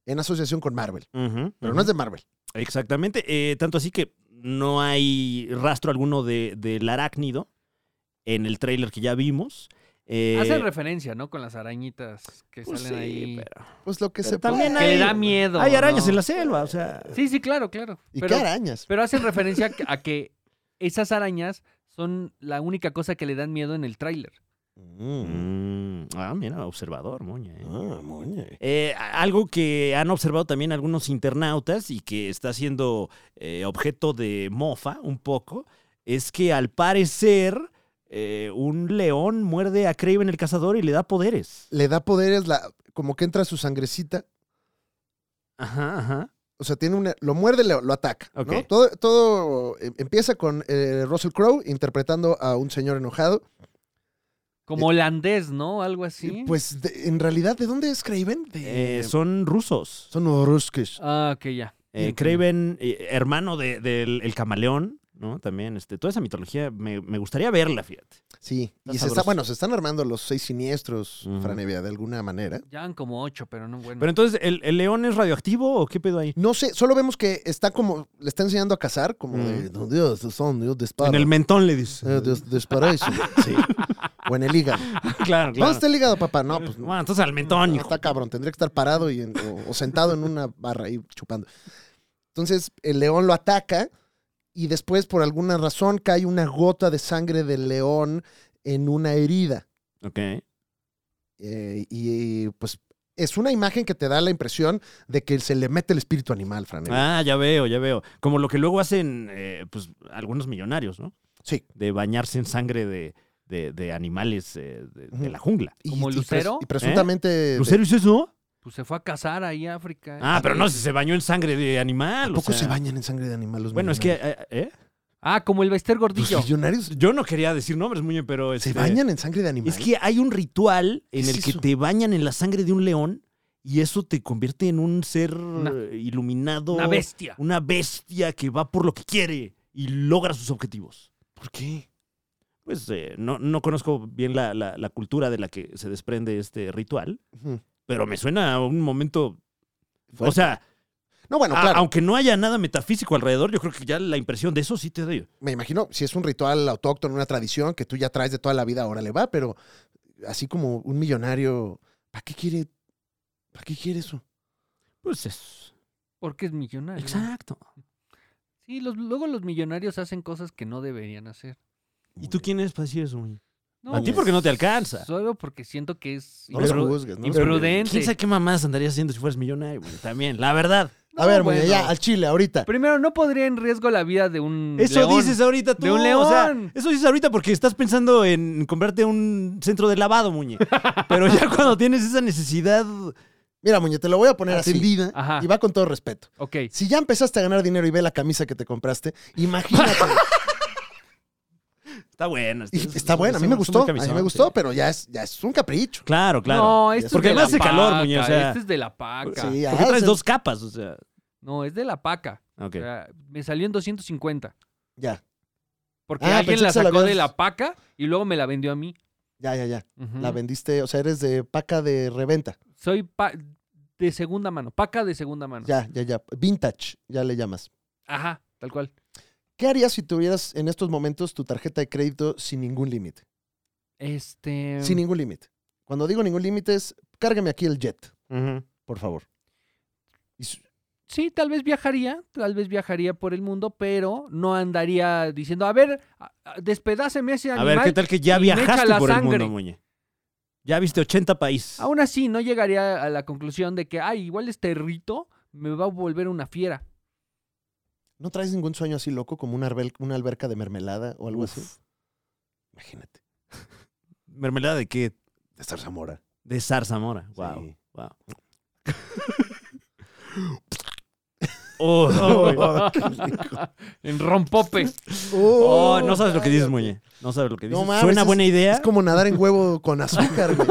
S1: en asociación con Marvel.
S3: Ujú,
S1: Pero
S3: ujú.
S1: no es de Marvel.
S3: Exactamente. eh, tanto así que no hay rastro alguno de- del arácnido en el tráiler que ya vimos. Eh,
S2: Hacen referencia, ¿no? Con las arañitas que
S3: pues
S2: salen
S3: sí,
S2: ahí.
S3: pero-
S1: Pues lo que
S3: Pero
S1: se
S3: también
S1: puede.
S2: Que le
S3: hay-
S2: da miedo.
S3: Hay arañas
S2: ¿no?
S3: en la selva, o sea.
S2: Sí, sí, claro, claro.
S1: ¿Y
S2: Pero,
S1: qué arañas?
S2: pero hacen referencia a que- a que esas arañas son la única cosa que le dan miedo en el tráiler.
S3: Mm, ah, mira, observador, moña. eh.
S1: Ah, muñe.
S3: Eh, a- algo que han observado también algunos internautas y que está siendo eh, objeto de mofa un poco, es que al parecer eh, un león muerde a Craven el cazador y le da poderes.
S1: Le da poderes, la, como que entra su sangrecita.
S3: Ajá, ajá.
S1: O sea, tiene una. Lo muerde, lo, lo ataca. ¿no?
S3: Ok.
S1: Todo, todo eh, empieza con eh, Russell Crowe interpretando a un señor enojado.
S2: Como holandés, ¿no? Algo así.
S1: Eh, Pues de- en realidad, ¿de dónde es Craven? De-
S3: Eh, son rusos.
S1: Son ruskis.
S2: Ah, ok, ya.
S3: Eh, Craven, eh, hermano de- del el camaleón, ¿no? También, este, toda esa mitología me, me gustaría verla, fíjate.
S1: Sí.
S3: Está
S1: Y se
S3: sabroso.
S1: está, bueno, se están armando los seis siniestros,
S3: Ujú.
S1: Franevia, de alguna manera.
S2: Ya van como ocho, pero no bueno.
S3: Pero entonces, ¿el, el león es radioactivo o qué pedo ahí?
S1: No sé, solo vemos que está como. Le está enseñando a cazar, como de.
S3: Mm.
S1: "No, Dios, son, Dios, dispara.
S3: En el mentón le dice.
S1: Eh, Dios, dispara y se- sí. O en el hígado.
S3: *laughs* claro,
S1: ¿Dónde
S3: claro.
S1: está el hígado, papá? No, pues no.
S3: Bueno, entonces al mentón, hijo.
S1: Está cabrón, tendría que estar parado y en- o, o sentado en una barra ahí chupando. Entonces, el león lo ataca y después, por alguna razón, cae una gota de sangre del león en una herida.
S3: Ok.
S1: Eh, y pues es una imagen que te da la impresión de que se le mete el espíritu animal, Fran.
S3: Ah, ya veo, ya veo. Como lo que luego hacen, eh, pues, algunos millonarios, ¿no?
S1: Sí.
S3: De bañarse en sangre de, de- de animales eh, de, de
S1: Ujú.
S3: la jungla.
S1: Y-
S2: ¿Como
S1: y pres-
S2: Lucero?
S1: Y presuntamente. de-
S3: ¿eh? ¿Lucero hizo eso?
S2: Pues se fue a cazar ahí a África. eh.
S3: Ah, pero no, si se bañó en sangre de
S1: ¿A
S3: animal. o
S1: poco
S3: sea.
S1: se bañan en sangre de animal los
S3: Bueno, es que,
S1: millonarios?
S3: eh, eh,
S2: Ah, como el Bester
S3: Pues
S1: Los
S2: Gordillo.
S1: millonarios
S3: yo no quería decir nombres, Muñe, pero...
S1: se
S3: este,
S1: bañan en sangre de animal.
S3: Es que hay un ritual en
S1: ¿Qué
S3: el
S1: es
S3: que
S1: eso?
S3: te bañan en la sangre de un león y eso te convierte en un ser
S2: Una-
S3: eh, iluminado.
S2: Una bestia.
S3: Una bestia que va por lo que quiere y logra sus objetivos.
S1: ¿Por qué?
S3: Pues eh, no, no conozco bien la, la- la cultura de la que se desprende este ritual,
S1: Ujú.
S3: pero me suena a un momento... O
S1: Fuerte.
S3: sea,
S1: No, bueno,
S3: a-
S1: claro.
S3: aunque no haya nada metafísico alrededor, yo creo que ya la impresión de eso sí te doy.
S1: me imagino, si es un ritual autóctono, una tradición que tú ya traes de toda la vida, ahora le va, pero así como un millonario, ¿para qué quiere? ¿Para qué quiere eso?
S3: Pues es...
S2: Porque es millonario.
S3: Exacto.
S2: Sí, los, luego los millonarios hacen cosas que no deberían hacer.
S3: ¿Y tú quién es para decir eso? Muñe?
S2: No, pues,
S3: A ti porque no te alcanza.
S2: Solo porque siento que es...
S1: No los
S2: impru-
S1: juzgues, no los
S2: imprudente.
S3: ¿Quién sabe qué mamás andarías haciendo si fueras millonario? güey? También, la verdad.
S1: A ver,
S2: bueno.
S1: muñe, ya, al chile, ahorita.
S2: Primero, no podría en riesgo la vida de un
S3: Eso
S2: león.
S3: dices ahorita tú.
S2: De un
S3: o sea,
S2: león.
S3: eso dices ahorita porque estás pensando en comprarte un centro de lavado, Muñe.
S2: *laughs*
S3: Pero ya cuando tienes esa necesidad...
S1: Mira, muñe, te lo voy a poner así.
S3: atendida.
S2: Ajá,
S1: Y va con todo respeto.
S2: ok.
S1: Si ya empezaste a ganar dinero y ve la camisa que te compraste, imagínate.
S3: Está bueno.
S1: Y está bueno, a mí me gustó, a mí me gustó, pero ya es, ya es un capricho.
S3: Claro, claro.
S2: No, este
S3: Porque
S2: es de
S3: además
S2: la
S3: hace calor,
S2: paca,
S3: Muñe, o sea.
S2: Este es de la paca.
S1: Sí,
S3: Porque traes
S1: ah,
S3: dos capas, o sea.
S2: No, es de la paca.
S3: Ok.
S2: O sea, me salió en 250.
S1: Ya,
S2: Porque
S1: Ah,
S2: alguien
S1: pensé
S2: la
S1: que se la
S2: sacó de
S1: habías-
S2: la paca y luego me la vendió a mí.
S1: ya, ya, ya.
S2: Ujú.
S1: La vendiste, o sea, eres de paca de reventa.
S2: Soy pa- de segunda mano, paca de segunda mano.
S1: Ya, ya, ya. Vintage, ya le llamas.
S2: Ajá, tal cual.
S1: ¿Qué harías si tuvieras en estos momentos tu tarjeta de crédito sin ningún límite?
S2: Este.
S1: Sin ningún límite. Cuando digo ningún límite es, cárgame aquí el jet, por favor. Y su-
S2: Sí, tal vez viajaría, tal vez viajaría por el mundo, pero no andaría diciendo, a ver, a- a- despedáceme ese
S3: A
S2: animal.
S3: ver, ¿qué tal que ya
S2: y me echa
S3: viajaste
S2: la
S3: por el
S2: sangre. Ah,
S3: mundo, Muñe? Ya viste 80 países.
S2: Aún así, no llegaría a la conclusión de que, ay, igual este rito me va a volver una fiera.
S1: ¿No traes ningún sueño así loco como una, arbel- una alberca de mermelada o algo así? Imagínate.
S3: ¿Mermelada de qué?
S1: De estar Zamora.
S3: De zarzamora. Wow.
S1: Sí.
S3: *laughs* Wow. oh,
S2: en rompope.
S3: oh, oh, no sabes lo que dices, Muñe. No sabes lo que
S1: No
S3: dices.
S1: mames,
S3: Suena buena idea.
S1: Es como nadar en huevo con azúcar, güey.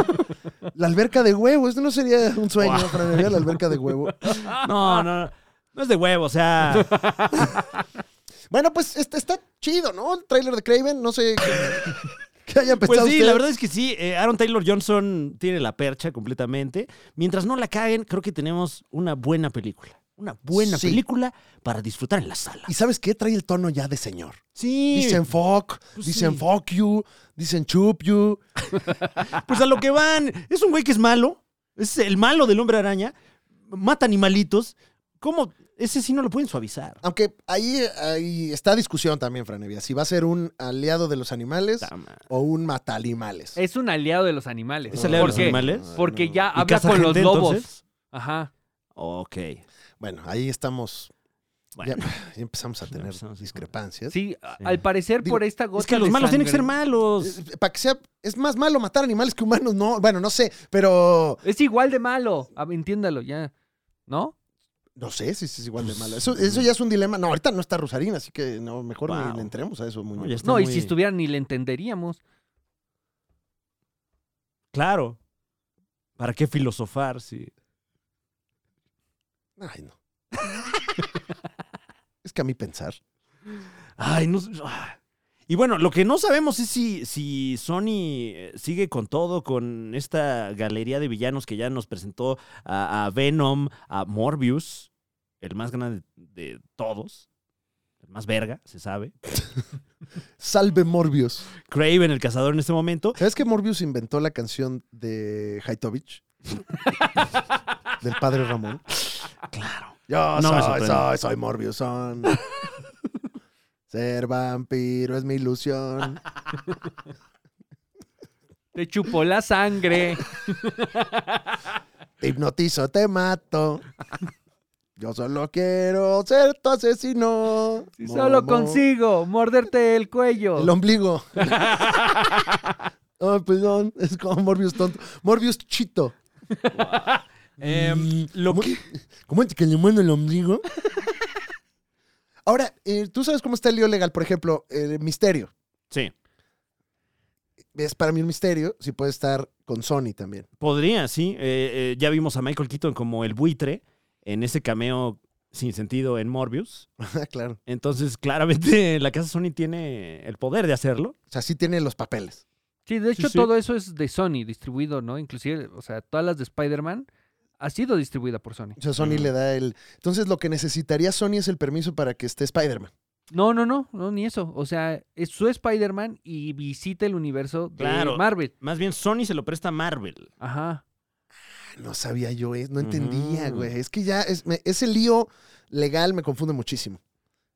S1: La alberca de huevo, esto no sería un sueño,
S3: Guau.
S1: Fran Evia, la alberca de huevo.
S3: No, no, no. No es de huevo,
S1: *laughs*
S3: o sea.
S1: Bueno, pues este, está chido, ¿no? El tráiler de Craven, no sé qué, qué haya
S3: Pues
S1: pensado
S3: sí,
S1: usted.
S3: la verdad es que sí. eh, Aaron Taylor Johnson tiene la percha completamente. Mientras no la caguen, creo que tenemos una buena película. Una buena
S1: Sí.
S3: película para disfrutar en la sala.
S1: ¿Y sabes qué? Trae el tono ya de señor.
S3: Sí.
S1: Dicen fuck,
S3: Pues
S1: dicen
S3: sí.
S1: fuck you, dicen chup you.
S3: Pues a lo que van. Es un güey que es malo. Es el malo del hombre araña. Mata animalitos. ¿Cómo? Ese sí no lo pueden suavizar.
S1: Aunque ahí, ahí está discusión también, Franevia, si va a ser un aliado de los animales
S3: Puta madre.
S1: o un matalimales.
S2: Es un aliado de los animales.
S3: ¿Es aliado de los
S2: Porque-
S3: animales?
S2: Porque
S1: no.
S2: ya
S3: ¿Y
S2: habla
S3: caza
S2: con los
S3: gente,
S2: lobos.
S3: entonces?
S2: Ajá.
S3: Ok.
S1: Bueno, ahí estamos.
S3: Bueno.
S1: Ya, *laughs* ya empezamos a
S3: Ya
S1: tener
S3: empezamos a-
S1: discrepancias.
S2: Sí, a- al parecer
S1: Digo,
S2: por esta gota
S3: Es que los
S2: de
S3: malos tienen que
S2: sangre-
S3: ser malos.
S1: Eh, Para que sea, es más malo matar animales que humanos, no, bueno, no sé, pero
S2: Es igual de malo. A- Entiéndalo ya. ¿No?
S1: no sé si es igual de
S3: Pues
S1: malo. Eso, eso ya es un dilema. No, ahorita no está Rosarina, así que no, mejor ni
S3: Wow.
S1: le entremos a eso, Muñoz.
S3: No, ya está
S2: No, y
S3: muy-
S2: si estuviera ni le entenderíamos.
S3: Claro. ¿Para qué filosofar si
S1: Ay, no. *laughs* es que a mí pensar.
S3: Ay, no. s- ah. Y bueno, lo que no sabemos es si, si Sony eh, sigue con todo, con esta galería de villanos que ya nos presentó a, a Venom, a Morbius, el más grande de todos, el más verga, se sabe.
S1: Salve Morbius.
S3: Craven, el cazador en este momento.
S1: ¿Sabes que Morbius inventó la canción de
S3: *laughs*
S1: Haitovich? Del padre Ramón.
S3: Claro.
S1: Yo
S3: No me
S1: soy,
S3: sorprende.
S1: soy, soy Morbius.
S3: *laughs*
S1: son. Ser vampiro es mi ilusión.
S2: Te chupó la
S3: *laughs*
S2: sangre.
S1: Te hipnotizo, te mato. Yo solo quiero ser tu asesino.
S2: Si *laughs* solo
S1: Momo.
S2: consigo morderte el cuello.
S1: El
S3: *laughs*
S1: ombligo. *laughs* Ay, perdón. Es como Morbius tonto. Morbius chito.
S3: Em, lo
S1: ¿Cómo,
S3: que-
S1: *laughs* cómo es que le muerden el ombligo? *laughs* Ahora, eh, tú sabes cómo está el lío legal, por ejemplo, el misterio.
S3: Sí,
S1: Es para mí un misterio si puede estar con Sony también. *laughs*
S3: podría, sí. Eh, eh, ya vimos a Michael Keaton como el buitre en ese cameo sin sentido en Morbius.
S1: Ah, claro.
S3: Entonces, claramente, *laughs* la casa Sony tiene el poder de hacerlo.
S1: O sea, sí tiene los papeles.
S2: Sí, de
S3: Sí,
S2: hecho
S3: sí.
S2: todo eso es de Sony, distribuido, ¿no? Inclusive, o sea, todas las de Spider-Man ha sido distribuida por Sony.
S1: O sea, Sony le da el... Entonces, lo que necesitaría Sony es el permiso para que esté Spider-Man.
S2: No, no, no, no, ni eso. O sea, es su Spider-Man y visita el universo de
S3: Claro.
S2: Marvel.
S3: Más bien, Sony se lo presta a Marvel.
S2: Ajá.
S1: No sabía yo, eh, no entendía,
S3: Ujú.
S1: güey. Es que ya es, me- ese lío legal me confunde muchísimo.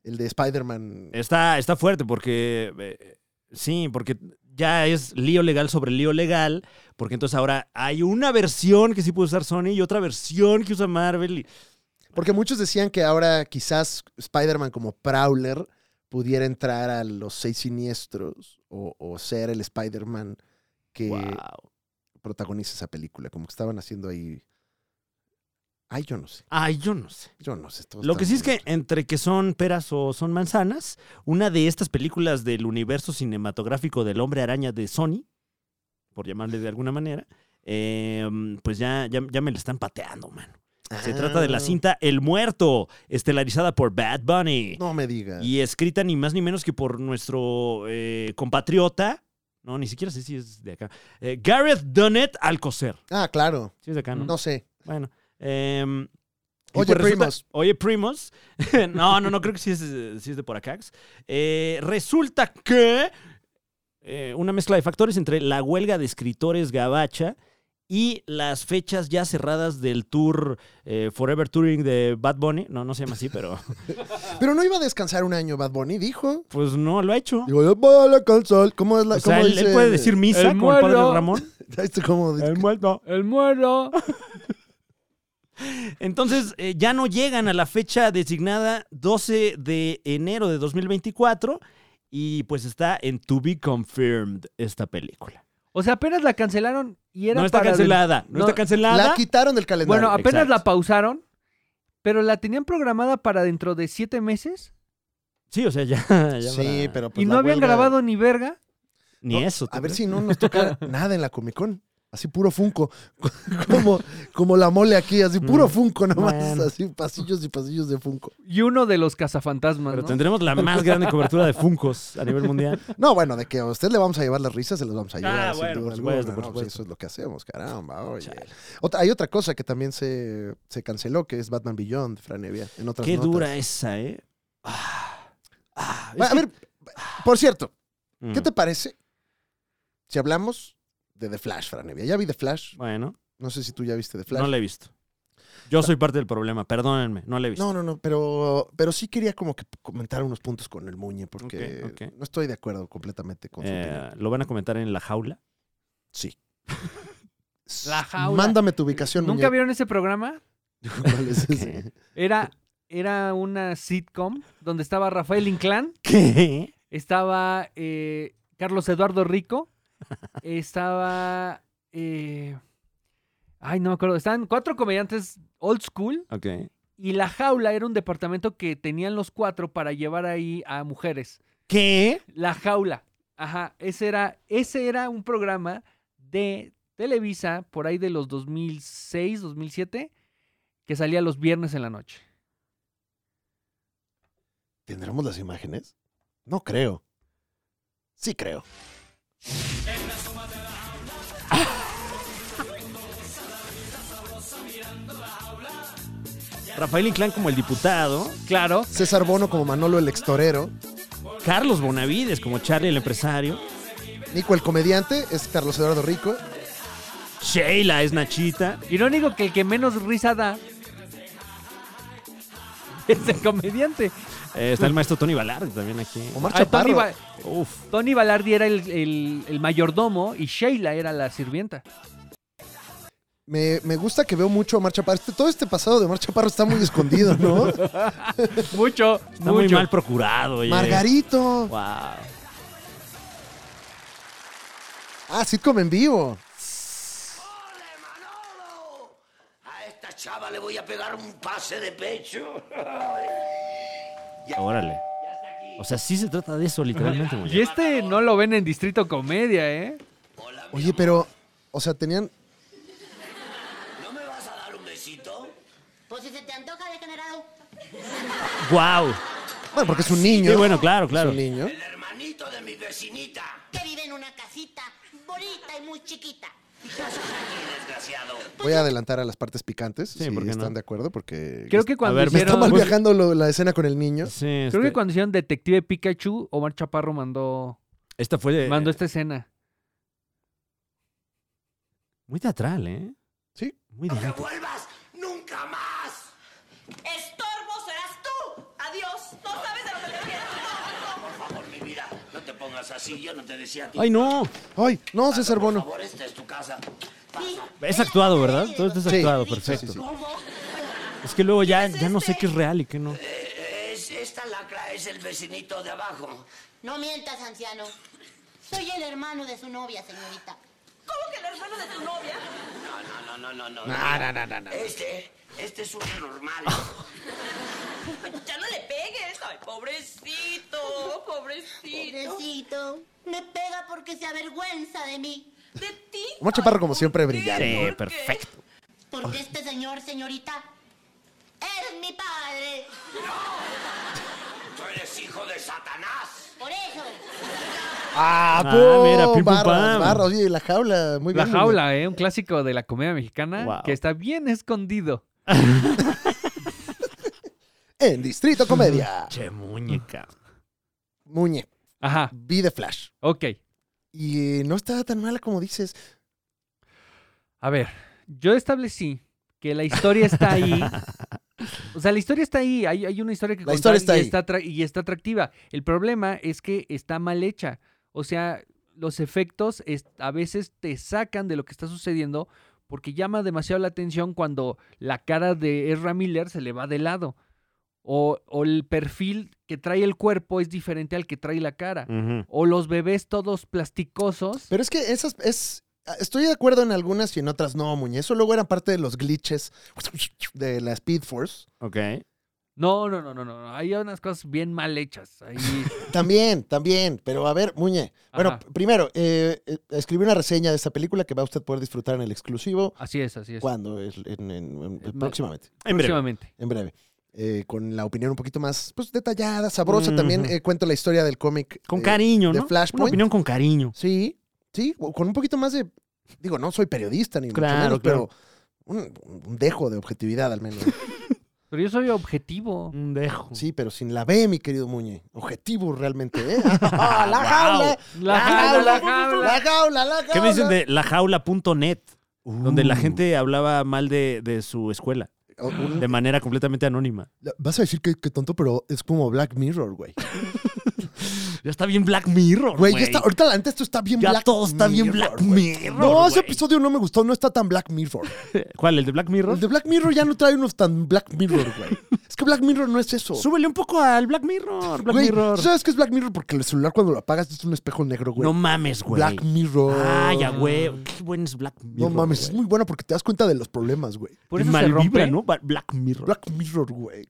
S1: El de Spider-Man.
S3: Está, está fuerte porque. eh, sí, porque ya es lío legal sobre lío legal. Porque entonces ahora hay una versión que sí puede usar Sony y otra versión que usa Marvel. y-
S1: Porque muchos decían que ahora quizás Spider-Man como Prowler pudiera entrar a los seis siniestros o, o ser el Spider-Man que
S3: Guau.
S1: protagoniza esa película. Como que estaban haciendo ahí Ay, yo no sé.
S3: Ay, yo no sé.
S1: Yo no sé. todo
S3: Lo
S1: está
S3: que sí es
S1: muy-
S3: que entre que son peras o son manzanas, una de estas películas del universo cinematográfico del hombre araña de Sony, por llamarle de alguna manera, eh, pues ya, ya, ya me la están pateando, mano. Se trata de la
S1: Ah,
S3: cinta El Muerto, estelarizada por Bad Bunny
S1: No me digas.
S3: y escrita ni más ni menos que por nuestro eh, compatriota, no, ni siquiera sé si es de acá, eh, Gareth Dunnett Alcocer.
S1: Ah, claro.
S3: Sí es de acá, ¿no?
S1: No sé.
S3: Bueno. em, y
S1: Oye,
S3: pues resulta-
S1: primos.
S3: oye, primos. *laughs* no, no, no, creo que sí es, eh, sí es de por acá. Eh, resulta que eh, una mezcla de factores entre la huelga de escritores gabacha y las fechas ya cerradas del tour eh, Forever Touring de Bad Bunny. No, no se llama así, pero
S1: Pero no iba a descansar un año Bad Bunny, dijo.
S3: pues no, lo ha hecho.
S1: Digo, yo voy a la console. ¿Cómo es la
S3: o sea,
S1: cómo
S3: él, él
S1: dice-
S3: puede decir misa
S2: El
S3: como el padre
S2: muero.
S3: Ramón.
S1: *laughs* Esto como dice-
S3: muerto.
S2: El muero.
S3: Entonces, eh, ya no llegan a la fecha designada 12 de enero de 2024 y pues está en To Be Confirmed esta película.
S2: O sea, apenas la cancelaron y era
S3: No está
S2: para-
S3: cancelada,
S2: no-
S3: no, está cancelada.
S1: La quitaron del calendario.
S2: Bueno, apenas
S3: Exacto.
S2: la pausaron, pero la tenían programada para dentro de siete meses
S3: Sí, o sea, ya. ya
S1: sí,
S3: para-
S1: pero pues
S2: y no
S1: la
S2: habían
S1: huelga-
S2: grabado ni verga.
S3: Ni
S1: No,
S3: eso.
S1: A
S3: ¿tú
S1: ver
S3: crees?
S1: si no nos
S3: *laughs*
S1: toca nada en la Comic Con. Así puro Funko. *laughs* como, como la mole aquí, así puro
S3: Mm.
S1: Funko nomás.
S3: Bueno.
S1: Así pasillos y pasillos de Funko.
S2: Y uno de los cazafantasmas,
S3: Pero
S2: ¿no?
S3: tendremos la más grande cobertura de Funcos a nivel mundial.
S1: No, bueno, de que a usted le vamos a llevar las risas, se las vamos a llevar.
S3: Ah,
S1: sin
S3: bueno,
S1: duda
S3: por supuesto,
S1: alguna,
S3: por
S1: ¿no?
S3: supuesto.
S1: Eso es lo que hacemos, caramba. *laughs* oye.
S3: Chale.
S1: Otra- hay otra cosa que también se, se canceló, que es Batman Beyond, Fran Evia, en otras
S3: Qué
S1: notas.
S3: dura esa, ¿eh? Ah, ah, es
S1: Bueno, a
S3: que-
S1: ver, por cierto,
S3: Mm,
S1: ¿qué te parece si hablamos de The Flash, Fran Evia? Ya vi The Flash.
S3: Mm, Bueno,
S1: No sé si tú ya viste The Flash.
S3: no la he visto. Yo soy parte del problema, perdónenme, no la he visto.
S1: No, no, no, pero, pero sí quería como que comentar unos puntos con el Muñe, porque
S3: Ok, ok.
S1: no estoy de acuerdo completamente con su
S3: Eh,
S1: opinión.
S3: ¿Lo van a comentar en la jaula?
S1: Sí.
S2: La jaula.
S1: Mándame tu ubicación,
S2: ¿Nunca
S1: Muñe.
S2: vieron ese programa?
S1: ¿Cuál
S3: *laughs*
S1: es ese?
S2: Era, era una sitcom donde estaba Rafael Inclán,
S3: ¿Qué?
S2: estaba eh, Carlos Eduardo
S1: *laughs*
S2: Rico, estaba... eh, ay, no me acuerdo. Estaban cuatro comediantes old school
S3: Ok.
S2: y La Jaula era un departamento que tenían los cuatro para llevar ahí a mujeres.
S3: ¿Qué?
S2: La Jaula. Ajá, ese era, ese era un programa de Televisa por ahí de los 2006, 2007, que salía los viernes en la noche.
S1: ¿Tendremos las imágenes? No creo. Sí creo.
S3: Rafael Inclán como el diputado,
S2: Claro,
S1: César Bono como Manolo el extorero.
S3: Carlos Bonavides como Charlie el empresario,
S1: Nico el comediante es Carlos Eduardo Rico.
S3: Sheila es Nachita,
S2: irónico que el que menos risa da *laughs* es el comediante.
S3: eh, está el maestro Tony Valardi también aquí.
S1: Omar
S2: Ah, Tony,
S1: Chaparro.
S2: Ba-
S3: Uf,
S2: Tony Balardi era el, el- el mayordomo y Sheila era la sirvienta.
S1: Me, me gusta que veo mucho a Omar Chaparro. Este- todo este pasado de Omar Chaparro está muy escondido, ¿no?
S3: *laughs*
S2: Mucho,
S3: está muy
S2: mucho.
S3: mal procurado. oye.
S1: Margarito.
S3: Wow.
S1: Ah, sitcom en vivo.
S4: ¡Ole, Manolo! A esta chava le voy a pegar un pase de pecho.
S3: Órale. O sea, sí se trata de eso literalmente,
S1: *laughs*
S3: güey.
S2: Y este no lo ven en Distrito Comedia, ¿eh?
S1: Oye, pero, o sea, tenían...
S4: ¿No me vas a dar un besito?
S8: Pues si se te antoja, degenerado.
S3: Wow.
S1: Bueno, porque es un niño.
S3: Sí, bueno, claro, claro.
S1: Es un niño.
S4: El hermanito de mi vecinita.
S8: Que vive en una casita bonita y muy chiquita.
S4: Desgraciado.
S1: Voy a adelantar a las partes picantes,
S3: Sí,
S1: si
S3: ¿por qué
S1: están
S3: no? Ah,
S1: de acuerdo, porque...
S2: Creo que cuando
S3: ver, me
S1: Me está
S2: hicieron-
S1: mal viajando lo- la escena con el niño.
S3: Sí, este-
S2: Creo que cuando hicieron Detective Pikachu, Omar Chaparro mandó,
S3: esta fue eh,
S2: mandó
S1: este-
S2: esta escena.
S3: muy teatral, ¿eh?
S1: Sí.
S3: Muy
S4: ¡No
S3: teatral.
S4: vuelvas nunca más!
S8: Estorbo serás tú. Adiós. No sabes de lo que te quieres.
S4: Por favor, mi vida, no te pongas así. Yo no te decía a ti.
S3: Ay, no.
S1: Ay, no, César
S4: Por
S1: Bono.
S4: favor, esta es tu casa.
S3: Es actuado, ¿verdad? Todo esto es
S1: Sí.
S3: actuado,
S1: Sí,
S3: perfecto.
S1: sí, sí.
S3: Es que luego ya, ya no sé qué es real y qué no.
S4: Es, esta lacra es el vecinito de abajo.
S8: No mientas, anciano. Soy el hermano de su novia, señorita.
S4: No, Ah. no, no, no, no, no. No, no, no, no. Este
S5: Este es un anormal.
S8: Ya no le pegues. Ay, pobrecito, pobrecito.
S9: Pobrecito. Me pega porque se avergüenza de mí.
S8: De ti.
S1: Omar Chaparro, como
S8: ¿por
S1: siempre,
S8: qué?
S1: brillante.
S3: Sí,
S8: ¿Por qué?
S3: perfecto.
S9: Porque este señor, señorita, es mi padre.
S5: Tú eres hijo de Satanás.
S9: Por eso.
S1: Ah,
S3: Ah, mira,
S1: pum,
S3: pim, pum,
S1: barras,
S3: pam.
S1: barras. Oye, la jaula, muy
S2: La
S1: bien.
S2: jaula, ¿eh? Un clásico de la comedia mexicana
S3: Wow.
S2: que está bien escondido.
S1: En Distrito
S3: *laughs*
S1: Comedia.
S3: Che, muñeca.
S1: Muñe,
S2: Ajá,
S1: vi de Flash.
S2: ok.
S1: Y eh, no está tan mala como dices.
S2: A ver, yo establecí que la historia
S1: *laughs*
S2: está ahí. O sea, la historia está ahí. Hay, hay una historia que
S1: La historia está
S2: y
S1: ahí.
S2: está, atra- y está atractiva. El problema es que está mal hecha. O sea, los efectos es- a veces te sacan de lo que está sucediendo porque llama demasiado la atención cuando la cara de Ezra Miller se le va de lado. O, o el perfil que trae el cuerpo es diferente al que trae la cara.
S1: Mm.
S3: Ujú.
S2: O los bebés todos plasticosos.
S1: Pero es que esas es. Estoy de acuerdo en algunas y en otras no, Muñe. Eso luego era parte de los glitches de la Speed Force.
S3: Ok.
S2: No, no, no, no, no. no. Hay unas cosas bien mal hechas.
S1: *laughs*
S2: Ahí.
S1: También, también. Pero a ver, Muñe. Bueno,
S2: Ajá.
S1: p- primero, eh, eh, escribí una reseña de esta película que va a usted poder disfrutar en el exclusivo.
S2: Así es, así es.
S1: cuando es- en- en- en-
S2: Es ma-
S1: próximamente.
S3: En breve.
S2: Próximamente.
S1: en breve. Eh, con la opinión un poquito más pues, detallada, sabrosa.
S3: Ujú.
S1: También eh, cuento la historia del cómic.
S3: Con
S1: eh,
S3: cariño,
S1: de
S3: ¿no?
S1: Flashpoint.
S3: Una opinión con cariño.
S1: Sí, sí, o- con un poquito más de. Digo, no soy periodista ni mucho
S3: Claro,
S1: menos,
S3: claro.
S1: pero un, un dejo de objetividad al menos.
S2: Pero yo soy objetivo.
S3: Un dejo.
S1: Sí, pero sin la B, mi querido Muñe. Objetivo realmente, ¿eh? *laughs* ¡Ah, ¡La jaula!
S2: La jaula, la
S1: ¡La
S2: jaula.
S1: jaula! la
S3: ¿Qué me dicen
S1: jaula!
S3: de lajaula.net? Donde la gente hablaba mal de, de su escuela.
S1: O- un-
S3: De manera completamente anónima.
S1: la- Vas a decir que, que tonto, pero es como Black Mirror, güey.
S3: Ya está bien Black Mirror,
S1: Güey, ya está, ahorita la neta esto está bien
S3: Ya
S1: Black
S3: todo está bien Black
S1: güey.
S3: Mirror,
S1: No, ese
S3: güey.
S1: episodio no me gustó, no está tan Black
S3: *laughs*
S1: Mirror.
S3: ¿Cuál? ¿El de Black Mirror?
S1: El de Black Mirror ya no trae unos tan Black Mirror, güey. Es que Black Mirror no es eso.
S3: Súbele un poco al Black Mirror. Black
S1: Güey,
S3: Mirror.
S1: ¿Sabes qué es Black Mirror? Porque el celular cuando lo apagas es un espejo negro, güey.
S3: No mames, güey.
S1: Black Mirror.
S3: Ah, ya, güey. Qué buen es Black Mirror.
S1: No mames, es
S3: güey.
S1: muy buena porque te das cuenta de los problemas, güey.
S2: Por
S3: Y
S2: eso
S3: mal
S2: se rompe
S3: vibra, ¿no? Ba- Black Mirror.
S1: Black Mirror, güey.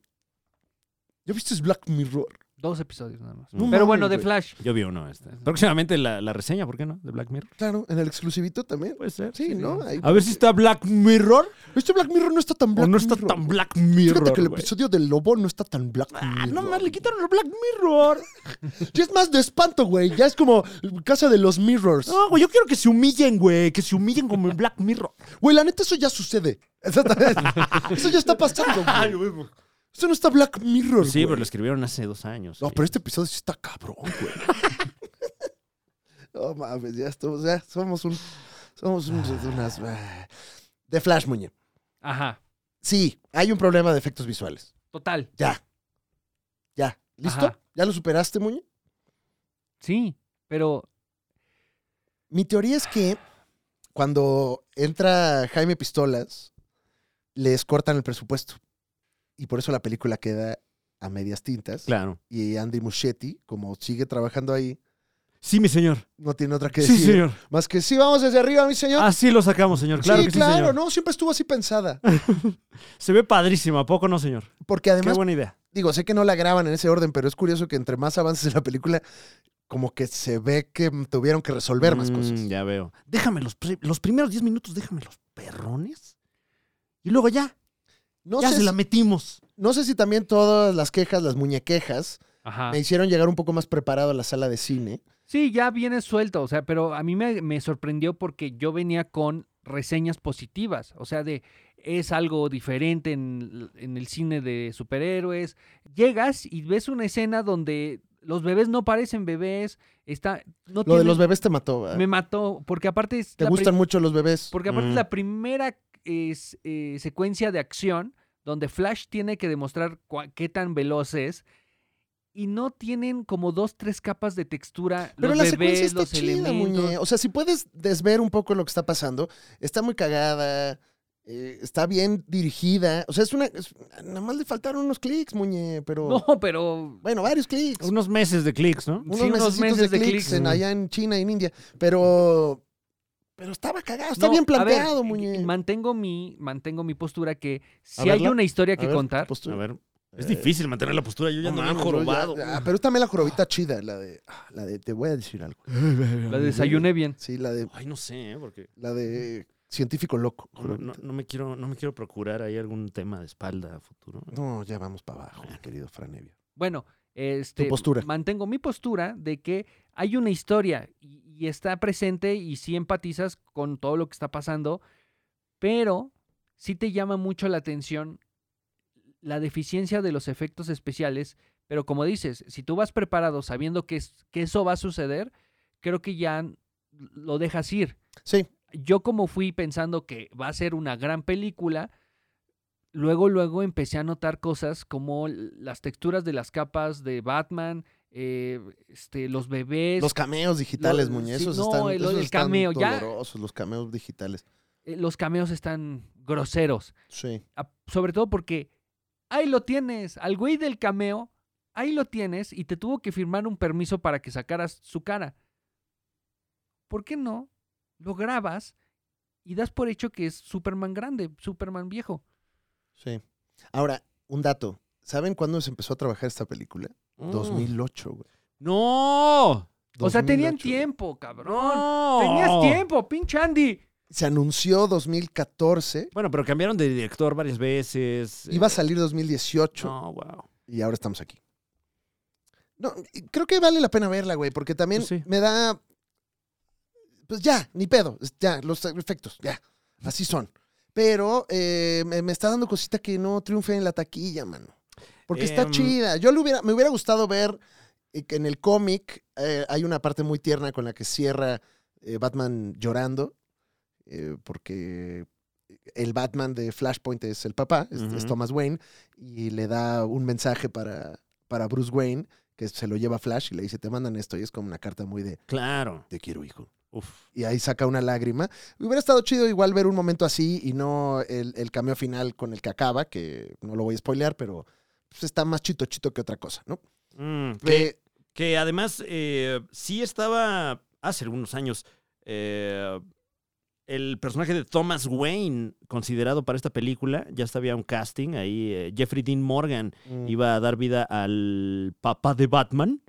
S1: ¿Ya viste Black Mirror?
S2: dos episodios nada más.
S1: No
S2: Pero bueno,
S1: mames, güey.
S2: de Flash.
S3: Yo vi uno este. Próximamente la, la reseña, ¿por qué no? De Black Mirror.
S1: Claro, en el exclusivito también.
S3: Puede ser.
S1: Sí, ¿no? Ahí-
S3: A ver si está Black Mirror
S1: Este Black Mirror no está tan Black
S3: o no está
S1: Mirror.
S3: tan Black Mirror.
S1: Fíjate que el
S3: güey.
S1: episodio del lobo no está tan Black Mirror.
S3: Ah, no mames, le quitaron el Black Mirror.
S1: Ya es más de espanto, güey. Ya es como Casa de los Mirrors.
S3: No, güey, yo quiero que se humillen, güey. Que se humillen como en Black Mirror.
S1: Güey, la neta, eso ya sucede. *laughs* Exactamente. Eso ya está pasando, güey. Eso no está Black Mirror,
S3: Pues Sí,
S1: güey.
S3: pero lo escribieron hace dos años.
S1: No,
S3: güey.
S1: pero este episodio sí está cabrón, güey. *laughs* no mames, ya estamos, ya somos un... Somos un- unas... eh, De Flash, Muñe.
S2: Ajá.
S1: Sí, hay un problema de efectos visuales.
S2: Total.
S1: Ya. Ya. ¿Listo?
S2: Ajá.
S1: ¿Ya lo superaste, Muñe?
S2: Sí. Pero.
S1: Mi teoría es que cuando entra Jaime Pistolas, les cortan el presupuesto. Y por eso la película queda a medias tintas.
S3: Claro.
S1: Y Andy Muschietti, como sigue trabajando ahí,
S3: Sí, mi señor.
S1: no tiene otra que
S3: Sí,
S1: decir.
S3: señor.
S1: Más que sí, vamos desde arriba, mi señor.
S3: Así lo sacamos, señor. Claro
S1: sí,
S3: que sí,
S1: claro,
S3: señor.
S1: no, siempre estuvo así pensada.
S3: Se ve padrísimo, ¿a poco no, señor?
S1: Porque
S3: Qué
S1: además,
S3: buena idea.
S1: digo, sé que no la graban en ese orden, pero es curioso que entre más avances en la película, como que se ve que tuvieron que resolver más
S3: Mm,
S1: cosas.
S3: Ya veo. Déjame los, pri- los primeros 10 minutos, déjame los perrones. Y luego ya,
S1: No
S3: ya
S1: sé,
S3: se la
S1: si-
S3: metimos.
S1: no sé si también todas las quejas, las muñequejas,
S2: Ajá.
S1: Me hicieron llegar un poco más preparado a la sala de cine.
S2: Sí, ya viene suelto. O sea, pero a mí me, me sorprendió porque yo venía con reseñas positivas. O sea, de. Es algo diferente en, en el cine de superhéroes. Llegas y ves una escena donde los bebés no parecen bebés. Está.
S1: Lo de
S2: No tienen-
S1: los bebés te mató, ¿verdad?
S2: Pues Me mató. Porque aparte. es
S1: Te
S2: la pri-
S1: gustan mucho los bebés.
S2: Porque aparte es
S3: Mm.
S2: la primera es, eh, secuencia de acción donde Flash tiene que demostrar cua- qué tan veloz es. Y no tienen como dos, tres capas de textura.
S1: Pero
S2: los
S1: la secuencia
S2: bebés,
S1: está
S2: los
S1: chida,
S2: elementos.
S1: Muñe. O sea, si puedes desver un poco lo que está pasando, está muy cagada, eh, está bien dirigida. O sea, es una. es- nada más le faltaron unos clics, Muñe, pero.
S2: No, pero.
S1: Bueno, varios clics.
S3: Unos meses de clics, ¿no?
S1: Unos,
S2: sí, unos
S1: mesecitos
S2: meses
S1: de
S2: de
S1: clics
S2: clics.
S1: en, allá en China y en India. Pero. Pero estaba cagado, está
S2: No,
S1: bien
S2: a ver,
S1: planteado,
S2: eh,
S1: muñe.
S2: Mantengo mi, mantengo mi postura que si
S1: ver,
S2: hay
S1: la-
S2: una historia
S1: A
S2: que
S1: ver,
S2: contar,
S1: pues tú-
S3: A ver, es difícil mantener la postura. Yo ya
S1: no
S3: no
S1: mames, ¿no? Ya-
S3: jorobado.
S1: ya, pero es también la jorobita chida, la de, ah, la de te voy a decir algo.
S2: la desayuné bien.
S1: Sí, la de,
S3: Ay, no sé, ¿eh? porque
S1: la de científico loco.
S3: no, no-
S1: jorobita.
S3: no me quiero, no me quiero procurar ahí algún tema de espalda a futuro.
S1: No, ya vamos para abajo, mi querido Franevia.
S2: Bueno, este,
S1: Tu postura.
S2: mantengo mi postura de que hay una historia y, y está presente y sí empatizas con todo lo que está pasando, pero sí te llama mucho la atención la deficiencia de los efectos especiales, pero como dices, si tú vas preparado sabiendo que, es- que eso va a suceder, creo que ya lo dejas ir.
S1: Sí,
S2: yo como fui pensando que va a ser una gran película, luego, luego empecé a notar cosas como l- las texturas de las capas de Batman, eh, este, los bebés,
S1: los cameos digitales,
S2: lo-
S1: muñe,
S2: sí,
S1: esos
S2: no,
S1: están,
S2: el-
S1: esos
S2: el
S1: están
S2: cameo, ya-
S1: dolorosos, los cameos digitales.
S2: eh, los cameos están groseros.
S1: Sí.
S2: A- Sobre todo porque ahí lo tienes, al güey del cameo, ahí lo tienes y te tuvo que firmar un permiso para que sacaras su cara. ¿Por qué no? Lo grabas y das por hecho que es Superman grande, Superman viejo.
S1: Sí. Ahora, un dato. ¿Saben cuándo se empezó a trabajar esta película? 2008, güey.
S3: ¡No!
S2: Mm. O sea, tenían
S1: 2008, güey.
S2: tiempo, cabrón. Tenías tiempo, pinche Andy.
S1: Se anunció 2014,
S3: Bueno, pero cambiaron de director varias veces.
S1: iba a
S3: eh,
S1: salir 2018
S3: No, wow.
S1: y ahora estamos aquí. No, y creo que vale la pena verla, güey, porque también
S3: Pues sí.
S1: me da... Pues ya, ni pedo, es- ya, los efectos, ya, así son. Pero eh, me, me está dando cosita que no triunfe en la taquilla, mano. Porque está
S3: Em.
S1: chida. Yo le hubiera, me hubiera gustado ver eh, que en el cómic eh, hay una parte muy tierna con la que cierra eh, Batman llorando, eh, porque el Batman de Flashpoint es el papá, es, es
S3: Ujú.
S1: Thomas Wayne, y le da un mensaje para, para Bruce Wayne, que se lo lleva a Flash y le dice, te mandan esto, y es como una carta muy de,
S3: Claro.
S1: te quiero hijo.
S3: Uf.
S1: Y ahí saca una lágrima. Hubiera estado chido igual ver un momento así y no el, el cameo final con el que acaba, que no lo voy a spoilear, pero pues, está más chito chito que otra cosa, ¿no?
S3: Mm, que,
S1: Que-
S3: que además eh, sí estaba hace algunos años eh, el personaje de Thomas Wayne considerado para esta película. Ya estaba había un casting ahí. eh, Jeffrey Dean Morgan
S1: mm.
S3: iba a dar vida al papá de Batman.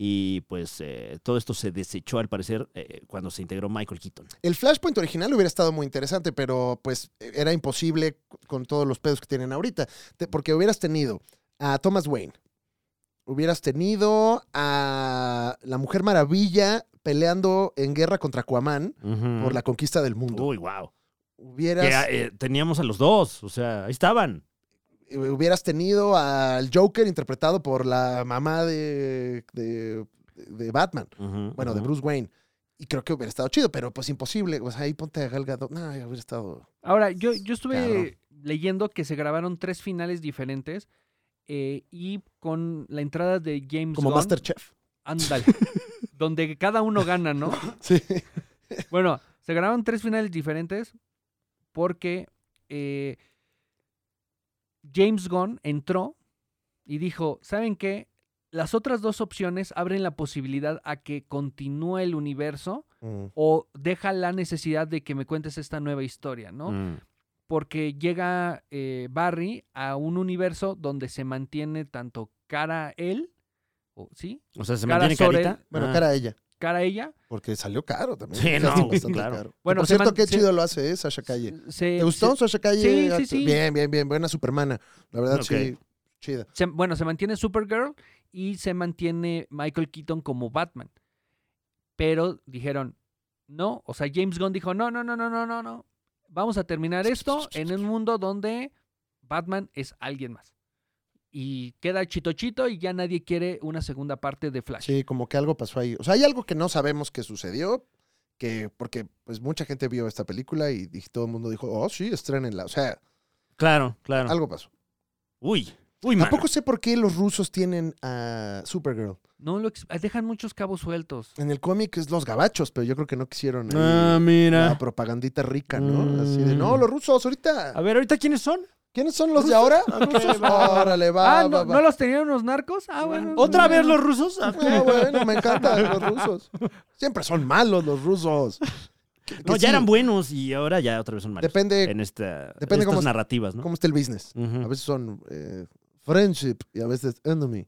S3: Y pues eh, todo esto se desechó al parecer eh, cuando se integró Michael Keaton.
S1: El Flashpoint original hubiera estado muy interesante, pero pues era imposible con todos los pedos que tienen ahorita. Te- Porque hubieras tenido a Thomas Wayne, hubieras tenido a la Mujer Maravilla peleando en guerra contra Aquaman por la conquista del mundo.
S3: Uy, eh, wow.
S1: Hubieras, eh,
S3: teníamos a los dos, o sea, ahí estaban.
S1: hubieras tenido al Joker interpretado por la mamá de, de- de Batman, bueno, de Bruce Wayne. Y creo que hubiera estado chido, pero pues imposible. O sea, ahí ponte a Gal Gadot. No, hubiera estado...
S2: Ahora, yo, yo estuve
S1: Cabrón.
S2: leyendo que se grabaron tres finales diferentes eh, y con la entrada de James
S1: Como
S2: Gunn,
S1: Masterchef.
S2: ándale, *laughs* donde cada uno gana, ¿no?
S1: Sí.
S2: Bueno, se grabaron tres finales diferentes porque eh, James Gunn entró y dijo, ¿saben qué? Las otras dos opciones abren la posibilidad a que continúe el universo
S1: Mm.
S2: o deja la necesidad de que me cuentes esta nueva historia, ¿no?
S1: Mm.
S3: Mm.
S2: porque llega eh, Barry a un universo donde se mantiene tanto cara él, o sí,
S3: O sea, se
S2: Cara
S3: mantiene
S2: sobre
S3: carita.
S1: Bueno,
S3: Ah.
S1: cara a ella.
S2: cara ella,
S1: Porque salió caro también. *laughs*
S3: Sí, no,
S1: Bastante
S3: güey, claro.
S1: caro.
S2: Bueno,
S1: Por
S2: se
S1: cierto,
S2: man-
S1: qué
S2: se-
S1: chido lo hace eh, Sasha Calle.
S2: se-
S1: ¿Te gustó
S2: se-
S1: Sasha Calle?
S2: sí, sí,
S1: Actu-
S2: sí.
S1: Bien, bien, bien. Buena supermana. La verdad, sí.
S3: Ok.
S1: Chida.
S2: se- bueno, se mantiene Supergirl y se mantiene Michael Keaton como Batman. Pero dijeron, no, o sea, James Gunn dijo, no, no, no, no, no, no, no. Vamos a terminar esto en un mundo donde Batman es alguien más. Y queda chito chito y ya nadie quiere una segunda parte de Flash.
S1: Sí, como que algo pasó ahí. O sea, hay algo que no sabemos que sucedió. Que, porque pues mucha gente vio esta película y, y todo el mundo dijo, oh, sí, estrenenla. O sea,
S3: Claro, claro.
S1: algo pasó.
S3: Uy, uy, mano.
S1: Tampoco sé por qué los rusos tienen a Supergirl.
S2: No lo ex- ah, dejan muchos cabos sueltos.
S1: En el cómic es los gabachos, pero yo creo que no quisieron ahí
S3: Ah, mira.
S1: la propagandita rica, ¿no?
S3: Mm.
S1: Así de, no, los rusos ahorita.
S3: A ver, ¿ahorita quiénes son?
S1: ¿Quiénes son los de ahora? Rusos. Órale, va,
S2: ah,
S1: va,
S2: no,
S1: va. *laughs* Oh.
S2: ¿no los tenían unos narcos? Ah, bueno.
S3: ¿Otra vez los rusos? Ah,
S1: Ah, bueno, me encantan los rusos. Siempre son malos los rusos.
S3: No,
S1: que
S3: ya
S1: sí,
S3: eran buenos y ahora ya otra vez son malos.
S1: Depende
S3: en esta,
S1: depende
S3: estas
S1: cómo es-
S3: narrativas, ¿no?
S1: cómo está el business.
S3: Ujú.
S1: A veces son eh, friendship y a veces enemy.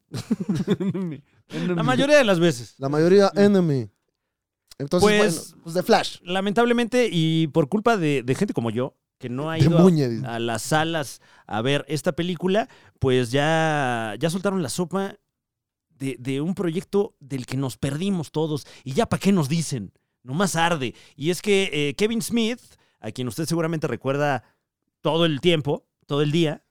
S3: La mayoría de las veces.
S1: La mayoría enemy. Entonces,
S3: Pues-
S1: bueno, pues de Flash.
S3: Lamentablemente, y por culpa de, de gente como yo, que no ha
S1: De
S3: ido a-
S1: Muñe, dice.
S3: a, las salas a ver esta película, pues ya, ya soltaron la sopa de, de un proyecto del que nos perdimos todos. Y ya para qué nos dicen, nomás arde. Y es que eh, Kevin Smith, a quien usted seguramente recuerda todo el tiempo, todo el día,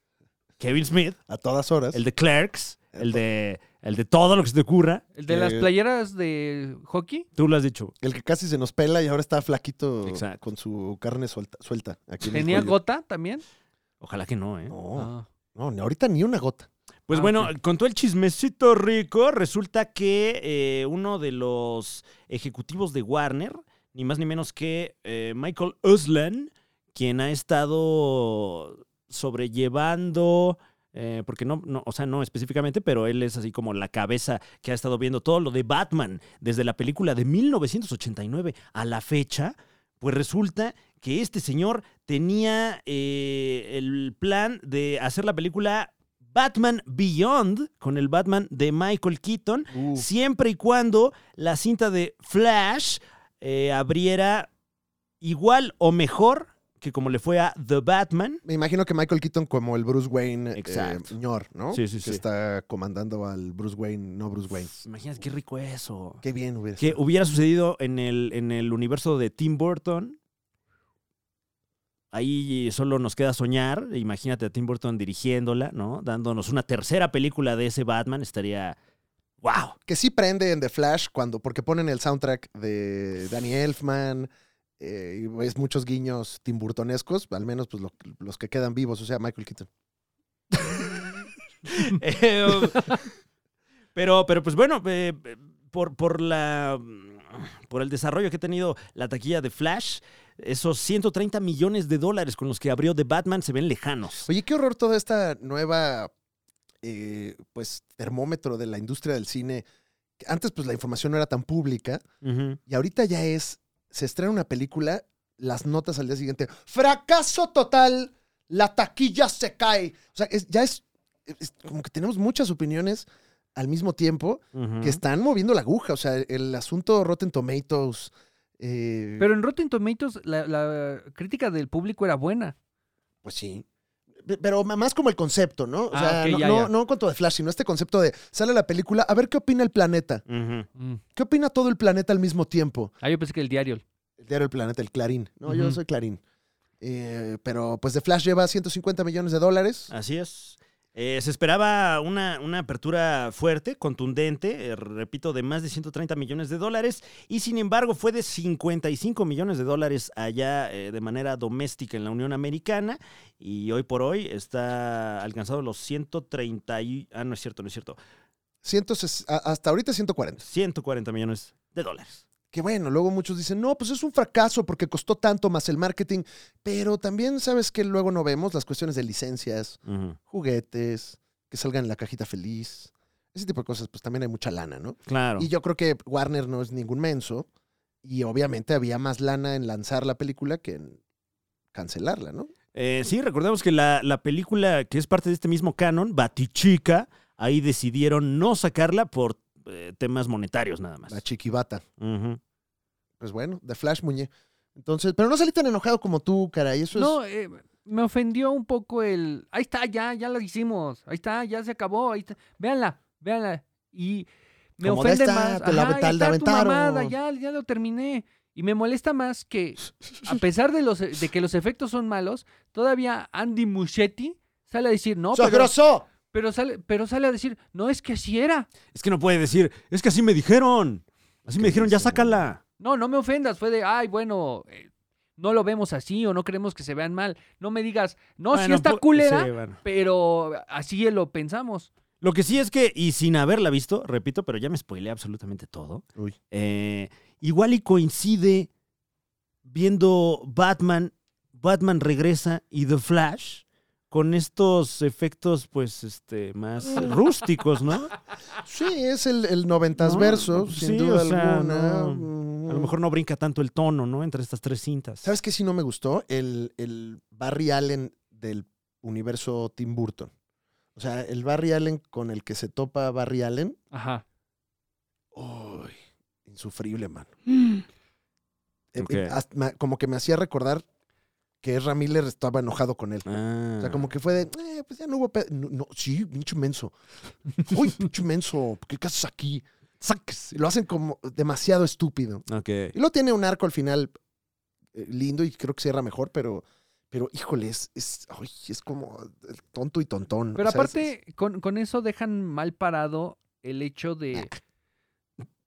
S3: Kevin Smith,
S1: A todas horas.
S3: el de Clerks, el de, el de todo lo que se te ocurra,
S2: El de las
S1: Eh,
S2: playeras de hockey.
S3: tú lo has dicho.
S1: El que casi se nos pela y ahora está flaquito
S3: Exacto.
S1: con su carne suelta. suelta aquí en el
S2: Tenía
S1: cuello.
S2: gota también.
S3: Ojalá que no, ¿eh?
S1: No,
S2: Ah.
S1: no, ni ahorita ni una gota.
S3: Pues
S2: Ah,
S3: bueno,
S2: ok.
S3: con todo el chismecito rico, resulta que eh, uno de los ejecutivos de Warner, ni más ni menos que eh, Michael Uslan, quien ha estado sobrellevando, eh, porque no, no, o sea, no específicamente, pero él es así como la cabeza que ha estado viendo todo lo de Batman desde la película de 1989 a la fecha, pues resulta que este señor tenía eh, el plan de hacer la película Batman Beyond con el Batman de Michael Keaton, siempre y cuando la cinta de Flash eh, abriera igual o mejor que como le fue a The Batman.
S1: Me imagino que Michael Keaton como el Bruce Wayne eh,
S3: Exacto.
S1: ñor, ¿no?
S3: Sí, sí,
S1: que
S3: sí.
S1: está comandando al Bruce Wayne, no Bruce Wayne.
S3: Imagínate qué rico eso.
S1: Qué bien hubiera
S3: Que
S1: estado.
S3: hubiera sucedido en el, en el universo de Tim Burton. Ahí solo nos queda soñar. Imagínate a Tim Burton dirigiéndola, ¿no? Dándonos una tercera película de ese Batman. Estaría. ¡Wow!
S1: Que sí prende en The Flash cuando, porque ponen el soundtrack de Danny Elfman, eh, y ves muchos guiños timburtonescos, al menos pues lo- los que quedan vivos, o sea, Michael Keaton.
S3: Eh, *laughs* pero, pero pues bueno, eh, por, por la. Por el desarrollo que ha tenido la taquilla de Flash, esos 130 millones de dólares con los que abrió The Batman se ven lejanos.
S1: Oye, qué horror toda esta nueva, eh, pues, termómetro de la industria del cine. Antes, pues, la información no era tan pública y ahorita ya es, se estrena una película, las notas al día siguiente, fracaso total, la taquilla se cae. O sea, es- ya es, es como que tenemos muchas opiniones al mismo tiempo
S3: Ujú.
S1: que están moviendo la aguja. O sea, el asunto Rotten Tomatoes. eh,
S2: Pero en Rotten Tomatoes la, la crítica del público era buena.
S1: Pues sí. Pe- Pero ma- más como el concepto, ¿no? O
S2: Ah,
S1: sea,
S2: ok,
S1: no,
S2: ya,
S1: no,
S2: ya.
S1: no en cuanto de Flash, sino este concepto de sale la película, a ver qué opina el planeta.
S3: Ujú.
S1: ¿Qué opina todo el planeta al mismo tiempo?
S2: Mm. Ah, yo pensé que el diario.
S1: El diario El Planeta, el Clarín. No, yo
S2: Ujú.
S1: soy Clarín. Eh, pero pues de Flash lleva 150 millones de dólares.
S3: Así es. Eh, se esperaba una, una apertura fuerte, contundente, eh, repito, de más de 130 millones de dólares y sin embargo fue de 55 millones de dólares allá eh, de manera doméstica en la Unión Americana y hoy por hoy está alcanzado los 130, y- ah, no es cierto, no es cierto,
S1: 160 a- hasta ahorita 140.
S3: 140 millones de dólares.
S1: Que bueno, luego muchos dicen, no, pues es un fracaso porque costó tanto más el marketing. Pero también sabes que luego no vemos las cuestiones de licencias,
S3: Ujú,
S1: juguetes, que salgan en la cajita feliz. Ese tipo de cosas, pues también hay mucha lana, ¿no?
S3: Claro.
S1: Y yo creo que Warner no es ningún menso. Y obviamente había más lana en lanzar la película que en cancelarla, ¿no?
S3: Eh, sí, recordemos que la, la película que es parte de este mismo canon, Batichica, ahí decidieron no sacarla por eh, temas monetarios nada más.
S1: La chiquibata.
S3: Ujú.
S1: Pues bueno, de Flash Muñe. Entonces, pero no salí tan enojado como tú, caray. Eso
S2: No,
S1: es.
S2: eh, me ofendió un poco el. Ahí está, ya, ya lo hicimos. Ahí está, ya se acabó. Ahí está. Véanla, véanla. Y me
S1: Como de
S2: ofende
S1: esta,
S2: más.
S1: te la
S2: Ajá,
S1: aventa-
S2: ya
S1: la
S2: está tu
S1: aventaron.
S2: mamada, ya, ya lo terminé. Y me molesta más
S1: *laughs*
S2: que, a pesar de, los, de que los efectos son malos, todavía Andy Muschietti sale a decir, no,
S1: ¡Sos
S2: pero,
S1: grosso!
S2: pero, sale, pero sale a decir, no, es que así era.
S3: Es que no puede decir, es que así me dijeron. Así me dijeron, ya sácala.
S2: No, no me ofendas. Fue de, ay, bueno, eh, no lo vemos así o no queremos que se vean mal. No me digas, no, si
S3: Bueno,
S2: Oh, está
S3: pu-
S2: culera,
S3: sí, bueno.
S2: pero así lo pensamos.
S3: Lo que sí es que, y sin haberla visto, repito, pero ya me spoileé absolutamente todo.
S1: Uy.
S3: eh, igual y coincide viendo Batman, Batman regresa y The Flash con estos efectos, pues, este, más rústicos, ¿no?
S1: Sí, es el, el noventas
S3: No,
S1: verso,
S3: pues
S1: sin
S3: sí,
S1: duda
S3: o sea,
S1: alguna.
S3: no.
S1: Mm,
S3: A lo mejor no brinca tanto el tono, ¿no? Entre estas tres cintas.
S1: ¿Sabes qué sí no me gustó? El, el Barry Allen del universo Tim Burton. O sea, el Barry Allen con el que se topa Barry Allen.
S2: Ajá.
S1: Uy, insufrible, mano.
S3: Mm.
S1: Eh,
S3: Ok.
S1: eh, hasta me- como que me hacía recordar que Ramírez estaba enojado con él.
S3: Ah.
S1: O sea, como que fue de, "Eh, pues ya no hubo... pe- No, no, sí, pinche
S2: *laughs*
S1: menso. Uy, pinche menso, ¿qué haces aquí? Saques. Lo hacen como demasiado estúpido.
S3: Ok.
S1: Y luego tiene un arco al final eh, lindo y creo que cierra mejor, pero, pero híjole, es, es, ay, es como eh, tonto y tontón.
S2: Pero
S1: O sea, es-
S2: aparte, con, con eso dejan mal parado el hecho de,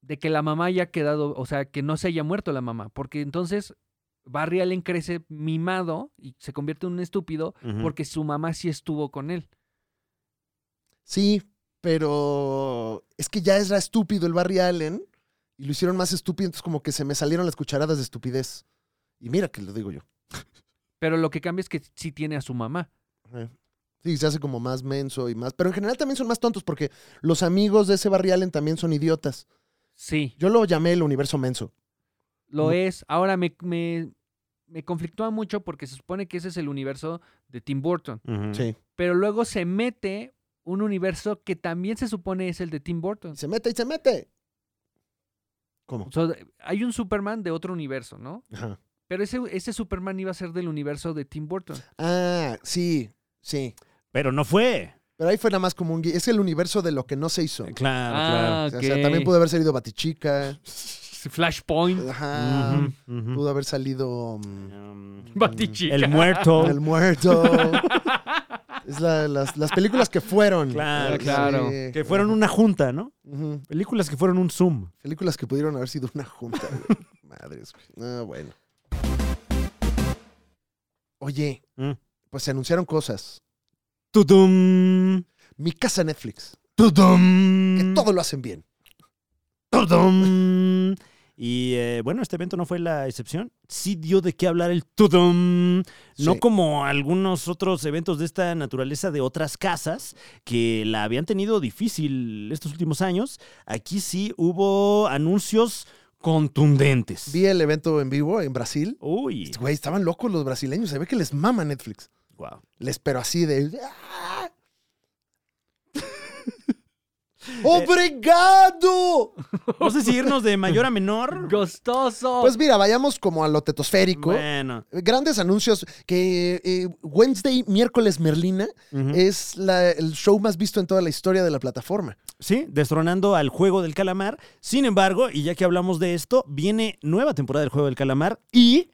S2: de que la mamá haya quedado, o sea, que no se haya muerto la mamá, porque entonces Barry Allen crece mimado y se convierte en un estúpido
S3: Ujú.
S2: porque su mamá sí estuvo con él.
S1: Sí, pero es que ya era estúpido el Barry Allen y lo hicieron más estúpido, entonces como que se me salieron las cucharadas de estupidez. Y mira que lo digo yo.
S2: Pero lo que cambia es que sí tiene a su mamá.
S1: Eh, Sí, se hace como más menso y más. Pero en general también son más tontos porque los amigos de ese Barry Allen también son idiotas.
S2: Sí,
S1: Yo lo llamé el universo menso.
S2: lo es. Ahora me, me, me conflictúa mucho porque se supone que ese es el universo de Tim Burton.
S3: Ujú.
S1: Sí.
S2: Pero luego se mete un universo que también se supone es el de Tim Burton.
S1: Y se mete y se mete. ¿Cómo?
S2: O sea, hay un Superman de otro universo, ¿no?
S1: Ajá.
S2: Pero ese, ese Superman iba a ser del universo de Tim Burton.
S1: Ah, sí, sí.
S3: Pero no fue.
S1: Pero ahí fue nada más como un gui- Es el universo de lo que no se hizo.
S3: Claro, Eh, claro.
S1: O sea, o sea, también pudo haber salido Batichica. *laughs*
S2: Flashpoint.
S1: Ajá.
S3: Ujú, ujú.
S1: Ah, Pudo haber salido mm,
S3: Um,
S2: Batichica.
S1: *laughs*
S3: El muerto.
S1: El Muerto. es la- las, las películas que fueron.
S3: Claro,
S2: claro.
S1: Sí.
S3: Que fueron una junta, ¿no?
S1: Ujú.
S3: Películas que fueron un Zoom.
S1: Películas que pudieron haber sido una junta.
S3: *laughs*
S1: güey. Madres. güey. Ah, bueno. Oye,
S3: Mm.
S1: pues se anunciaron cosas.
S3: Tudum.
S1: Mi casa Netflix.
S3: Tudum.
S1: Que todo lo hacen bien.
S3: Tudum. Y eh, bueno, este evento no fue la excepción. Sí dio de qué hablar el Tudum. No
S1: Sí.
S3: como algunos otros eventos de esta naturaleza de otras casas que la habían tenido difícil estos últimos años. Aquí sí hubo anuncios contundentes.
S1: Vi el evento en vivo en Brasil.
S3: Uy.
S1: Güey, estaban locos los brasileños. Se ve que les mama Netflix.
S3: Wow.
S1: Les pero así de.
S3: *laughs*
S1: ¡Ah! ¡Obrigado!
S3: No sé si irnos de mayor a menor.
S2: Gostoso.
S1: Pues mira, vayamos como a lo tetosférico.
S3: Bueno.
S1: Grandes anuncios que eh, Wednesday, miércoles Merlina
S3: Ujú.
S1: es la- el show más visto en toda la historia de la plataforma.
S3: Sí, destronando al juego del calamar. Sin embargo, y ya que hablamos de esto, viene nueva temporada del juego del calamar y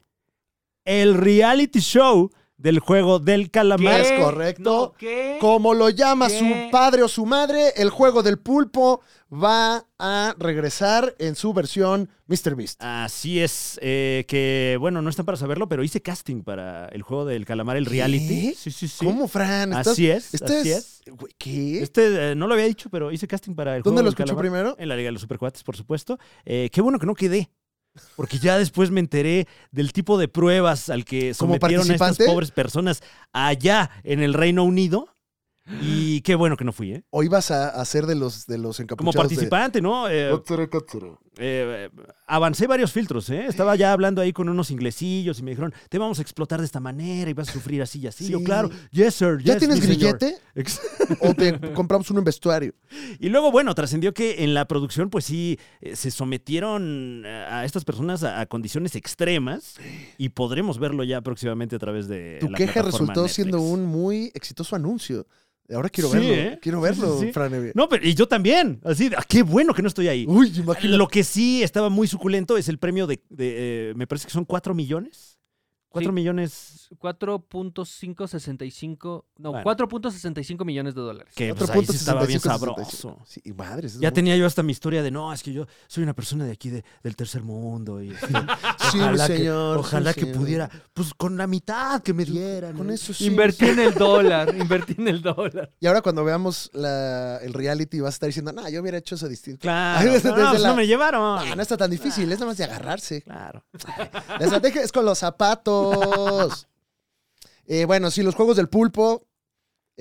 S3: el reality show del juego del calamar.
S1: Es correcto.
S2: No, ¿qué?
S1: Como lo llama
S2: ¿Qué?
S1: su padre o su madre, el juego del pulpo va a regresar en su versión Mr. Beast.
S3: Así es, eh, que bueno, no están para saberlo, pero hice casting para el juego del calamar, el reality.
S1: ¿Qué?
S3: Sí, sí, sí.
S1: ¿Cómo, Fran? Estás- este
S3: Así es,
S1: estás-
S3: así es.
S1: güey, ¿Qué?
S3: Este eh, no lo había dicho, pero hice casting para el
S1: ¿Dónde
S3: juego
S1: lo
S3: del
S1: escuchó
S3: calamar.
S1: primero?
S3: En la Liga de los Supercuates, por supuesto. Eh, qué bueno que no quedé. Porque ya después me enteré del tipo de pruebas al que
S1: ¿Como
S3: sometieron a estas
S1: participante?
S3: pobres personas allá en el Reino Unido. Y qué bueno que no fui, ¿eh?
S1: ¿O ibas a, a ser de los, de los
S3: Como
S1: encapuchados?
S3: participante, ¿no? Eh, eh, avancé varios filtros, ¿eh? Estaba ya hablando ahí con unos inglesillos y me dijeron, te vamos a explotar de esta manera y vas a sufrir así y así.
S1: Sí.
S3: Yo, claro, yes, sir.
S1: De... ¿Ya
S3: yes,
S1: tienes
S3: mi señor".
S1: grillete
S3: Ex-
S1: o
S3: *laughs*
S1: te compramos uno en vestuario?
S3: Y luego, bueno, trascendió que en la producción, pues sí, eh, se sometieron eh, a estas personas a, a condiciones extremas y podremos verlo ya próximamente a través de.
S1: Tu
S3: la
S1: queja
S3: plataforma
S1: resultó
S3: Netflix.
S1: siendo un muy exitoso anuncio. Ahora quiero
S3: Sí,
S1: verlo.
S3: ¿eh?
S1: Quiero
S3: Sí,
S1: verlo,
S3: sí, sí.
S1: Fran Evia.
S3: No, pero y yo también. Así, de, ah, qué bueno que no estoy ahí.
S1: Uy, imagínate.
S3: Lo que sí estaba muy suculento es el premio de. de, eh, me parece que son cuatro millones. Cuatro
S2: Sí.
S3: millones.
S2: 4.565. No,
S3: Bueno.
S2: 4.65 millones de dólares.
S3: Que pues, ahí sí
S1: 4.65,
S3: estaba bien
S1: 65.
S3: sabroso.
S1: Sí, y madres. es
S3: Ya
S1: muy-
S3: tenía yo hasta mi historia de no, es que yo soy una persona de aquí de- del tercer mundo y este,
S1: Sí, mi
S3: ojalá
S1: señor, sí,
S3: que, ojalá que
S1: señor.
S3: pudiera, pues con la mitad que me dieran.
S1: Con
S3: ¿no?
S1: eso sí.
S2: Invertí en el dólar, invertí en el dólar.
S1: Y ahora cuando veamos la- el reality vas a estar diciendo, no, yo hubiera hecho eso distinto. *laughs*
S3: Claro. *laughs*
S1: Desde
S3: no, pues,
S1: la-
S3: no me llevaron.
S1: Ah, no está tan difícil, es nada más de agarrarse.
S3: Claro. *laughs*
S1: La estrategia es con los zapatos. Eh, bueno, sí, los juegos del pulpo.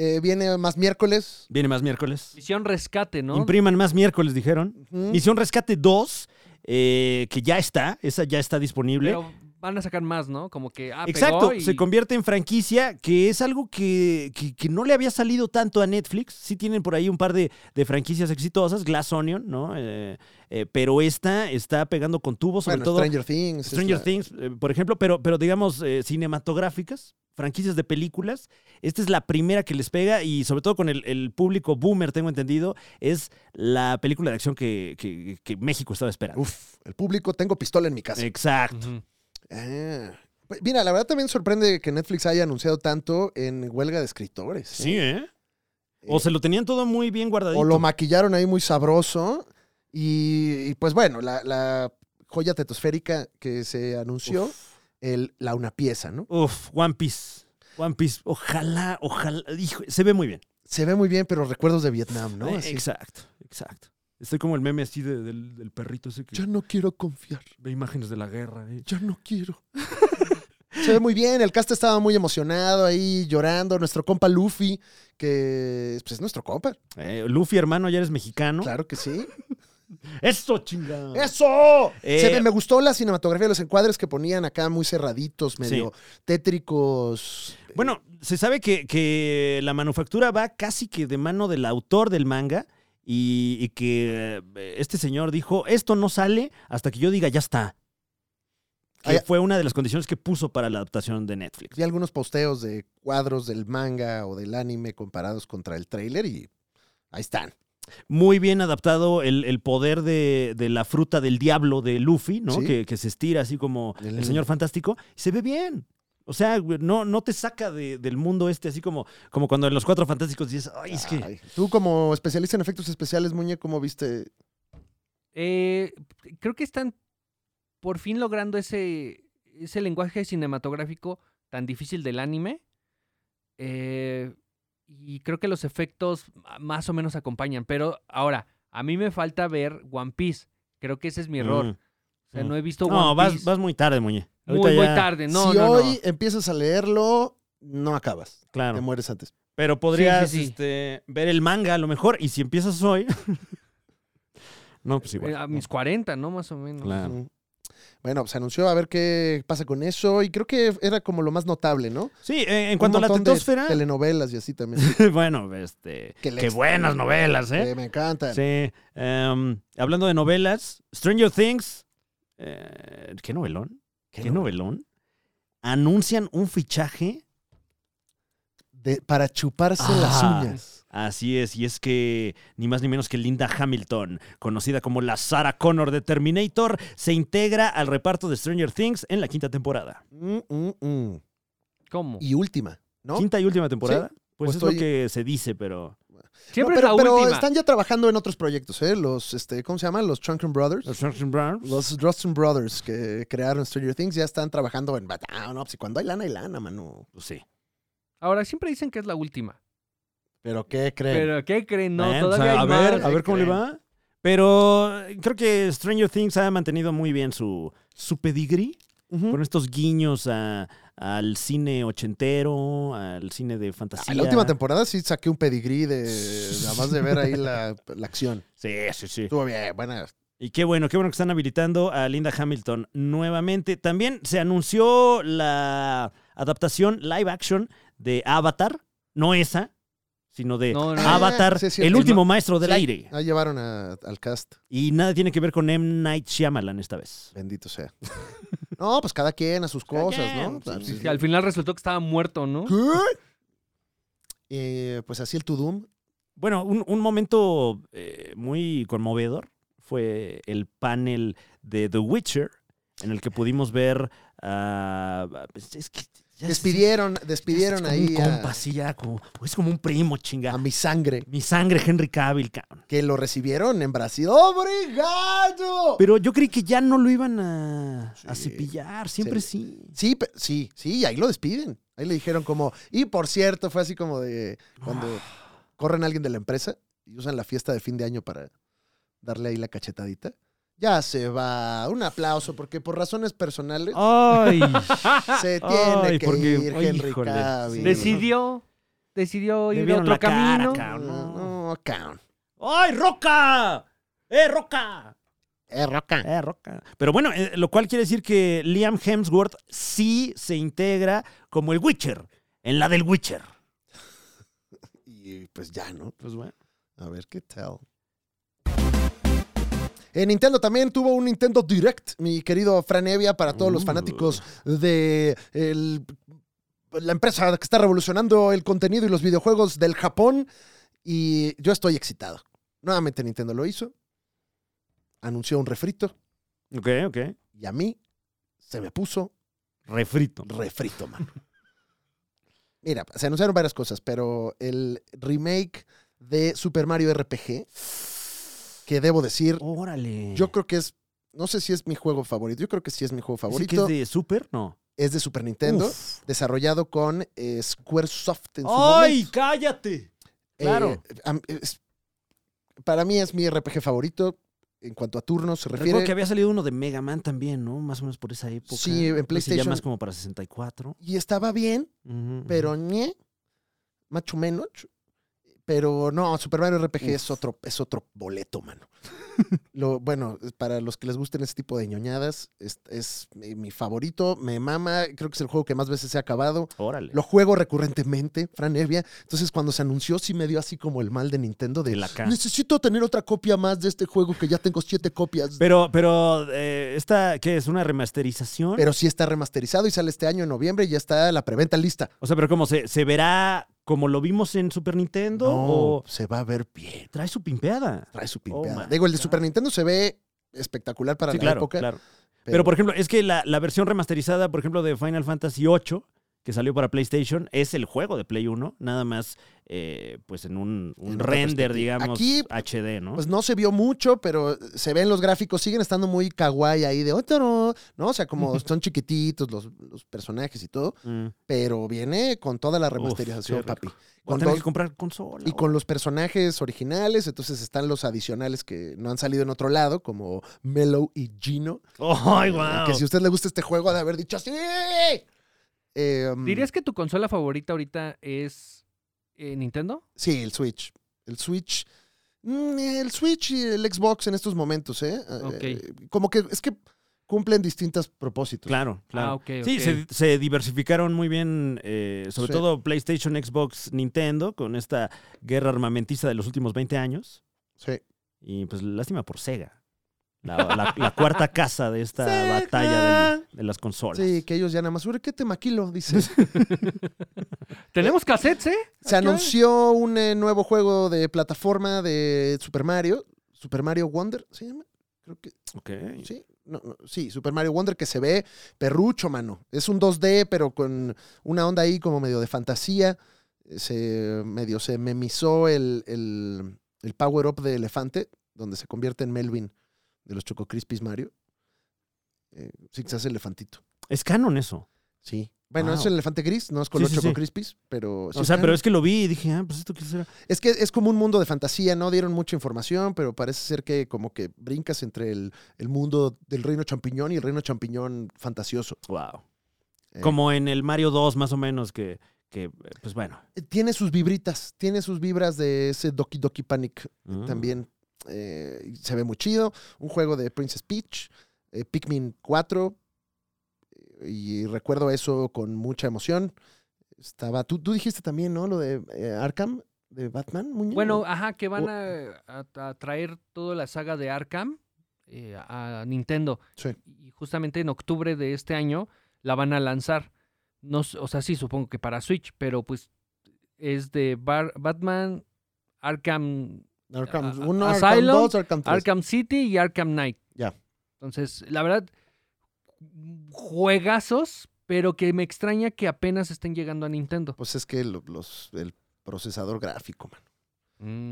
S1: eh, viene más miércoles.
S3: Viene más miércoles.
S2: Misión rescate, ¿no?
S1: Mm,
S3: Impriman más miércoles, dijeron.
S1: Ujú.
S3: Misión Rescate 2. eh, que ya está, esa ya está disponible.
S2: Pero van a sacar más, ¿no? Como que. Ah, pegó
S3: Exacto,
S2: y-
S3: se convierte en franquicia, que es algo que, que- que no le había salido tanto a Netflix. Sí tienen por ahí un par de, de franquicias exitosas, Glass Onion, ¿no? Eh, eh, pero esta está pegando con tubos, sobre
S1: Bueno,
S3: todo
S1: Stranger Things. es
S3: Stranger
S1: la-
S3: Things, eh, por ejemplo, pero, pero digamos eh, cinematográficas, franquicias de películas. Esta es la primera que les pega y sobre todo con el, el público boomer, tengo entendido, es la película de acción que, que- que México estaba esperando.
S1: Uf, el público, tengo pistola en mi casa.
S3: Exacto.
S2: Ujú.
S1: Ah. Pues, Mira, la verdad también sorprende que Netflix haya anunciado tanto en huelga de escritores. ¿eh?
S3: Sí, ¿eh? O se lo tenían todo muy bien guardadito.
S1: O lo maquillaron ahí muy sabroso. Y, y, pues bueno, la, la joya tetosférica que se anunció, el, la una pieza, ¿no?
S3: Uf, One Piece. One Piece. Ojalá, ojalá. Hijo, se ve muy bien.
S1: Se ve muy bien, pero recuerdos de Vietnam, ¿no?
S3: Eh,
S1: Así.
S3: Exacto, exacto. Estoy como el meme así de- del, del perrito ese que
S1: Ya no quiero confiar,
S3: ve imágenes de la guerra. ¿eh?
S1: ya no quiero. Se ve muy bien, el cast estaba muy emocionado ahí, llorando. Nuestro compa Luffy, que pues, es nuestro compa,
S3: Eh, Luffy, hermano, ya eres mexicano.
S1: claro que sí.
S3: ¡Eso, chinga!
S1: ¡Eso!
S3: Eh,
S1: Se ve- me gustó la cinematografía, los encuadres que ponían acá muy cerraditos, medio tétricos.
S3: Bueno, se sabe que, que la manufactura va casi que de mano del autor del manga y, y que eh, este señor dijo, esto no sale hasta que yo diga, ya está. Que
S1: Ay,
S3: fue una de las condiciones que puso para la adaptación de Netflix.
S1: Vi algunos posteos de cuadros del manga o del anime comparados contra el tráiler y ahí están.
S3: Muy bien adaptado el, el poder de, de la fruta del diablo de Luffy, ¿no?
S1: Sí.
S3: Que, que se estira así como el,
S1: El-
S3: señor fantástico. Y se ve bien. O sea, güey, no, no te saca de- del mundo este, así como, como cuando en los cuatro fantásticos dices, ay, es que...
S1: Ay, Tú como especialista en efectos especiales, Muñe, ¿cómo viste?
S2: Eh, creo que están por fin logrando ese, ese lenguaje cinematográfico tan difícil del anime. Eh, y creo que los efectos a- más o menos acompañan. Pero ahora, a mí me falta ver One Piece. Creo que ese es mi error.
S3: Mm.
S2: O sea,
S3: mm.
S2: no he visto
S3: No,
S2: One
S3: vas,
S2: Piece.
S3: vas muy tarde, Muñe.
S2: muy,
S3: Ahorita
S2: muy
S3: ya-
S2: tarde. No,
S1: si
S2: no, Eh, no.
S1: hoy empiezas a leerlo, no acabas. Te
S3: Claro.
S1: mueres antes.
S3: Pero podrías
S2: Sí, sí, sí.
S3: este, ver el manga a lo mejor. Y si empiezas hoy. *laughs* no, pues igual.
S2: Eh, a mis 40, ¿no? Más o menos.
S3: Claro.
S1: Mm. Bueno, se anunció a ver qué pasa con eso y creo que era como lo más notable, ¿no?
S3: Sí, eh, en
S1: Un
S3: cuanto a la
S1: montón de
S3: tetosfera.
S1: telenovelas y así también.
S3: *laughs* bueno, este.
S1: Que
S3: Qué,
S1: le-
S3: buenas novelas, ¿eh?
S1: que me encantan.
S3: Sí. em, hablando de novelas, Stranger Things. eh, ¿Qué novelón? ¿Qué, novelón? Anuncian un fichaje.
S1: de- para chuparse las
S3: Ah.
S1: uñas.
S3: Así es, y es que ni más ni menos que Linda Hamilton, conocida como la Sarah Connor de Terminator, se integra al reparto de Stranger Things en la quinta temporada.
S1: Mm, mm, mm.
S2: ¿Cómo?
S1: Y última, ¿no?
S3: ¿Quinta y última temporada? Pues,
S1: Pues
S3: es
S1: estoy-
S3: lo que se dice, pero.
S2: Siempre
S1: No, pero,
S2: es la
S1: pero
S2: última.
S1: están ya trabajando en otros proyectos, ¿eh? Los, este, ¿cómo se llaman? Los Drunken Brothers.
S3: Los Johnson Brown.
S1: Pues Los Drunken Brothers que crearon Stranger Things ya están trabajando en... Ah, no, pues cuando hay lana, hay lana, Manu.
S3: Pues sí.
S2: Ahora, siempre dicen que es la última.
S1: ¿Pero qué creen?
S2: Pero ¿qué creen? No,
S3: Bueno,
S2: todavía
S3: o sea,
S2: hay
S3: a ver,
S2: más.
S3: a
S1: ¿eh?
S3: ver cómo le va. Pero eh, creo que Stranger Things ha mantenido muy bien su, su pedigrí
S1: Ujú.
S3: con estos guiños a- al cine ochentero, al cine de fantasía.
S1: Ah, la última temporada sí saqué un pedigrí de... Nada más de ver ahí la, la acción.
S3: Sí, sí, sí.
S1: Estuvo bien, buena.
S3: Y qué bueno, qué bueno que están habilitando a Linda Hamilton nuevamente. También se anunció la adaptación live action de Avatar, no esa, sino de
S2: No, no.
S3: Avatar,
S1: Ah, sí, es cierto.
S3: el último maestro del
S1: Sí.
S3: aire.
S1: Ah, llevaron a- al cast,
S3: Y nada tiene que ver con M. Night Shyamalan esta vez.
S1: bendito sea. *laughs* No, pues cada quien a sus
S3: Cada
S1: cosas,
S3: quien,
S1: ¿no? O sea,
S3: sí, sí,
S1: sí,
S2: Que al final resultó que estaba muerto, ¿no?
S1: ¿Qué? *laughs* Eh, pues así el Tudum.
S3: Bueno, un, un momento eh, muy conmovedor fue el panel de The Witcher, en el que pudimos ver a... Es que ya es-
S1: Despidieron,
S3: es
S1: despidieron
S3: como
S1: ahí
S3: Un
S1: a-
S3: compa, sí, ya, como, pues, es como un primo, chinga.
S1: a mi sangre.
S3: Mi sangre, Henry Cavill, cabrón.
S1: que lo recibieron en Brasil. ¡Obrigado!
S3: Pero yo creí que ya no lo iban a, a
S1: Sí.
S3: cepillar, siempre sí.
S1: Sí, pe- sí, sí, ahí lo despiden. Ahí le dijeron como, y por cierto, fue así como de cuando
S3: Ah.
S1: corren a alguien de la empresa y usan la fiesta de fin de año para darle ahí la cachetadita. Ya se va, un aplauso, porque por razones personales
S3: Oh, Ay,
S1: *laughs* se tiene
S3: ay,
S1: que
S3: porque-
S1: ir Henry
S3: híjole.
S1: Cavill.
S2: Decidió, decidió
S3: Le
S2: irme a
S3: vieron
S2: otro
S3: la cara,
S2: camino.
S3: cabrón.
S1: No, no, cabrón.
S3: ¡Ay, Roca! ¡Eh, Roca!
S1: Eh, roca.
S3: Eh, roca. Pero bueno, eh, lo cual quiere decir que Liam Hemsworth sí se integra como el Witcher, en la del Witcher.
S1: Y pues ya, ¿no?
S3: Pues bueno.
S1: A ver qué tal. Eh, Nintendo también tuvo un Nintendo Direct, mi querido Fran Evia, para todos los
S3: Uh.
S1: fanáticos de el- la empresa que está revolucionando el contenido y los videojuegos del Japón. Y yo estoy excitado. Nuevamente Nintendo lo hizo. Anunció un refrito
S3: Ok, ok.
S1: y a mí se me puso
S3: Refrito.
S1: refrito, mano. Mira, se anunciaron varias cosas, pero el remake de Super Mario RPG, que debo decir,
S3: Órale.
S1: yo creo que es, no sé si es mi juego favorito, yo creo que sí es mi juego
S3: ¿Ese
S1: favorito.
S3: que es de Super? No.
S1: Super Nintendo,
S3: Uf.
S1: desarrollado con eh, Squaresoft en su
S3: ¡Ay,
S1: momento.
S3: cállate!
S1: Eh,
S3: claro.
S1: am- es- para mí es mi RPG favorito en cuanto a turnos se refiere.
S3: Recuerdo que había salido uno de Mega Man también, ¿no? Más o menos por esa época.
S1: Sí, en
S3: Pero ese Ya
S1: PlayStation.
S3: más como para 64.
S1: Y estaba bien,
S3: Ujú,
S1: pero
S3: ujú.
S1: ñe, macho menos. Pero no, Super Mario RPG es otro, es otro boleto, mano. Lo, bueno, para los que les gusten ese tipo de ñoñadas, es, es mi, mi favorito, me mama, creo que es el juego que más veces he acabado.
S3: Órale.
S1: Lo juego recurrentemente, Fran Evia. Entonces, cuando se anunció, sí me dio así como el mal de Nintendo de
S3: De la K.
S1: necesito tener otra copia más de este juego que ya tengo siete copias.
S3: Pero, pero, eh, ¿esta qué es? ¿Una remasterización?
S1: Pero sí está remasterizado y sale este año en noviembre y ya está la preventa lista.
S3: o sea, ¿pero cómo? ¿Se, se verá como lo vimos en Super Nintendo?
S1: No,
S3: ¿O
S1: se va a ver bien.
S3: trae su pimpeada?
S1: trae su
S3: Oh
S1: pimpeada.
S3: my
S1: Digo, el de
S3: God.
S1: Super Nintendo se ve espectacular para
S3: sí,
S1: la
S3: claro,
S1: época.
S3: claro. Pero,
S1: Pero,
S3: por ejemplo, es que la, la versión remasterizada, por ejemplo, de Final Fantasy VIII, que salió para PlayStation, es el juego de Play 1, nada más, eh, pues en un, un
S1: En otra
S3: render,
S1: perspectiva.
S3: digamos,
S1: Aquí,
S3: HD, ¿no?
S1: pues no se vio mucho, pero se ven los gráficos, siguen estando muy kawaii ahí de otro, ¿no? O sea,
S3: *laughs*
S1: como son chiquititos los, los personajes y todo,
S3: Mm.
S1: pero viene con toda la
S3: Uf,
S1: remasterización,
S3: qué rico.
S1: papi.
S3: Voy a
S1: Con
S3: tener
S1: dos-
S3: que comprar consola.
S1: Y con los personajes originales, entonces están los adicionales que no han salido en otro lado, como Mellow y Gino.
S3: *laughs* ¡Ay,
S1: Eh,
S3: guau!
S1: Que si a usted le gusta este juego, ha de haber dicho así. Eh,
S2: ¿Dirías que tu consola favorita ahorita es eh, Nintendo?
S1: Sí, el Switch. El Switch. mm, El Switch y el Xbox en estos momentos, ¿eh?
S2: Ok.
S1: Eh, Como que es que cumplen distintos propósitos.
S3: Claro, claro.
S2: Ah, ok,
S3: Sí,
S2: ok.
S3: se, se diversificaron muy bien, eh,
S1: Sí.
S3: sobre todo PlayStation, Xbox, Nintendo, con esta guerra armamentista de los últimos 20 años.
S1: Sí.
S3: Y pues lástima por Sega. La, la- la
S1: *laughs*
S3: cuarta casa de esta batalla del- de las consolas.
S1: Sí, que ellos ya nada más, "Ure, ¿qué te maquilo?
S3: *laughs*
S1: Dice.
S2: Tenemos cassettes, ¿eh?
S1: Se anunció un eh, nuevo juego de plataforma de Super Mario. Super Mario Wonder, ¿se llama? Creo que
S3: Ok.
S1: sí. No, no, sí, Super Mario Wonder que se ve perrucho, mano. Es un 2D, pero con una onda ahí como medio de fantasía. Se medio se memizó el, el, el power up de elefante, donde se convierte en Melvin de los Choco Crispies Mario. Eh, sí, que se hace elefantito.
S3: Es canon eso.
S1: Sí. Bueno,
S3: Wow.
S1: es el elefante gris, no es con
S3: Sí,
S1: los
S3: sí,
S1: Choco
S3: sí.
S1: Crispies, pero. sí
S3: o sea,
S1: están.
S3: pero es que lo vi y dije, ah, pues esto qué será.
S1: Es que es como un mundo de fantasía, no dieron mucha información, pero parece ser que como que brincas entre el, el mundo del reino champiñón y el reino champiñón fantasioso.
S3: Wow.
S1: Eh,
S3: Como en el Mario 2, más o menos, que, que eh, pues bueno.
S1: Tiene sus vibritas, tiene sus vibras de ese Doki Doki Panic
S3: Mm.
S1: también. Eh, se ve muy chido. Un juego de Princess Peach, eh, Pikmin 4. eh, Y recuerdo eso con mucha emoción. Estaba. Tú, tú dijiste también, ¿no? Lo de eh, Arkham, de Batman, Muñe.
S2: Bueno, ajá, que van
S1: o-
S2: a, a- a traer toda la saga de Arkham eh, a Nintendo.
S1: Sí.
S2: Y justamente en octubre de este año la van a lanzar. No, s- o sea, sí, supongo que para Switch, pero pues es de Bar- Batman, Arkham,
S1: Arkham
S2: a-
S1: 1, Arkham
S2: Asylum,
S1: 2, Arkham 3.
S2: Arkham City y Arkham Knight.
S1: Ya.
S2: Entonces, la verdad, juegazos, pero que me extraña que apenas estén llegando a Nintendo.
S1: Pues es que lo- los, el procesador gráfico, man.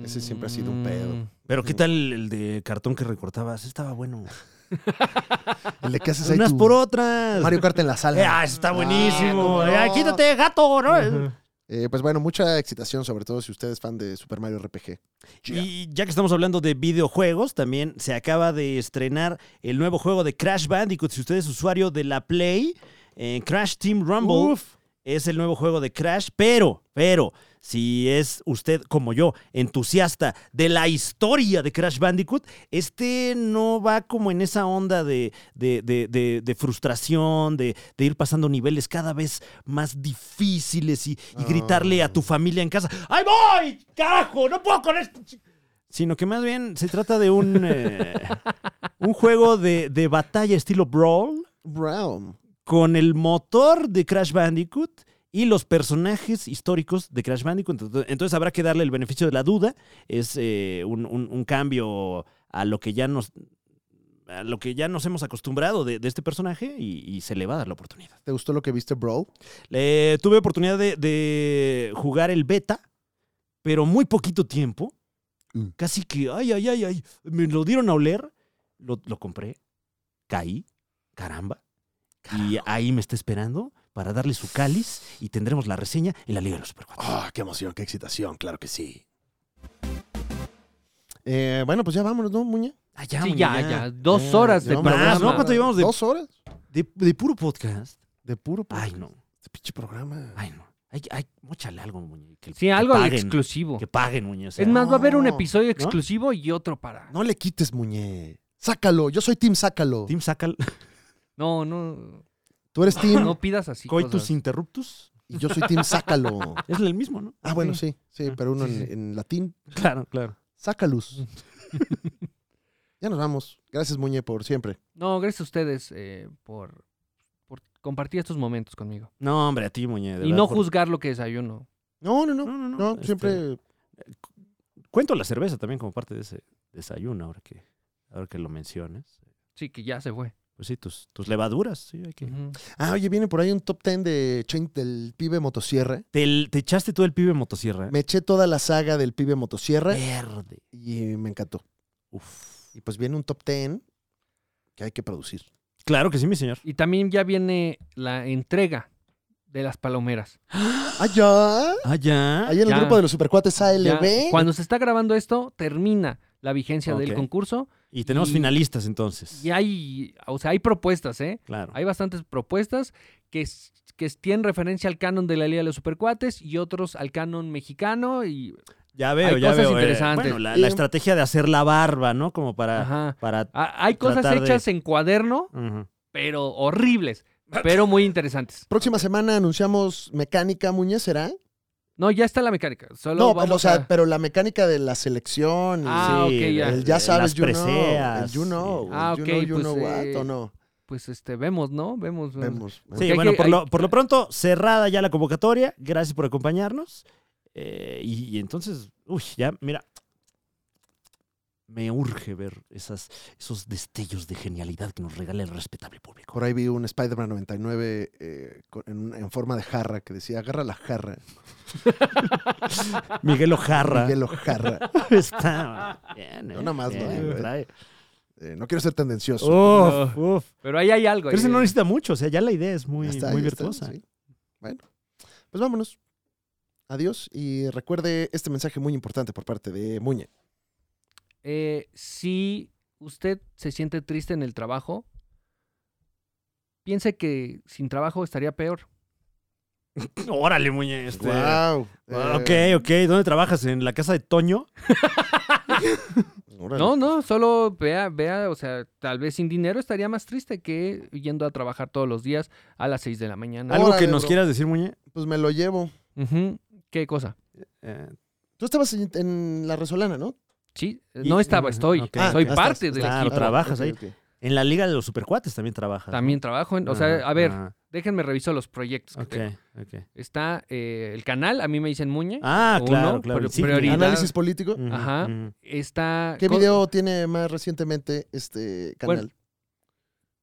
S1: Ese siempre ha sido un pedo.
S2: Mm.
S3: Pero qué tal el de cartón que recortabas? Estaba bueno.
S1: El de que haces ahí
S3: Unas
S1: tu
S3: por otras.
S1: Mario Kart en la
S3: Eh,
S1: sala.
S3: *laughs* ah, está buenísimo.
S1: cómo no.
S3: Eh, ah, quítate, gato, ¿no?
S1: Eh, pues bueno, mucha excitación, sobre todo si usted es fan de Super Mario RPG.
S3: Y ya que estamos hablando de videojuegos, también se acaba de estrenar el nuevo juego de Crash Bandicoot. Si usted es usuario de la Play, eh, Crash Team Rumble. Es el nuevo juego de Crash, pero, pero, si es usted como yo, entusiasta de la historia de Crash Bandicoot, este no va como en esa onda de, de- de- de- de frustración, de, de ir pasando niveles cada vez más difíciles y, y gritarle a tu familia en casa, ¡Ahí voy! ¡Carajo! ¡No puedo con esto! Sino que más bien se trata de un, eh, un juego de, de batalla estilo Brawl
S1: Brown.
S3: con el motor de Crash Bandicoot y los personajes históricos de Crash Bandicoot. Entonces, entonces habrá que darle el beneficio de la duda. Es eh, un, un- un cambio a lo que ya nos a lo que ya nos hemos acostumbrado de, de este personaje y, y se le va a dar la oportunidad.
S1: ¿Te gustó lo que viste, Brawl?
S3: Le, tuve oportunidad de, de jugar el beta, pero muy poquito tiempo.
S1: Mm.
S3: Casi que, ay, ay, ay, ay, me lo dieron a oler. Lo, lo compré, caí, caramba. Y ahí me está esperando para darle su cáliz y tendremos la reseña en la Liga de los Supercuatro.
S1: Ah, qué emoción, qué excitación, claro que sí. Eh, bueno, pues ya vámonos, ¿no, Muña?
S3: Ah, ya,
S2: Sí,
S3: muñe,
S2: ya, ya. Dos
S1: Ya,
S2: horas de
S1: ya vámonos.
S2: programa.
S3: Más, ¿no? ¿Cuánto llevamos de,
S1: Dos horas
S3: de, de puro podcast?
S1: de puro
S3: Ay,
S1: podcast.
S3: no,
S1: Este pinche programa.
S3: ay, no. Ay, ay, móchale algo, muñe. que-
S2: Sí,
S3: que
S2: algo al
S3: paguen,
S2: exclusivo.
S3: Que paguen, muñe. o sea,
S2: es más, va a haber un
S1: no,
S2: episodio exclusivo y otro para.
S1: No le quites, Muñe. Sácalo, yo soy Team Sácalo.
S3: Tim, saca el-
S2: No, no,
S1: Tú eres Team
S2: *laughs* no pidas así.
S3: coitus
S2: cosas.
S3: interruptus.
S1: y yo soy Team Sácalo.
S3: Es el mismo, ¿no?
S1: Ah, bueno, sí, sí, pero uno en, en latín.
S3: Claro, claro.
S1: Sácalos. *laughs* ya nos vamos. Gracias, Muñe, por siempre.
S2: No, gracias a ustedes eh, por, por compartir estos momentos conmigo.
S3: No, hombre, a ti, muñe. de
S2: y
S3: verdad,
S2: no
S3: por-
S2: juzgar lo que desayuno.
S1: No, no, no. No,
S3: No,
S1: pues
S3: no, no, este-
S1: siempre.
S3: Cuento la cerveza también como parte de ese desayuno, ahora que, ahora que lo mencionas.
S2: Sí, que ya se fue.
S3: Pues sí, tus, tus levaduras, sí, hay que...
S2: Ujú.
S1: Ah, oye, viene por ahí un top 10 de Chain- del pibe motosierra.
S3: ¿Te, te echaste todo el pibe motosierra?
S1: Me eché toda la saga del pibe motosierra
S3: Verde.
S1: y me encantó.
S3: Eh. Uf.
S1: Y pues viene un top 10 que hay que producir.
S3: Claro que sí, mi señor.
S2: Y también ya viene la entrega de las palomeras.
S1: Ah, ya.
S3: Ah, ya.
S1: Ahí en
S2: Ya.
S1: el grupo de los supercuates
S2: Ya,
S1: ALB.
S2: Cuando se está grabando esto, termina la vigencia
S3: Ok.
S2: del concurso
S3: Y tenemos
S2: Y-
S3: finalistas entonces.
S2: y hay, o sea, hay propuestas, ¿eh?
S3: Claro.
S2: Hay bastantes propuestas que, s- que tienen referencia al canon de la Liga de los Supercuates y otros al canon mexicano y
S3: Ya veo,
S2: hay
S3: ya
S2: cosas
S3: veo. eh,
S2: interesantes.
S3: bueno, la,
S1: Y-
S3: la estrategia de hacer la barba, ¿no? Como para...
S2: ajá.
S3: para
S2: A- hay cosas
S3: Ah. Tratar de-
S2: hechas en cuaderno,
S3: Ujú.
S2: pero horribles, pero muy interesantes.
S1: Próxima semana anunciamos mecánica, Muñe, ¿será?
S2: No, ya está la mecánica. Solo
S1: No,
S2: vamos
S1: pero, o sea,
S2: a-
S1: pero la mecánica de la selección. y-
S2: Ah, ok, ya.
S1: el ya
S3: eh,
S1: sabes,
S3: las
S1: you know,
S3: preseas.
S1: el you know,
S2: Ah,
S1: el
S2: ok,
S1: you know, you
S2: pues,
S1: know what,
S2: eh,
S1: o no.
S2: pues este, vemos, ¿no? Vemos. vemos.
S1: Vemos.
S3: Sí,
S2: hay
S3: bueno,
S2: que-
S3: por,
S2: hay-
S3: lo, por lo pronto, cerrada ya la convocatoria. Gracias por acompañarnos. Eh, y, y entonces, uy, ya, mira. Me urge ver esas, esos destellos de genialidad que nos regala el respetable
S2: *laughs*
S3: público.
S1: Por ahí vi un Spider-Man 99 eh, con- en, en forma de jarra que decía, agarra la jarra.
S3: Miguel Ojarra.
S1: Miguel Ojarra.
S3: *laughs* Está bien,
S1: Yo nada más lo
S3: bien,
S1: digo, eh.
S3: trae.
S1: *laughs* Eh, no quiero ser tendencioso.
S3: Uf, uf.
S2: Pero ahí hay algo. eh,
S3: Pero ese
S2: ahí-
S3: no necesita mucho. O sea, ya la idea es muy,
S1: Ya está,
S3: muy
S1: ya está,
S3: virtuosa.
S1: sí. Bueno, pues vámonos. Adiós y recuerde este mensaje muy importante por parte de Muñe.
S2: Eh, si usted se siente triste en el trabajo, piense que sin trabajo estaría peor.
S3: Órale, muñe. este.
S1: Guau,
S3: Ok,
S1: eh,
S3: Ah, ok. ¿Dónde trabajas? ¿En la casa de Toño?
S1: órale.
S2: No, no, solo vea, vea, o sea, tal vez sin dinero estaría más triste que yendo a trabajar todos los días a las 6 de la mañana.
S1: Ah,
S3: ¿Algo que
S1: Órale,
S3: nos
S1: bro.
S3: quieras decir, muñe?
S1: Pues me lo llevo.
S2: Ujú. ¿Qué cosa?
S3: Eh,
S1: Tú estabas en, en la Resolana, ¿no?
S2: Sí,
S3: Y-
S2: no estaba,
S3: ah,
S2: estoy.
S3: ok.
S1: Ah,
S2: Soy
S1: ya
S2: parte
S1: estás,
S2: del
S3: claro,
S2: equipo.
S1: Ah,
S3: trabajas
S1: ok,
S3: ahí.
S1: ok.
S3: En la Liga de los Supercuates también trabajas. ¿no?
S2: También trabajo en, o sea,
S1: Ah,
S3: Ajá,
S2: a ver,
S3: ajá.
S2: déjenme reviso los proyectos. que
S3: Ah, Ok,
S2: tengo.
S3: ok.
S2: Está eh, el canal, a mí me dicen Muñe.
S3: Ah,
S2: Uno,
S3: claro, claro.
S2: pero
S3: el signo.
S2: prioridad.
S1: Análisis político.
S3: Ujú,
S2: Ajá.
S3: ujú.
S2: Está
S1: ¿Qué
S2: co-
S1: video tiene más recientemente este canal?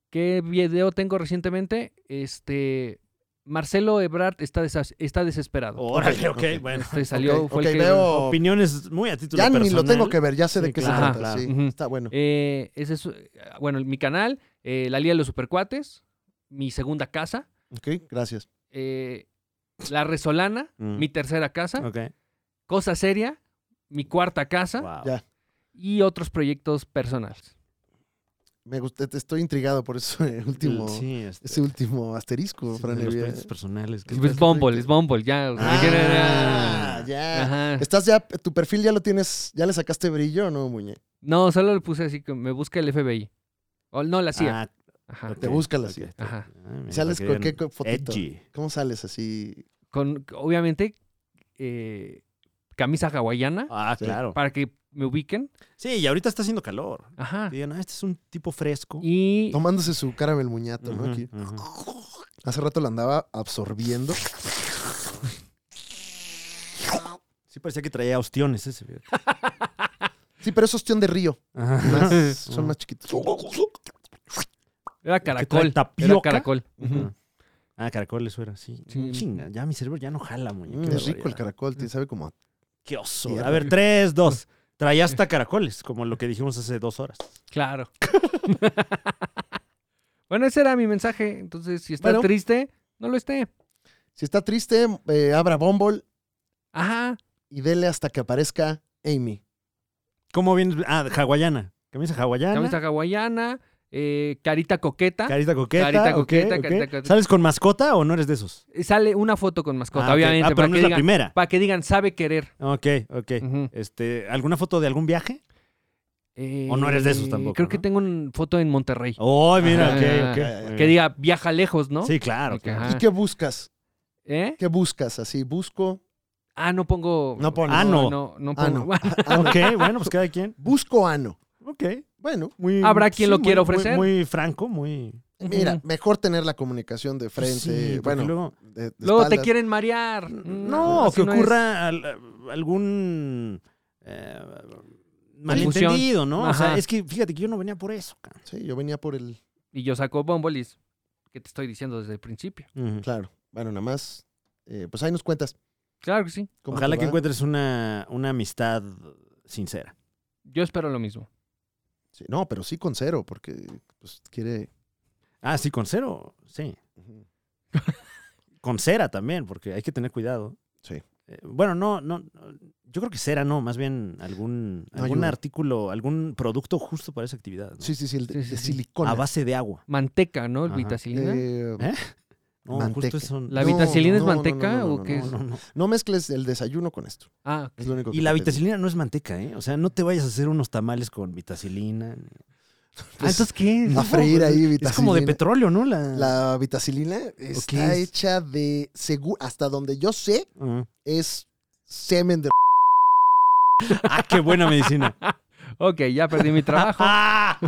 S2: ¿Qué video tengo recientemente? Este Marcelo Ebrard está, desas- está desesperado.
S3: Órale, ok,
S1: ok.
S3: bueno.
S2: Este salió,
S1: Oh, Ok,
S2: fue
S1: ok,
S2: el que-
S1: veo-
S3: Opiniones muy a título
S1: ya
S3: personal.
S1: ni lo tengo que ver, ya sé
S3: Sí,
S1: de qué
S3: claro,
S1: se trata.
S3: claro.
S1: sí,
S2: Ujú.
S1: está bueno.
S2: Eh, ese es, eh, bueno, mi canal, eh, La Liga de los Supercuates, mi segunda casa,
S1: Ok, gracias.
S2: eh, La Resolana,
S3: Mm.
S2: mi tercera casa,
S3: Ok.
S2: Cosa Seria, mi cuarta casa
S3: Wow.
S1: Ya.
S2: y otros proyectos personales.
S1: Me gusta, te- estoy intrigado por ese *laughs* último,
S3: Sí, este,
S1: ese último asterisco,
S3: sí,
S1: Fran
S3: de los
S1: Evia.
S3: proyectos personales. que-
S2: Es Bumble, es Bumble, ya. o sea,
S1: Ah,
S2: ya.
S1: ya.
S2: Ajá.
S1: Estás ya, tu perfil ya lo tienes, ya le sacaste brillo, o ¿no, Muñe?
S2: No, solo le puse así que me busca el FBI. O, no, la CIA.
S3: Ah,
S2: Ajá.
S1: Te busca la
S3: ok.
S1: CIA.
S2: Ajá.
S3: Ah, mira,
S1: ¿Sales
S3: para
S1: con
S3: que
S1: qué co- fotito?
S3: edgy.
S1: ¿Cómo sales así?
S2: Con, obviamente, eh, camisa hawaiana
S3: Ah,
S1: Sí.
S3: claro.
S2: para que me ubiquen.
S3: Sí, y ahorita está haciendo calor.
S2: Ajá.
S3: Digan, ah, este es un tipo fresco.
S2: Y
S1: Tomándose su caramel muñato, ¿no? Aquí.
S3: Ujú, ujú.
S1: Hace rato la andaba absorbiendo.
S3: Sí parecía que traía ostiones
S2: *laughs*
S3: ese. fíjate.
S1: Sí, pero es ostión de
S3: *laughs*
S1: río.
S3: Ajá.
S1: Más- son más chiquitos.
S2: era
S3: trae
S2: caracol. Era
S3: tapioca?
S2: caracol.
S3: Ujú.
S2: Ujú.
S3: Ah, caracol, eso era, sí.
S2: Sí.
S3: Chinga, ya mi cerebro ya no jala, muñeco.
S1: Mm,
S3: qué
S1: es rico el
S3: barbaridad.
S1: caracol, te sabe como a
S3: Qué oso.
S1: Tierra.
S3: A ver, tres, dos. Traía hasta caracoles, como lo que dijimos hace dos horas.
S2: Claro. *laughs* bueno, ese era mi mensaje. Entonces, si está
S1: Bueno.
S2: triste, no lo esté.
S1: Si está triste, eh, abra Bumble
S2: Ajá.
S1: y dele hasta que aparezca Amy.
S3: ¿Cómo viene? Ah, hawaiana. Camisa hawaiana.
S2: Camisa hawaiana, eh, carita coqueta.
S3: Carita coqueta.
S2: Carita
S3: Carita
S2: coqueta,
S3: coqueta,
S2: carita coqueta.
S3: ¿Sales con mascota o no eres de esos?
S2: Eh, Sale una foto con mascota,
S3: Ah, ok.
S2: obviamente.
S3: Ah, pero
S2: para,
S3: no
S2: que
S3: es la
S2: digan,
S3: primera.
S2: para que digan, sabe querer.
S3: Ok, ok.
S2: Ujú.
S3: Este, ¿Alguna foto de algún viaje? O no eres de esos
S2: Eh,
S3: tampoco,
S2: Creo que
S3: ¿no?
S2: tengo una foto en Monterrey.
S3: Oh, mira,
S2: Ah,
S3: ok, ok.
S1: ya, ya,
S3: Muy
S2: Que
S3: bien.
S2: diga, viaja lejos, ¿no?
S3: Sí, claro.
S2: Ok,
S3: claro.
S2: ajá. Ah.
S1: ¿Y qué buscas?
S2: ¿Eh?
S1: ¿Qué buscas? Así, busco.
S2: Ah, no pongo.
S1: No pone.
S3: Ah,
S2: No,
S3: no.
S2: no, no
S1: Ah,
S2: *laughs* pongo.
S3: Ok, bueno, pues cada quien.
S1: Busco ano.
S3: Ok.
S1: Bueno,
S3: Muy,
S2: Habrá quien lo
S3: muy-
S2: quiera
S3: muy-
S2: ofrecer.
S3: Muy, franco, muy.
S1: mira,
S2: Ujú.
S1: mejor tener la comunicación de frente.
S3: Pues Sí, porque
S1: bueno,
S3: luego-
S1: de- de
S2: Luego te
S1: espaldas.
S2: quieren marear. Mm,
S3: No,
S2: así
S3: que
S2: es.
S3: ocurra al- algún eh, malentendido, ¿no? O
S2: Ajá.
S3: sea, es que fíjate que yo no venía por eso. ca.
S1: Sí, yo venía por el.
S2: Y yo saco bombolis. Que te estoy diciendo desde el principio.
S1: Claro. Bueno, nada más. eh, pues ahí nos cuentas.
S2: Claro que sí.
S1: cómo
S3: Ojalá
S1: te
S3: que
S1: va.
S3: encuentres una, una amistad sincera.
S2: Yo espero lo mismo.
S1: Sí, no, pero sí con cero, porque pues quiere.
S3: Ah, sí, con cero, sí. Con cera también, porque hay que tener cuidado.
S1: Sí.
S3: Eh, bueno, no, no, no, yo creo que cera no, más bien algún,
S1: No
S3: algún
S1: ayuda.
S3: artículo, algún producto justo para esa actividad. ¿no?
S1: Sí, sí, sí, el de,
S2: Sí, sí,
S1: de
S2: sí.
S1: silicona.
S3: A base de agua.
S2: Manteca, ¿no?
S3: Ajá.
S2: Vitacilina.
S1: Eh,
S3: ¿Eh? No,
S1: Manteca.
S3: justo eso.
S2: ¿La
S1: no,
S2: vitacilina es
S1: no, no, no,
S2: manteca
S1: no, no,
S2: o
S1: no,
S2: qué
S1: no,
S2: es?
S3: No, no.
S1: no mezcles el desayuno con esto.
S2: Ah,
S1: Es lo único que
S3: Y la
S1: te digo.
S3: vitacilina no es manteca, ¿eh? O sea, no te vayas a hacer unos tamales con
S1: *laughs*
S3: vitacilina. ni-
S2: ah, entonces ¿qué es?
S1: A freír ahí vitacilina.
S3: pues, Es como de petróleo, ¿no? La...
S1: La vitacilina está
S3: es?
S1: hecha de segu- hasta donde yo sé,
S3: Ajá.
S1: es semen de *laughs*
S3: Ah, qué buena medicina.
S2: Ok, ya perdí mi trabajo.
S3: ¡Ah!